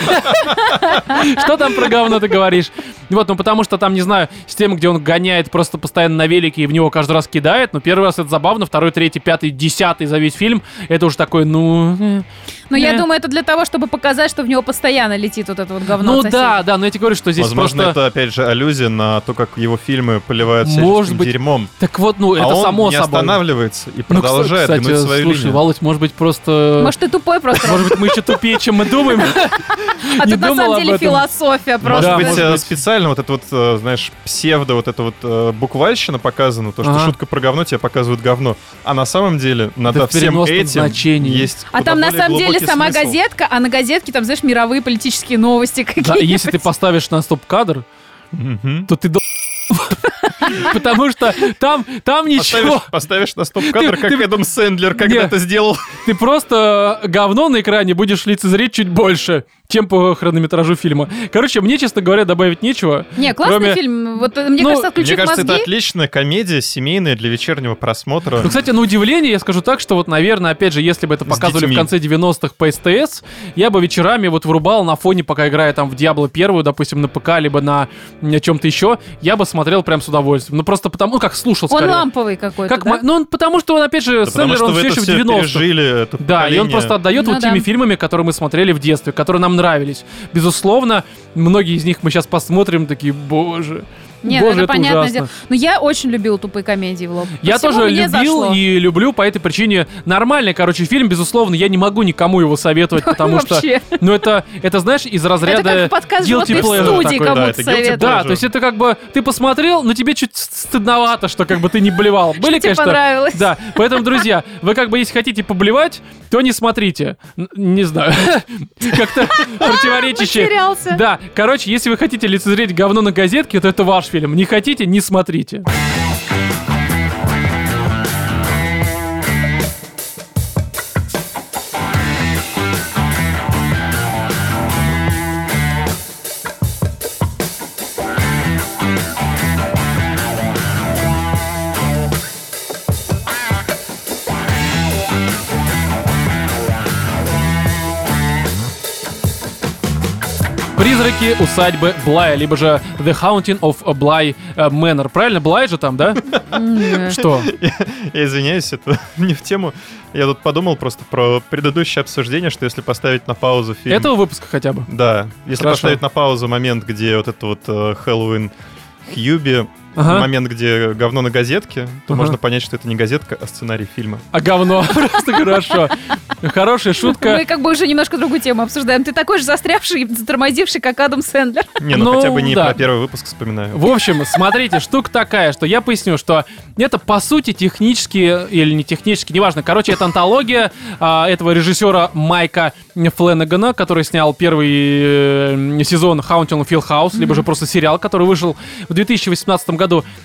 A: Что там про говно ты говоришь? Вот, ну потому что там, не знаю, с тем, где он гоняет просто постоянно на велике и в него каждый раз кидает. Но первый раз это забавно, второй, третий, пятый, десятый за весь фильм. Это уже такой, ну... э.
C: Но я
A: Да.
C: думаю, это для того, чтобы показать, что в него постоянно летит вот это вот говно.
A: Ну
C: от соседей.
A: да, да, но я тебе говорю, что здесь
B: Возможно,
A: просто...
B: это, опять же, аллюзия на то, как его фильмы поливают
A: Может
B: всяческим
A: быть,
B: дерьмом.
A: Так вот, ну,
B: а
A: это
B: он
A: само
B: не
A: собой.
B: останавливается и
A: Ну, кс-
B: продолжает
A: кстати,
B: гнуть свою
A: слушай,
B: линию.
A: Володь, может быть, просто...
C: Может, ты тупой просто.
A: Может быть, мы еще тупее, чем мы думаем.
C: А
A: не
C: тут на
A: думал
C: самом
A: об
C: деле
A: этом.
C: философия
B: Может
A: Да,
C: просто.
B: быть,
A: может
B: э,
A: быть.
B: специально вот это вот, э, знаешь, псевдо, вот это вот э, буквальщина показана, то, что
A: Ага.
B: шутка про говно тебе показывают говно. А на самом деле, надо
A: в
B: всем
A: переносном
B: этим
A: значении.
B: есть
C: А
B: куда
C: там на
B: более
C: самом деле
B: глубокий
C: сама
B: смысл.
C: газетка, а на газетке там, знаешь, мировые политические новости
A: Да, и
C: какие-то.
A: если ты поставишь на стоп-кадр,
B: Мгм.
A: то ты дол- Потому что там, там ничего.
B: Поставишь, поставишь на стоп-кадр,
A: Ты-
B: как
A: ты-
B: Эдам Сэндлер когда-то сделал.
A: Ты просто э, говно на экране будешь лицезреть чуть больше, чем по хронометражу фильма. Короче, мне, честно говоря, добавить нечего.
C: Не, классный
A: Кроме-
C: фильм. Вот э, мне
A: Ну,
C: кажется, отключит
B: Мне кажется, это
C: мозги.
B: отличная комедия, семейная для вечернего просмотра.
A: Ну, кстати, на удивление я скажу так, что вот, наверное, опять же, если бы это
B: С
A: показывали в
B: детьми.
A: конце 90-х по СТС, я бы вечерами вот врубал на фоне, пока играю там в Диабло первую, допустим, на ПК, либо на, на чем-то еще, я бы смотрел прям с удовольствием. Ну, просто потому, ну, как слушал,
C: Он
A: скорее.
C: ламповый какой-то,
A: Как,
C: да?
A: ма- Ну, он, потому что он, опять же,
B: Да потому
A: Сэндлер,
B: что
A: он
B: вы
A: все
B: это
A: еще в
B: все
A: 90-х.
B: пережили, это
A: Да, и он
B: поколение.
A: просто отдает
C: Ну
A: вот
C: да.
A: теми фильмами, которые мы смотрели в детстве, которые нам нравились. Безусловно, многие из них мы сейчас посмотрим, такие, боже.
C: Нет,
A: Боже,
C: ну это,
A: это
C: понятное
A: ужасно.
C: дело. Но я очень любила тупые комедии в лоб.
A: Я
C: Всего
A: тоже
C: мне
A: любил
C: зашло.
A: и люблю по этой причине нормальный, короче, фильм, безусловно, я не могу никому его советовать, потому что,
C: Вообще.
A: ну это, это знаешь, из
C: Это
A: разряда
C: как подкаст
A: guilty
C: «Животные в
A: pleasure
C: студии»
A: такой,
B: да,
C: кому-то
B: это guilty
C: советую.
B: pleasure.
A: Да,
B: даже.
A: то есть это как бы ты посмотрел, но тебе чуть с- стыдновато, что как бы ты не блевал. Были,
C: Что тебе
A: конечно.
C: понравилось?
A: Да, поэтому, друзья, вы как бы если хотите поблевать, то не смотрите. Н- Не знаю. Как-то противоречище.
C: Потерялся.
A: Да, короче, если вы хотите лицезреть говно на газетке, то это ваш фильм. Не хотите, не смотрите. Призраки усадьбы Блая, либо же The Haunting of Bly э, Manor. Правильно, Блай же там, да?
C: М.
A: Что?
B: Я извиняюсь, это не в тему. Я тут подумал просто про предыдущее обсуждение, что если поставить на паузу фильм...
A: Этого выпуска хотя бы.
B: Да, если
A: Хорошо.
B: поставить на паузу момент, где вот это вот э, Хэллоуин Хьюби,
A: Ага.
B: момент, где говно на газетке,
A: Ага.
B: то можно понять, что это не газетка, а сценарий фильма.
A: А говно. Просто хорошо. Хорошая шутка.
C: Мы как бы уже немножко другую тему обсуждаем. Ты такой же застрявший и затормозивший, как Адам Сэндлер.
B: Не, ну,
A: Ну,
B: хотя бы не
A: да.
B: про первый выпуск вспоминаю.
A: В общем, смотрите, штука такая, что я поясню, что это по сути технически или не технически, неважно. Короче, это антология а, этого режиссера Майка Фленнегана, который снял первый э, сезон Haunting of Hill House, либо же просто сериал, который вышел в 2018 году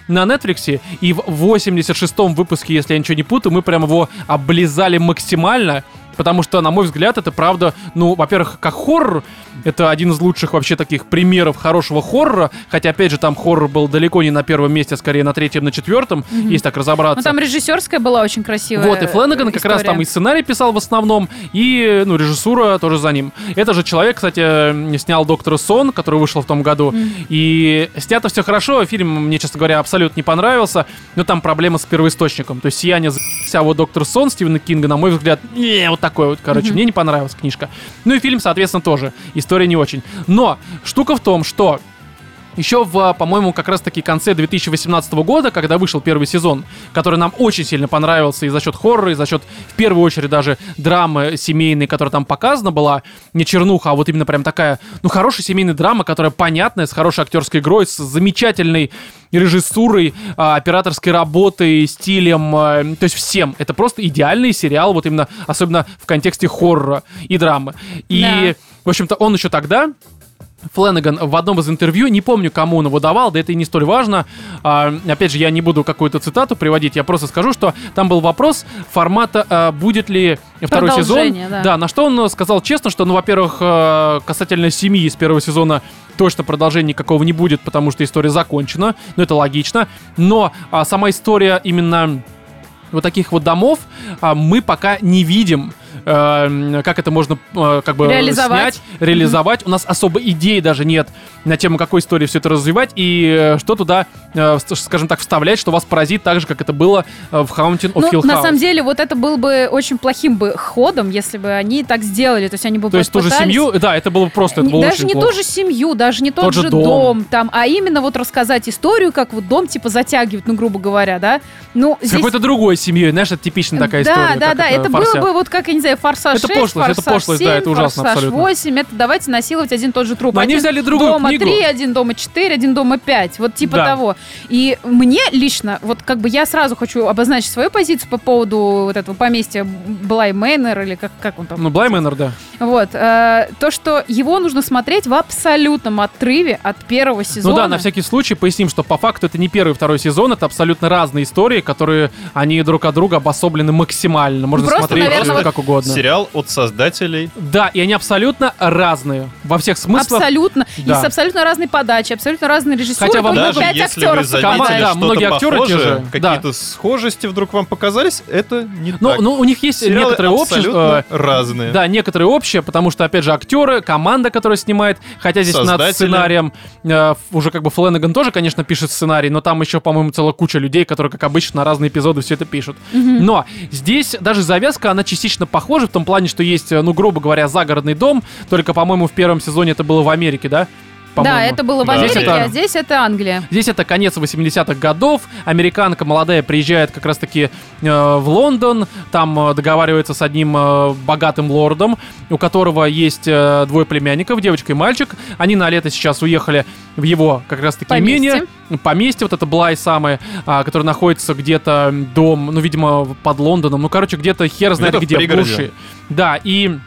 A: на Netflix. И в 86-м выпуске, если я ничего не путаю, мы прям его облизали максимально. Потому что, на мой взгляд, это правда, ну, во-первых, как хоррор, это один из лучших вообще таких примеров хорошего хоррора. Хотя, опять же, там хоррор был далеко не на первом месте, а скорее на третьем, на четвертом, если так разобраться.
C: Ну там режиссерская была очень красивая.
A: Вот, и Фленнеган как раз
C: история.
A: там и сценарий писал в основном, и, ну, режиссура тоже за ним. Это же человек, кстати, м, снял «Доктора Сон», который вышел в том году, и снято все хорошо, фильм, мне, честно говоря, абсолютно не понравился, но там проблема с первоисточником, то есть «Сияние» за***ся, а вот «Доктор Сон» Стивена Кинга, на мой взгляд, не, вот такой вот, короче, мне не понравилась книжка. Ну и фильм, соответственно, тоже, история не очень. Но штука в том, что еще в, а, по-моему, как раз-таки конце 2018 года, когда вышел первый сезон, который нам очень сильно понравился и за счет хоррора, и за счет, в первую очередь, даже драмы семейной, которая там показана была, не чернуха, а вот именно прям такая, ну, хорошая семейная драма, которая понятная, с хорошей актерской игрой, с замечательной режиссурой, а, операторской работой, стилем, э, то есть всем. Это просто идеальный сериал, вот именно, особенно в контексте хоррора и драмы. И,
C: Да.
A: в общем-то, он еще тогда, Фленнеган в одном из интервью, не помню, кому он его давал, да это и не столь важно. А, опять же, я не буду какую-то цитату приводить, я просто скажу, что там был вопрос формата, а, будет ли второй сезон.
C: Продолжение, да.
A: на что он э, сказал честно, что, ну, во-первых, э, касательно семьи из первого сезона точно продолжения никакого не будет, потому что история закончена, ну, это логично. Но а, сама история именно вот таких вот домов а, мы пока не видим. э, Как это можно э, как бы
C: Реализовать.
A: снять, реализовать. У нас особо идей даже нет на тему, какой истории все это развивать и э, что туда, э, вст- скажем так, вставлять, что вас поразит так же, как это было э, в Haunting of
C: Ну,
A: Hill
C: на
A: House».
C: самом деле, вот это был бы очень плохим бы ходом, если бы они так сделали. То есть они бы
A: То есть ту
C: просто
A: же
C: пытались-
A: семью, да, это было бы просто, это
C: Не-
A: было
C: даже
A: очень
C: не
A: плохо.
C: ту же семью, даже не тот,
A: Тот же
C: же,
A: дом.
C: дом. там, а именно вот рассказать историю, как вот дом типа затягивает, ну грубо говоря, да. Ну
A: С
C: здесь
A: какой-то другой семьей, знаешь, это типичная Ну, такая
C: да,
A: история.
C: Да,
A: как
C: да, это,
A: «Форсаж».
C: было бы вот как, я не знаю, форсаж
A: Это
C: 6,
A: пошлость, это
C: форсаж
A: пошлость, да,
C: 7,
A: это ужасно
C: форсаж
A: абсолютно.
C: 8, это давайте насиловать один и тот же труп.
A: Но они
C: Один
A: взяли другую
C: дома
A: книгу.
C: 3, один дома 4, один дома 5, вот типа
A: Да.
C: того. И мне лично, вот как бы я сразу хочу обозначить свою позицию по поводу вот этого поместья Блай Мейнер, или как, как он там
A: Ну, Блай Мэннер, да.
C: вот. э, то, что его нужно смотреть в абсолютном отрыве от первого сезона.
A: Ну да, на всякий случай поясним, что по факту это не первый и второй сезон, это абсолютно разные истории, которые они друг от друга обособлены максимально. Можно
C: Просто,
A: смотреть
C: наверное,
A: просто
C: вот
A: как угодно.
B: Сериал от создателей.
A: Да, и они абсолютно разные во всех смыслах.
C: Абсолютно.
A: Да.
C: И с абсолютно разной подачей, абсолютно разной режиссурой.
A: Хотя бы
C: только
B: Даже
C: пять
B: если вы
C: актеров
B: заметили,
A: команда.
B: что
A: Да, многие актеры те
B: похоже,
A: же, да.
B: какие-то схожести вдруг вам показались, это не
A: Ну,
B: так.
A: ну, у них есть
B: Сериалы
A: некоторые общие...
B: абсолютно
A: э,
B: разные.
A: Да, некоторые общие, потому что, опять же, актеры, команда, которая снимает, хотя здесь над
B: Создатели.
A: сценарием э, ф- уже как бы Фленнеган тоже, конечно, пишет сценарий, но там еще, по-моему, целая куча людей, которые, как обычно, на разные эпизоды все это пишут. Но здесь даже завязка, она частично похожа в том плане, что есть, э, ну, грубо говоря, загородный дом, только, по-моему, в первом сезоне это было в Америке, да? по-моему.
C: Да, это было в
B: Да.
C: Америке,
A: Здесь это-
C: а здесь это Англия.
A: Здесь это конец 80-х годов. Американка молодая приезжает как раз-таки э, в Лондон. Там э, договаривается с одним э, богатым лордом, у которого есть э, двое племянников, девочка и мальчик. Они на лето сейчас уехали в его как раз-таки
C: Поместье.
A: имение. Поместье, вот это Блай самое, а, которое находится где-то дом, ну, видимо, в- под Лондоном. Ну, короче, где-то хер знает
B: Где-то в
A: где, в
B: пригороде.
A: глуши. Да, и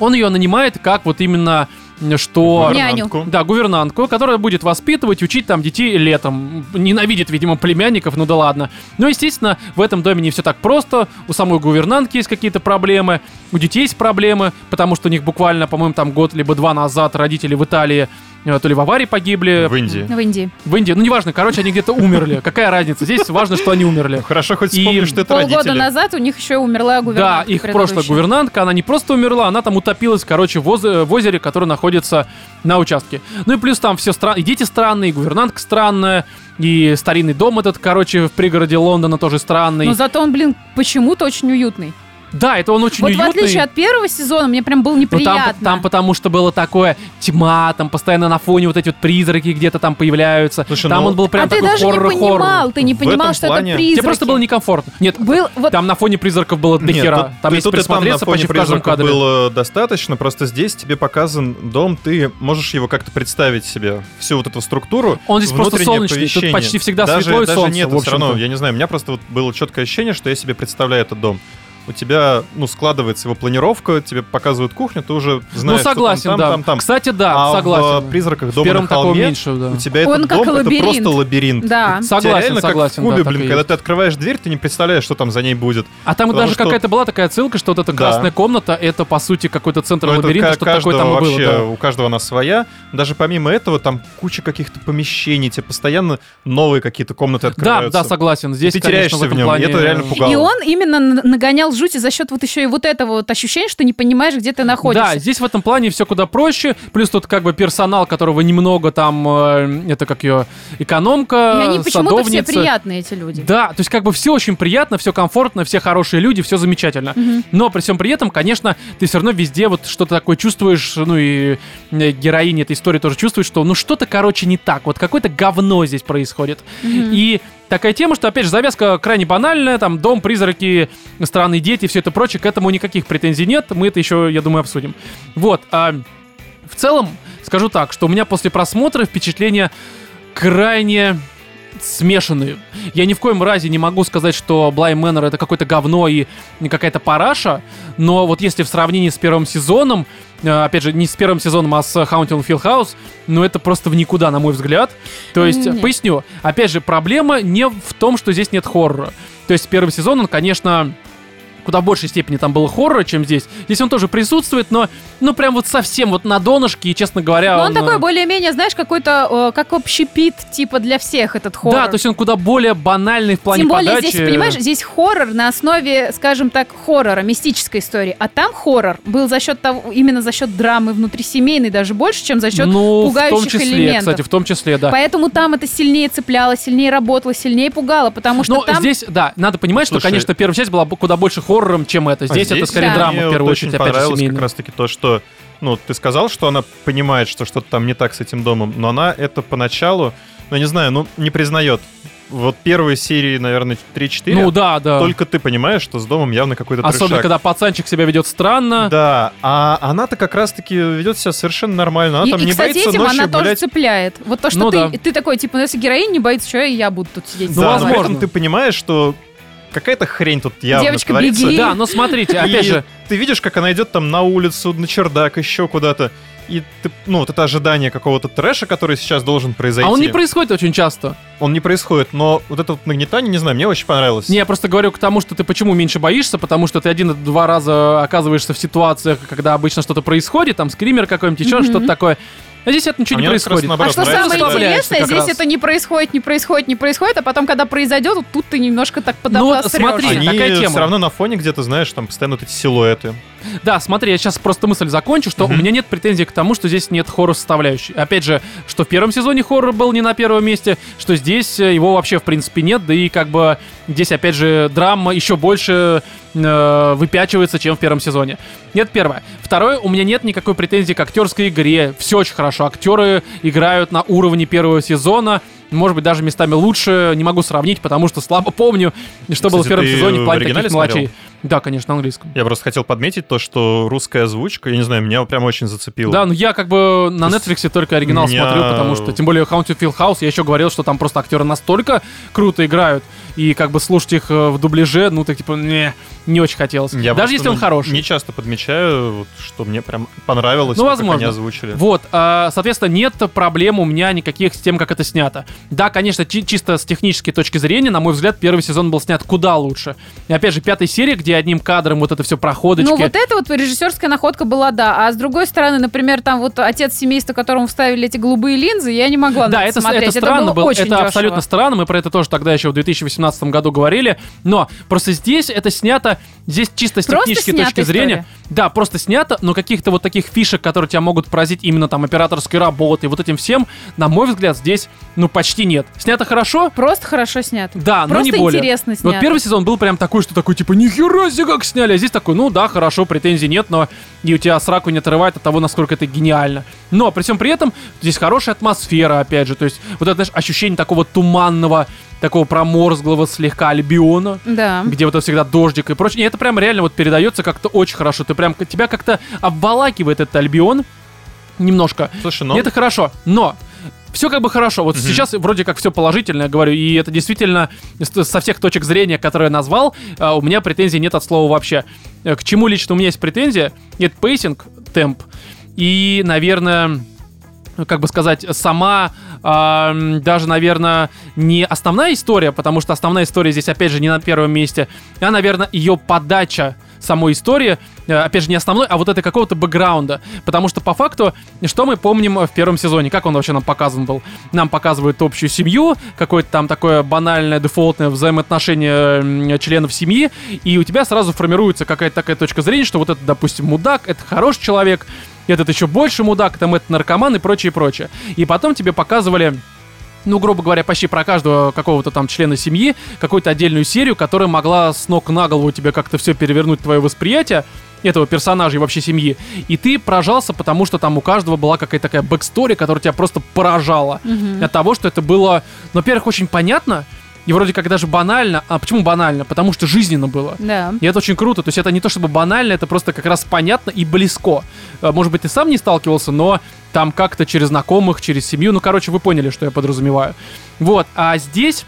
A: он ее нанимает как вот именно м, что...
C: Няню.
B: Гувернантку.
A: Да, гувернантку, которая будет воспитывать, учить там детей летом. Ненавидит, видимо, племянников, ну да ладно. Но, естественно, в этом доме не все так просто. У самой гувернантки есть какие-то проблемы, у детей есть проблемы, потому что у них буквально, по-моему, там год либо два назад родители в Италии э, то ли в аварии погибли,
B: В Индии.
C: В Индии.
A: в Индии, э, ну неважно, короче, они где-то умерли. Какая разница? Здесь важно, что они умерли.
B: Ну, Хорошо, хоть
A: И
B: вспомнишь, что это
C: Полгода
B: родители.
C: назад у них еще умерла
A: Да,
C: гувернантка
A: их
C: предыдущая.
A: прошлая гувернантка, она не просто умерла, она там утопилась, короче, в, озе- в озере, которое находится на участке. Ну и плюс там все странные, и дети странные, и гувернантка странная, и старинный дом этот, короче, в пригороде Лондона тоже странный.
C: Но зато он, блин, почему-то очень уютный.
A: Да, это он очень
C: вот
A: уютный.
C: в отличие от первого сезона, мне прям было
A: Ну, там,
C: неприятно.
A: там потому что было такое тьма, там постоянно на фоне вот эти вот призраки где-то там появляются.
B: Слушай,
A: там
B: ну-
A: он был прям
C: а ты
A: такой
C: даже
A: хоррор-хоррор.
C: не понимал, ты не
B: В
C: понимал,
B: этом
C: что
B: плане-
C: это
B: Тебе
A: Тебе
C: призраки.
A: просто было некомфортно. Нет,
C: Был вот
A: там на фоне призраков было до
B: Нет,
A: хера.
B: тут-
A: там
B: тут
A: есть
B: и там на
A: присмотреться
B: фоне
A: почти в каждом
B: призраков
A: кадре.
B: было достаточно, просто здесь тебе показан дом, ты можешь его как-то представить себе, всю вот эту структуру.
A: Он здесь просто
B: внутреннее
A: солнечный, тут
B: помещение.
A: почти всегда
B: даже,
A: светло и
B: даже
A: солнце,
B: нет,
A: в
B: все равно,
A: общем-то.
B: я не знаю, у меня просто вот было четкое ощущение, что я себе представляю этот дом. У тебя, ну, складывается его планировка, тебе показывают кухню, ты уже знаешь,
A: ну, согласен,
B: что там,
A: да.
B: там, там, там.
A: Кстати, да,
B: а
A: согласен.
B: в э, «Призраках
A: В
B: дома
A: первом
B: на
A: такого
B: холме»
A: меньше, да.
B: у тебя
C: Он
B: этот
C: как
B: дом, это
C: лабиринт.
B: просто лабиринт.
C: Да.
B: Тебя
A: Согласен,
B: реально
A: согласен,
B: как в
A: да,
B: кубе,
A: так
B: блин,
A: и
B: когда
A: есть.
B: ты открываешь дверь, ты не представляешь, что там за ней будет.
A: А там
B: Потому
A: даже
B: что-
A: какая-то была такая ссылка, что вот эта
B: Да.
A: красная комната, это по сути какой-то центр
B: Ну, это
A: лабиринта,
B: ка-
A: что такое
B: каждого
A: там и было.
B: вообще,
A: да.
B: У каждого она своя. Даже помимо этого, там куча каких-то помещений, тебе постоянно новые какие-то комнаты
A: Да,
B: открываются.
A: да, согласен. Здесь,
B: ты
A: конечно,
B: теряешься
A: в этом
B: в нем, и
A: плане...
B: это реально
A: э,
B: пугало.
C: И он именно н- нагонял жути за счет вот еще и вот этого вот ощущения, что не понимаешь, где ты
A: Да,
C: находишься.
A: здесь в этом плане все куда проще. Плюс тут как бы персонал, которого немного там, э, это как ее экономка,
C: и они почему-то все
A: садовница.
C: приятные, эти люди.
A: Да, то есть как бы все очень приятно, все комфортно, все хорошие люди, все замечательно.
C: Мгм.
A: Но при всем при этом, конечно, ты все равно везде вот что-то такое чувствуешь, ну и э, героиня этой истории тоже чувствует, что ну что-то, короче, не так. Вот какое-то говно здесь происходит.
C: Мгм.
A: И такая тема, что, опять же, завязка крайне банальная, там, дом, призраки, странные дети, все это прочее, к этому никаких претензий нет, мы это еще, я думаю, обсудим. Вот, а в целом, скажу так, что у меня после просмотра впечатления крайне смешанные. Я ни в коем разе не могу сказать, что Блай Мэннер это какое-то говно и какая-то параша, но вот если в сравнении с первым сезоном, э, опять же, не с первым сезоном, а с Хаунтинг Филхаус, ну это просто в никуда, на мой взгляд. То есть,
C: Нет.
A: поясню, опять же, проблема не в том, что здесь нет хоррора. То есть первый сезон, он, конечно, куда большей степени там было хоррора, чем здесь. Здесь он тоже присутствует, но, ну, прям вот совсем вот на донышке, и, честно говоря,
C: Но он
A: э,
C: такой более-менее, знаешь, какой-то, э, как общепит, типа, для всех этот хоррор.
A: Да, то есть он куда более банальный в плане
C: Тем более
A: подачи.
C: здесь, понимаешь, здесь хоррор на основе, скажем так, хоррора, мистической истории. А там хоррор был за счет того, именно за счет драмы внутрисемейной даже больше, чем за счет
A: ну,
C: пугающих
A: в том числе,
C: элементов.
A: кстати, в том числе, да.
C: Поэтому там это сильнее цепляло, сильнее работало, сильнее пугало, потому что
A: Но
C: там...
A: Ну, здесь, да, надо понимать, что,
B: Слушай,
A: конечно, первая часть была бо- куда больше хоррором, чем это.
B: А
A: Здесь, это скорее
C: да.
A: драма,
B: мне
A: в первую
B: вот
A: очередь,
B: очень
A: опять же,
B: понравилось
A: семейная.
B: как раз-таки то, что... Ну, ты сказал, что она понимает, что что-то там не так с этим домом, но она это поначалу, ну, не знаю, ну, не признает. Вот первые серии, наверное, 3-4,
A: Ну да, да.
B: только ты понимаешь, что с домом явно какой-то
A: Особенно,
B: трешак.
A: когда пацанчик себя ведет странно.
B: Да, а она-то как раз-таки ведет себя совершенно нормально. Она
C: и,
B: там
C: и,
B: не
C: кстати,
B: боится
C: этим
B: ночью
C: она тоже
B: гулять
C: цепляет. Вот то, что
A: Ну
C: ты,
A: да.
C: ты такой, типа, ну если героиня не боится, что я, я буду тут сидеть?
A: Ну,
B: да,
C: Давай.
B: но при этом
A: возможно.
B: ты понимаешь, что какая-то хрень тут явно
C: Девочка,
B: творится.
C: беги.
A: Да, но смотрите,
B: И
A: опять же, а
B: ты видишь, как она идет там на улицу, на чердак, еще куда-то. И ты, ну, вот это ожидание какого-то трэша, который сейчас должен произойти.
A: а он не происходит очень часто.
B: Он не происходит, но вот это вот нагнетание, не знаю, мне очень понравилось.
A: Не, я просто говорю к тому, что ты почему меньше боишься, потому что ты один-два раза оказываешься в ситуациях, когда обычно что-то происходит, там скример какой-нибудь, еще
C: Мгм.
A: что-то такое. А здесь это
B: А
A: ничего не
B: мне как раз
A: происходит.
B: наоборот
C: А что
B: нравится,
C: самое
B: да.
A: расслабляешься
C: интересное,
A: как
C: здесь
A: раз.
C: это не происходит, не происходит, не происходит, а потом, когда произойдет, вот тут ты немножко так
A: Ну вот
C: подопрёшься.
A: смотри,
B: Они
A: такая тема.
B: все равно на фоне где-то, знаешь, там постоянно вот эти силуэты.
A: Да, смотри, я сейчас просто мысль закончу, что у меня нет претензий к тому, что здесь нет хоррор-составляющей. Опять же, что в первом сезоне хоррор был не на первом месте, что здесь э, его вообще в принципе нет, да и как бы здесь опять же драма еще больше э, выпячивается, чем в первом сезоне. Нет, первое. Второе, у меня нет никакой претензии к актерской игре. Все очень хорошо. Актеры играют на уровне первого сезона. Может быть, даже местами лучше. Не могу сравнить, потому что слабо помню, что было в
B: Кстати,
A: первом
B: ты
A: сезоне в
B: в
A: плане таких
B: оригинале
A: мелочей. Да, конечно, на английском.
B: Я просто хотел подметить то, что русская озвучка, я не знаю, меня прям очень зацепила.
A: Да, ну я как бы на
B: То есть
A: Netflix только оригинал
B: меня-
A: смотрю, потому что, тем более, Haunted Hill House, я еще говорил, что там просто актеры настолько круто играют, и как бы слушать их э, в дубляже, ну так типа, не, не очень хотелось.
B: Я
A: Даже
B: просто,
A: если он
B: ну,
A: хороший.
B: Не часто подмечаю, вот, что мне прям понравилось,
A: Ну,
B: то, как они
A: возможно.
B: озвучили.
A: Вот, а, соответственно, нет проблем у меня никаких с тем, как это снято. Да, конечно, чи- чисто с технической точки зрения, на мой взгляд, первый сезон был снят куда лучше. И опять же, пятая серия, где одним кадром вот это все проходочки.
C: Ну, вот это вот режиссерская находка была, да. А с другой стороны, например, там вот отец семейства, которому вставили эти голубые линзы, я не могла на
A: Да, это,
C: это
A: с- это
C: смотреть.
A: странно
C: было
A: было,
C: очень
A: это
C: дешево.
A: абсолютно странно, мы про это тоже тогда еще в 2018 году говорили, но просто здесь это снято, здесь чисто с
C: Просто
A: технической
C: снята
A: точки зрения,
C: история.
A: да, просто снято, но каких-то вот таких фишек, которые тебя могут поразить именно там операторской работой, вот этим всем, на мой взгляд, здесь, ну, почти нет. Снято хорошо,
C: Просто хорошо снято.
A: да,
C: Просто
A: но не более.
C: интересно снято.
A: Вот первый сезон был прям такой, что такой, типа, нихера себе как сняли. А здесь такой, ну да, хорошо, претензий нет, но и у тебя сраку не отрывает от того, насколько это гениально. Но при всем при этом здесь хорошая атмосфера, опять же. То есть вот это, знаешь, ощущение такого туманного, такого проморзглого слегка альбиона.
C: Да.
A: Где вот это всегда дождик и прочее. И это прям реально вот передается как-то очень хорошо. Ты прям, тебя как-то обволакивает этот альбион немножко.
B: Слушай, ну,
A: Это хорошо, но все как бы хорошо. Вот сейчас вроде как все положительно, я говорю, и это действительно с- со всех точек зрения, которые я назвал, а, у меня претензий нет от слова вообще. Э, К чему лично у меня есть претензия? Нет, пейсинг, темп. И, наверное, ну, как бы сказать, сама а, м, даже, наверное, не основная история, потому что основная история здесь, опять же, не на первом месте, а, наверное, ее подача самой истории, э, опять же, не основной, а вот это какого-то бэкграунда. Потому что, по факту, что мы помним в первом сезоне? Как он вообще нам показан был? Нам показывают общую семью, какое-то там такое банальное, дефолтное взаимоотношение м, членов семьи, и у тебя сразу формируется какая-то такая точка зрения, что вот это, допустим, мудак, это хороший человек, этот еще больше мудак, там этот наркоман и прочее, прочее. И потом тебе показывали ну, грубо говоря, почти про каждого какого-то там члена семьи, какую-то отдельную серию, которая могла с ног на голову тебе как-то все перевернуть твое восприятие этого персонажа и вообще семьи. И ты поражался, потому что там у каждого была какая-то такая бэкстори, которая тебя просто поражала. От того, что это было, ну, во-первых, очень понятно, и вроде как даже банально. А почему банально? Потому что жизненно было.
C: Да.
A: И это очень круто. То есть это не то чтобы банально, это просто как раз понятно и близко. Э, Может быть, ты сам не сталкивался, но там как-то через знакомых, через семью. Ну, короче, вы поняли, что я подразумеваю. Вот. А здесь,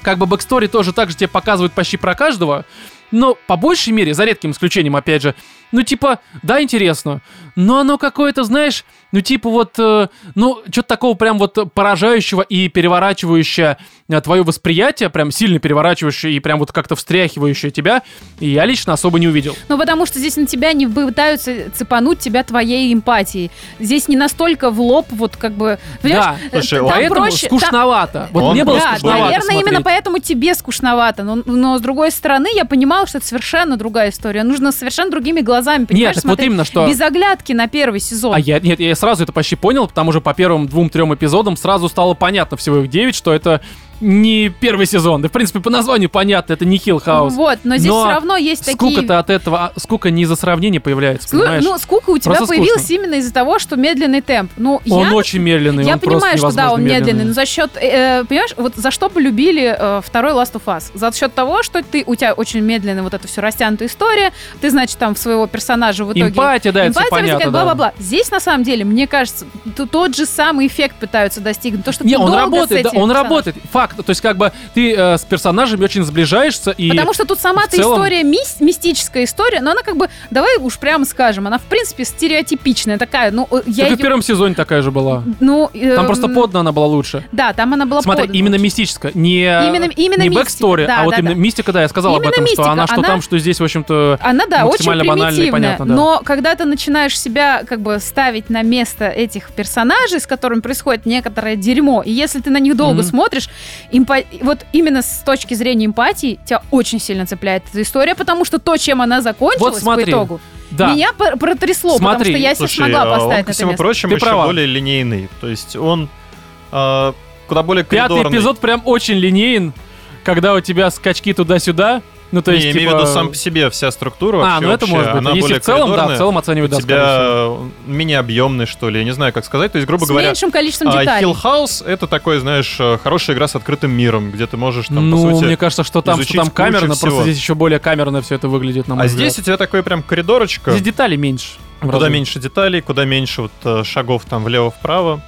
A: как бы, бэкстори тоже так же тебе показывают почти про каждого. Но по большей мере, за редким исключением, опять же, ну, типа, да, интересно, но оно какое-то, знаешь, ну, типа, вот, э, ну, что-то такого прям вот э, поражающего и переворачивающее э, твое восприятие, прям сильно переворачивающее и прям вот как-то встряхивающее тебя, я лично особо не увидел.
C: Ну, потому что здесь на тебя не пытаются цепануть тебя твоей эмпатией. Здесь не настолько в лоб, вот как бы... понимаешь,
A: Да.
C: э,
B: Слушай,
C: там
A: поэтому
C: проще- там-
A: скучновато. Вот
B: Он
A: мне было
C: да,
A: скучновато
C: наверное, именно
A: смотреть.
C: поэтому тебе скучновато. Но, но с другой стороны, я понимала, что это совершенно другая история. Нужно совершенно другими глазами, понимаешь,
A: так вот
C: смотреть.
A: именно, что-
C: Без оглядки на первый сезон.
A: А я, нет, я сразу это почти понял, потому что по первым двум-трем эпизодам сразу стало понятно, всего их 9, что это не первый сезон. Да, в принципе, по названию понятно, это не Hill House.
C: Ну, Вот, но здесь
A: Но
C: все равно есть такие...
A: Скука-то от этого, а, скука не за сравнение появляется,
C: Слу-
A: понимаешь?
C: Ну, скука у тебя
A: Просто скучно.
C: появилась именно из-за того, что медленный темп. Ну,
A: он
C: я...
A: очень медленный,
C: Я
A: он просто
C: понимаю, что да,
A: невозможно
C: он медленный, но за счет, э, э, понимаешь, вот за что полюбили э, второй Last of Us? За счет того, что ты, у тебя очень медленная вот эта все растянутая история, ты, значит, там в своего персонажа в итоге...
A: Эмпатия, да, это всё
C: эмпатия
A: понятно,
C: возникает,
A: да.
C: бла-бла-бла. Здесь, на самом деле, мне кажется, т- тот же самый эффект пытаются достигнуть. То, что
A: Не,
C: ты
A: он
C: долго
A: работает,
C: с
A: да,
C: этим
A: он
C: персонажем.
A: работает. Факт. То есть, как бы ты э, с персонажами очень сближаешься и.
C: Потому что тут сама
A: в
C: эта
A: целом-
C: история мис- мистическая история, но она как бы, давай уж прямо скажем, она в принципе стереотипичная такая. Ну, э, я
A: Так и в
C: её-
A: первом сезоне такая же была.
C: ну, э,
A: Там просто подно она была лучше.
C: Да, там она была
A: Смотри,
C: подана.
A: именно мистическая. Не,
C: Именно- именно
A: не
C: мистика,
A: бэкстори,
C: да,
A: а вот
C: да,
A: именно
C: да.
A: мистика, да, я сказал об
C: Именно
A: этом, что
C: мистика,
A: она что
C: она-
A: там, что здесь, в общем-то.
C: Она, да, очень
A: Максимально банально и
C: примитивная,
A: понятно, да.
C: но когда ты начинаешь себя как бы ставить на место этих персонажей, с которыми происходит некоторое дерьмо, и если ты на них долго
A: Мгм.
C: смотришь, импа- вот именно с точки зрения эмпатии тебя очень сильно цепляет эта история, потому что то, чем она закончилась
A: смотри,
C: по итогу,
A: Да.
C: меня пор- протрясло, потому
A: Смотри,
C: что я себя
B: слушай,
C: смогла
B: а он,
C: поставить
B: ко
C: на это
B: всему
C: место.
B: прочему,
A: Ты
B: еще
A: права.
B: более линейный. То есть он а, куда более
A: Пятый
B: коридорный.
A: эпизод прям очень линеен, когда у тебя скачки туда-сюда, Ну, то есть,
B: Не, я
A: типа...
B: имею в виду сам по себе вся структура
A: А,
B: вообще
A: ну это
B: общая,
A: может быть.
B: она
A: Если
B: более
A: в целом, да, в
B: коридорная,
A: целом оценивать, да,
B: у
A: скорее всего.
B: тебя менее объемный, что ли, я не знаю, как сказать. То есть, грубо
C: с
B: говоря,
C: меньшим количеством
B: а,
C: деталей.
B: Hill House это такой, знаешь, э, хорошая игра с открытым миром, где ты можешь там,
A: ну,
B: по сути...
A: мне кажется, что там, что
B: изучить
A: там
B: кучу
A: камерно, просто
B: всего.
A: здесь еще более камерно все это выглядит, на мой
B: А
A: взгляд.
B: здесь у тебя такой прям коридорочка,
A: Здесь деталей меньше. в
B: куда
A: разы.
B: меньше деталей, куда меньше вот э, шагов там влево-вправо.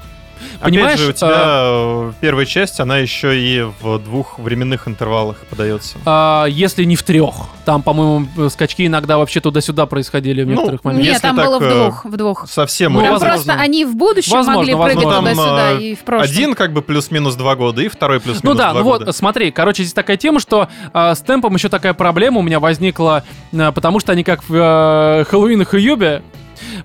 A: Понимаешь, а-
B: Опять же, у тебя э, первая часть, она еще и в двух временных интервалах подается.
A: А, если не в трех. Там, по-моему, э, скачки иногда вообще туда-сюда происходили в
B: Ну,
A: некоторых моментах.
C: Нет,
B: если
C: там
B: так,
C: было в
B: э,
C: двух, в двух.
B: Совсем
A: Ну,
C: Там
B: урезано.
A: возможно.
C: просто они в будущем
A: Возможно,
C: могли
A: возможно.
C: прыгать
B: Там,
C: туда-сюда
B: э,
C: и в прошлом.
B: Один как бы плюс-минус два года, и второй плюс-минус
A: Ну да,
B: два
A: ну
B: года.
A: вот, смотри, короче, здесь такая тема, что э, с темпом еще такая проблема у меня возникла, э, потому что они как в э, Хэллоуинах и Юбе,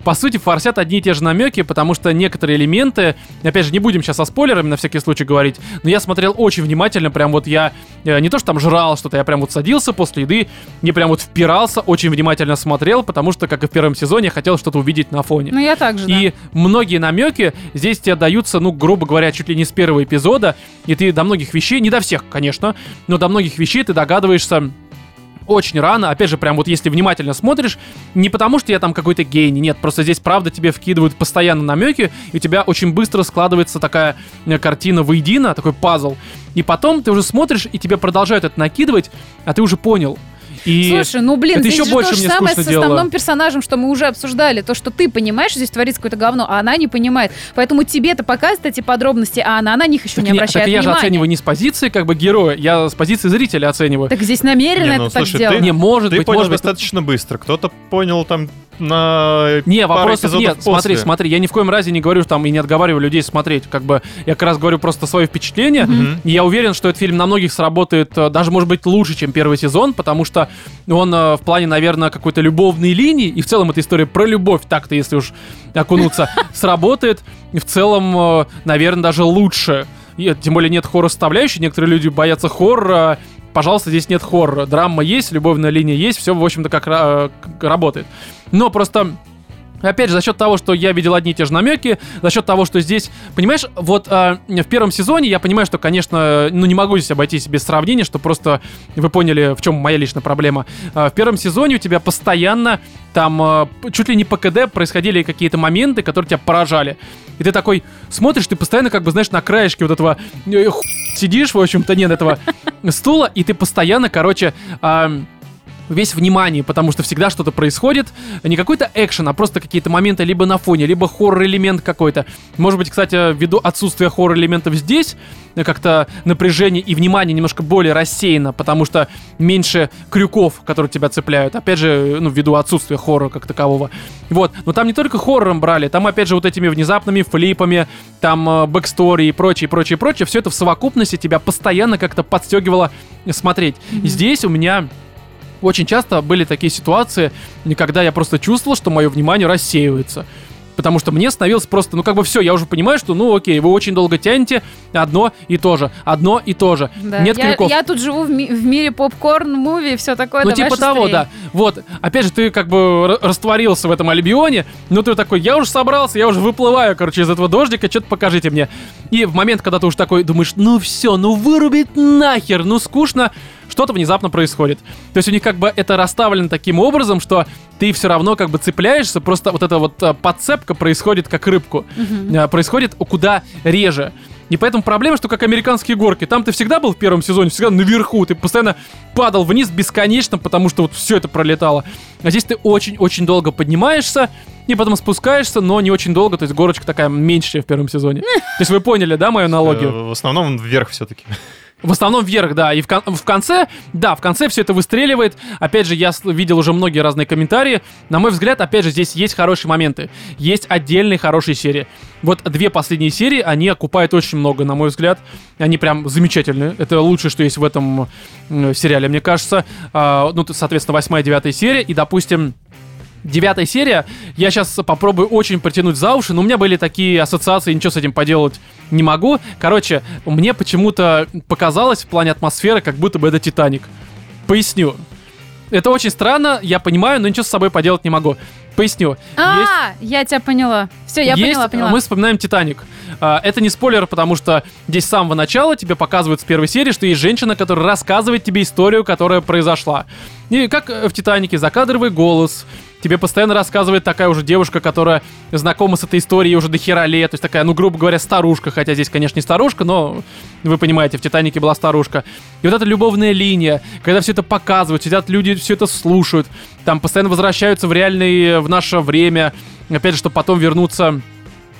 A: по сути, форсят одни и те же намеки, потому что некоторые элементы, опять же, не будем сейчас со спойлерами на всякий случай говорить, но я смотрел очень внимательно, прям вот я э, не то, что там жрал что-то, я прям вот садился после еды, не прям вот впирался, очень внимательно смотрел, потому что, как и в первом сезоне, я хотел что-то увидеть на фоне.
C: Ну я так же, да.
A: И многие намеки здесь тебе даются, ну, грубо говоря, чуть ли не с первого эпизода. И ты до многих вещей, не до всех, конечно, но до многих вещей ты догадываешься очень рано, опять же, прям вот если внимательно смотришь, не потому что я там какой-то гений, нет, просто здесь правда тебе вкидывают постоянно намеки, и у тебя очень быстро складывается такая э, картина воедино, такой пазл, и потом ты уже смотришь, и тебе продолжают это накидывать, а ты уже понял. И...
C: Слушай, ну блин,
A: это
C: здесь
A: еще
C: же
A: больше
C: то же
A: мне
C: самое с
A: скучно
C: основным
A: делало.
C: персонажем, что мы уже обсуждали. То, что ты понимаешь, здесь творится какое-то говно, а она не понимает. Поэтому тебе это показывает эти подробности, а она на них еще
A: Так
C: не
A: не-
C: обращает
A: так я же
C: внимания.
A: оцениваю не с позиции как бы героя, я с позиции зрителя оцениваю.
C: Так здесь намеренно
B: Не,
C: это
B: ну,
C: так
B: слушай, ты-
C: сделано.
A: Не, может
B: Ты
A: быть,
B: понял
A: может быть.
B: достаточно быстро. Кто-то понял там на
A: Не,
B: пару
A: вопросов
B: эпизодов
A: нет. Смотри,
B: после.
A: смотри, я ни в коем разе не говорю там и не отговариваю людей смотреть. Как бы я как раз говорю просто свое впечатление.
B: Мгм.
A: И я уверен, что этот фильм на многих сработает э, даже, может быть, лучше, чем первый сезон, потому что он э, в плане, наверное, какой-то любовной линии, и в целом эта история про любовь, так-то, если уж окунуться, сработает. И в целом, э, наверное, даже лучше. И, э, тем более нет хоррор составляющей, некоторые люди боятся хоррора. Пожалуйста, здесь нет хоррора. Драма есть, любовная линия есть, все, в общем-то, как ра- э, к- работает. Но просто Опять же, за счет того, что я видел одни и те же намеки, за счет того, что здесь, понимаешь, вот э, в первом сезоне я понимаю, что, конечно, ну не могу здесь обойтись без сравнения, что просто вы поняли, в чем моя личная проблема. Э, в первом сезоне у тебя постоянно там э, п- чуть ли не по КД происходили какие-то моменты, которые тебя поражали. И ты такой смотришь, ты постоянно как бы, знаешь, на краешке вот этого э, ху- сидишь, в общем-то, нет, этого стула, и ты постоянно, короче, ам, весь внимание, потому что всегда что-то происходит. Не какой-то экшен, а просто какие-то моменты либо на фоне, либо хоррор-элемент какой-то. Может быть, кстати, ввиду отсутствия хоррор-элементов здесь, э, как-то напряжение и внимание немножко более рассеяно, потому что меньше крюков, которые тебя цепляют. Опять же, ну, ввиду отсутствия хоррора как такового. Вот. Но там не только хоррором брали, там, опять же, вот этими внезапными флипами, там э, бэкстори и прочее, прочее, прочее. Все это в совокупности тебя постоянно как-то подстегивало смотреть. И Здесь у меня очень часто были такие ситуации, когда я просто чувствовал, что мое внимание рассеивается. Потому что мне становилось просто, ну как бы все, я уже понимаю, что ну окей, вы очень долго тянете одно и то же, одно и то же.
C: Да.
A: Нет
C: я,
A: крюков.
C: я тут живу в, ми- в мире попкорн, муви, и все такое.
A: Ну,
C: давай
A: типа того,
C: шустрее.
A: да. Вот, опять же, ты как бы р- растворился в этом альбионе, но ты такой, я уже собрался, я уже выплываю, короче, из этого дождика, что-то покажите мне. И в момент, когда ты уже такой думаешь, ну все, ну вырубит нахер, ну скучно, что-то внезапно происходит. То есть у них как бы это расставлено таким образом, что ты все равно как бы цепляешься, просто вот эта вот э, подцепка происходит как рыбку. Э, Происходит куда реже. И поэтому проблема, что как американские горки, там ты всегда был в первом сезоне, всегда наверху, ты постоянно падал вниз бесконечно, потому что вот все это пролетало. А здесь ты очень-очень долго поднимаешься, и потом спускаешься, но не очень долго, то есть горочка такая меньшая в первом сезоне. То есть вы поняли, да, мою аналогию?
B: Э, В основном вверх все-таки.
A: В основном вверх, да. И в, кон- в конце, да, в конце все это выстреливает. Опять же, я с- видел уже многие разные комментарии. На мой взгляд, опять же, здесь есть хорошие моменты. Есть отдельные хорошие серии. Вот две последние серии, они окупают очень много, на мой взгляд. Они прям замечательные. Это лучшее, что есть в этом м, сериале, мне кажется. А, ну, т- соответственно, восьмая и девятая серия. И, допустим, девятая серия. Я сейчас попробую очень притянуть за уши, но у меня были такие ассоциации, ничего с этим поделать не могу. Короче, мне почему-то показалось в плане атмосферы, как будто бы это Титаник. Поясню. Это очень странно, я понимаю, но ничего с собой поделать не могу. Поясню.
C: А, я тебя поняла. Все, я
A: Есть-
C: поняла, поняла.
A: Мы вспоминаем «Титаник». А, Это не спойлер, потому что здесь с самого начала тебе показывают с первой серии, что есть женщина, которая рассказывает тебе историю, которая произошла. И как э, в «Титанике», закадровый голос. Тебе постоянно рассказывает такая уже девушка, которая знакома с этой историей уже до хера лет. То есть такая, ну, грубо говоря, старушка. Хотя здесь, конечно, не старушка, но вы понимаете, в «Титанике» была старушка. И вот эта любовная линия, когда все это показывают, сидят люди, все это слушают. Там постоянно возвращаются в реальный, э, в наше время. Опять же, чтобы потом вернуться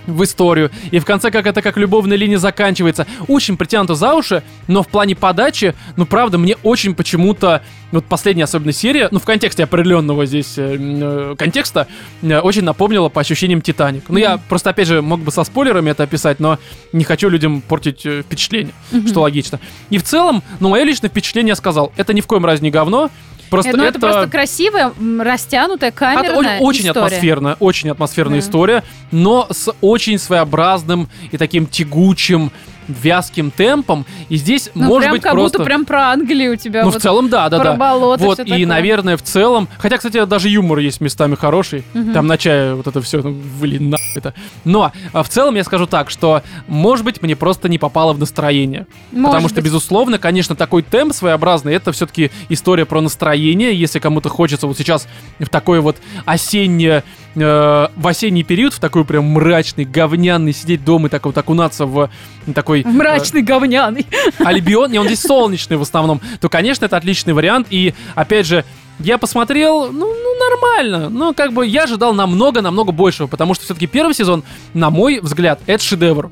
A: в историю. И в конце, как это как любовная линия заканчивается. Очень притянуто за уши, но в плане подачи, ну правда, мне очень почему-то, вот последняя особенно серия, ну в контексте определенного здесь э, м, э, контекста, э, очень напомнила по ощущениям Титаник. Ну я просто, опять же, мог бы со спойлерами это описать, но не хочу людям портить э, впечатление, что логично. И в целом, ну мое личное впечатление я сказал, это ни в коем разе не говно, просто
C: Э, ну, это, просто красивая, м, растянутая, камерная
A: Ат- о- очень
C: история.
A: атмосферная, очень атмосферная
C: Да.
A: история, но с очень своеобразным и таким тягучим, вязким темпом. И здесь
C: Ну,
A: может
C: прям
A: быть
C: как
A: просто.
C: будто прям про Англию у тебя.
A: ну
C: вот
A: в целом да, да,
C: про
A: да.
C: болото,
A: вот
C: всё
A: и
C: такое.
A: наверное в целом, хотя, кстати, даже юмор есть местами хороший.
C: Мгм.
A: Там на чае вот это все, ну, блин, на это. Но а, в целом я скажу так, что может быть мне просто не попало в настроение.
C: Может
A: Потому что,
C: быть.
A: безусловно, конечно, такой темп своеобразный, это все-таки история про настроение. Если кому-то хочется вот сейчас в такой вот осеннее, э, в осенний период, в такой прям мрачный, говняный, сидеть дома и так вот окунаться в такой... э,
C: В Мрачный, говняный.
A: Альбион, и он здесь солнечный в основном, то, конечно, это отличный вариант. И, опять же, я посмотрел, ну, ну, нормально. Ну, как бы я ожидал намного-намного большего, потому что все-таки первый сезон, на мой взгляд, это шедевр.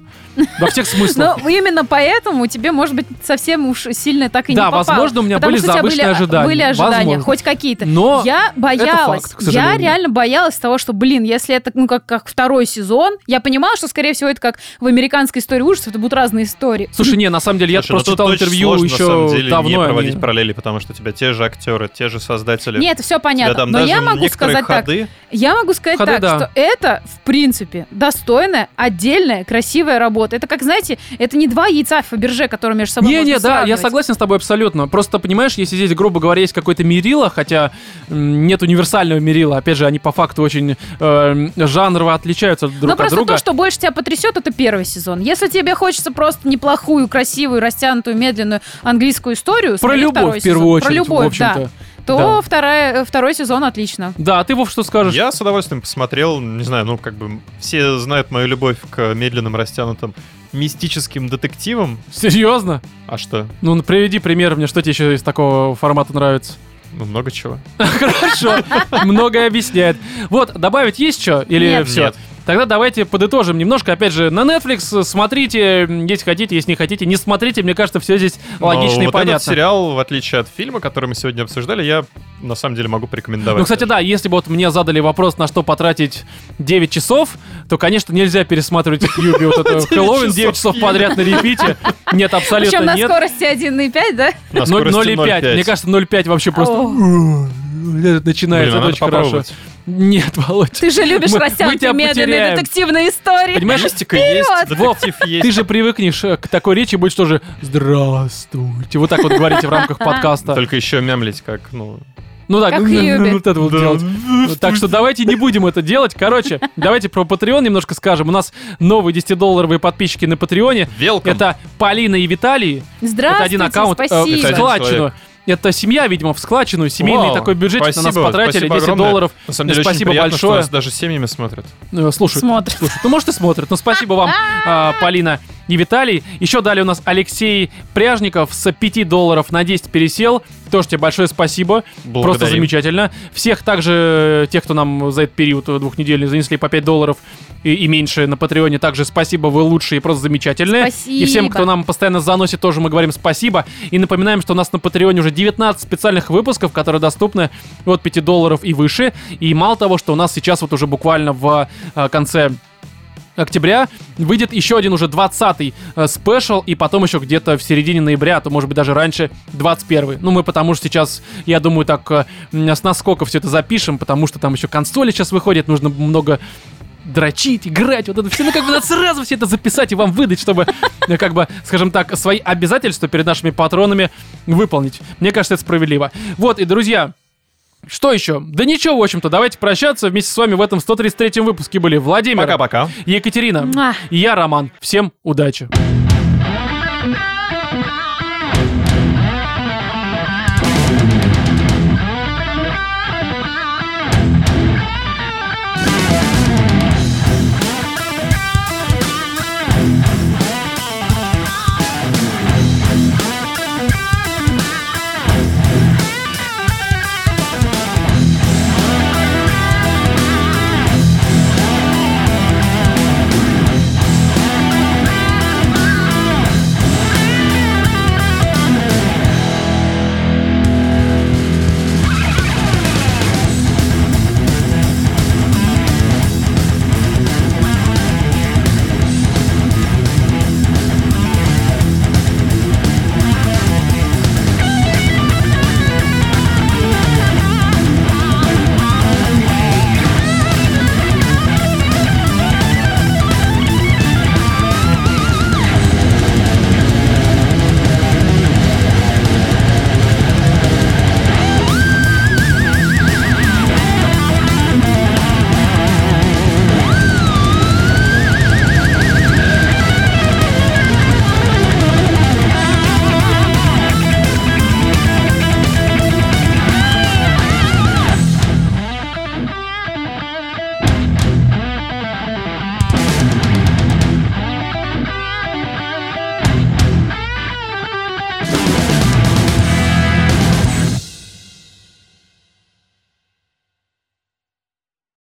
A: Во всех смыслах.
C: Но именно поэтому тебе, может быть, совсем уж сильно так и не
A: Да,
C: попало.
A: возможно, у меня
C: Потому
A: были
C: что у тебя
A: завышенные
C: были, а,
A: ожидания.
C: Были ожидания,
A: Возможно.
C: хоть какие-то.
A: Но
C: я боялась.
A: факт, к
C: я
A: сожалению.
C: реально боялась того, что, блин, если это, ну, как, как второй сезон, я понимала, что, скорее всего, это как в американской истории ужасов, это будут разные истории.
A: Слушай, не, на самом деле, я
B: Слушай, ну
A: просто
B: тут
A: читал
B: очень
A: интервью
B: сложно, на самом
A: еще
B: деле,
A: давно.
B: не
A: они-
B: проводить параллели, потому что у тебя те же актеры, те же создатели.
C: Нет, это все
B: У тебя
C: понятно.
B: там
C: Но
B: даже
C: я могу
B: некоторые
C: сказать так.
B: ходы,
C: Я могу сказать
A: Ходы,
C: так,
A: да.
C: что это, в принципе, достойная, отдельная, красивая работа. Это как, знаете, это не два яйца Фаберже, которые между собой
A: Не,
C: можно
A: не, да, я
C: сравнивать.
A: согласен с тобой абсолютно. Просто понимаешь, если здесь, грубо говоря, есть какое-то мерило, хотя м, нет универсального мерила, опять же, они по факту очень э, жанрово отличаются друг
C: Но
A: от
C: Ну, просто
A: друга.
C: то, что больше тебя потрясет, это первый сезон. Если тебе хочется просто неплохую, красивую, растянутую, медленную английскую историю,
A: Про
C: смотри
A: любовь
C: второй
A: в первую
C: сезон.
A: очередь,
C: Про
A: в
C: любовь,
A: общем-то.
C: да. То
A: Да.
C: вторая- второй сезон отлично.
A: Да, а ты, Вов, что скажешь?
B: Я с удовольствием посмотрел, не знаю, ну как бы все знают мою любовь к медленным, растянутым мистическим детективам.
A: Серьезно?
B: А что?
A: Ну, ну, приведи пример мне, что тебе еще из такого формата нравится.
B: Ну много чего.
A: Хорошо, многое объясняет. Вот, добавить есть что? Или
C: Нет.
A: все?
B: Нет.
A: Тогда давайте подытожим немножко. Опять же, на Netflix э, смотрите, м, если хотите, если не хотите, не смотрите. Мне кажется, все здесь
B: Но
A: Ну, логично и
B: Ну, вот
A: понятно.
B: этот сериал, в отличие от фильма, который мы сегодня обсуждали, я на самом деле могу порекомендовать.
A: Ну, кстати, да, если бы вот мне задали вопрос, на что потратить 9 часов, то, конечно, нельзя пересматривать в Юбе вот это
B: 9
A: Хэллоуин 9
B: часов
A: часов подряд на репите. Нет,
C: Причем
A: абсолютно
C: на
A: нет.
C: скорости 1,5, да?
B: На
A: Ноль-
B: скорости
A: 0,5. Мне кажется, 0,5 вообще просто
C: О,
A: начинается.
B: Блин, а
A: Это
B: надо
A: очень хорошо.
B: попробовать.
A: Нет, Володь.
C: ты же любишь
A: Мы- мы тебя
C: растянутые, медленные
A: потеряем.
C: детективные истории.
A: Понимаешь,
B: Мистика есть,
A: Вов,
B: детектив есть.
A: Ты же привыкнешь э, к такой речи, будешь тоже «Здравствуйте». Вот так вот говорите в рамках подкаста.
B: Только еще мямлить как, ну...
A: Ну так,
C: Как
A: ну, ну, ну,
C: Юби.
A: вот это вот
B: да.
A: делать. Так что давайте не будем это делать. Короче, давайте про Patreon немножко скажем. У нас новые 10-долларовые подписчики на Патреоне.
B: Велком.
A: Это Полина и Виталий.
C: Здравствуйте,
A: Это один аккаунт. э,
C: спасибо.
A: В
B: Это один
A: складчину.
B: человек.
A: Это семья, видимо, в складчину. Семейный
B: Вау,
A: такой бюджет на нас
B: спасибо,
A: потратили.
B: спасибо
A: 10
B: огромное.
A: долларов.
B: На самом деле, очень
A: спасибо
B: приятно, что
A: большое.
B: нас даже семьями смотрят.
A: Э, Слушай,
C: Смотрят.
A: Слушай, ну может и смотрят. Ну спасибо вам, а, Полина и Виталий. Еще далее у нас Алексей Пряжников с 5 долларов на 10 пересел. Тоже тебе большое спасибо.
B: Благодарим.
A: Просто замечательно. Всех также, э, тех, кто нам за этот период э, двухнедельный занесли по 5 долларов и, и меньше на Патреоне, также спасибо, вы лучшие, просто замечательные.
C: Спасибо.
A: И всем, кто нам постоянно заносит, тоже мы говорим спасибо. И напоминаем, что у нас на Патреоне уже 19 специальных выпусков, которые доступны от 5 долларов и выше. И мало того, что у нас сейчас вот уже буквально в э, конце октября выйдет еще один уже 20-й э, спешл, и потом еще где-то в середине ноября, а то может быть даже раньше 21-й. Ну, мы потому что сейчас, я думаю, так э, м, с наскока все это запишем, потому что там еще консоли сейчас выходят, нужно много дрочить, играть, вот это все, ну как бы надо сразу все это записать и вам выдать, чтобы, э, как бы, скажем так, свои обязательства перед нашими патронами выполнить. Мне кажется, это справедливо. Вот, и, друзья, Что еще? Да ничего, в общем-то, давайте прощаться. Вместе с вами в этом 133-м выпуске были Владимир,
B: Пока-пока.
A: Екатерина
C: Муа.
A: и я, Роман. Всем удачи!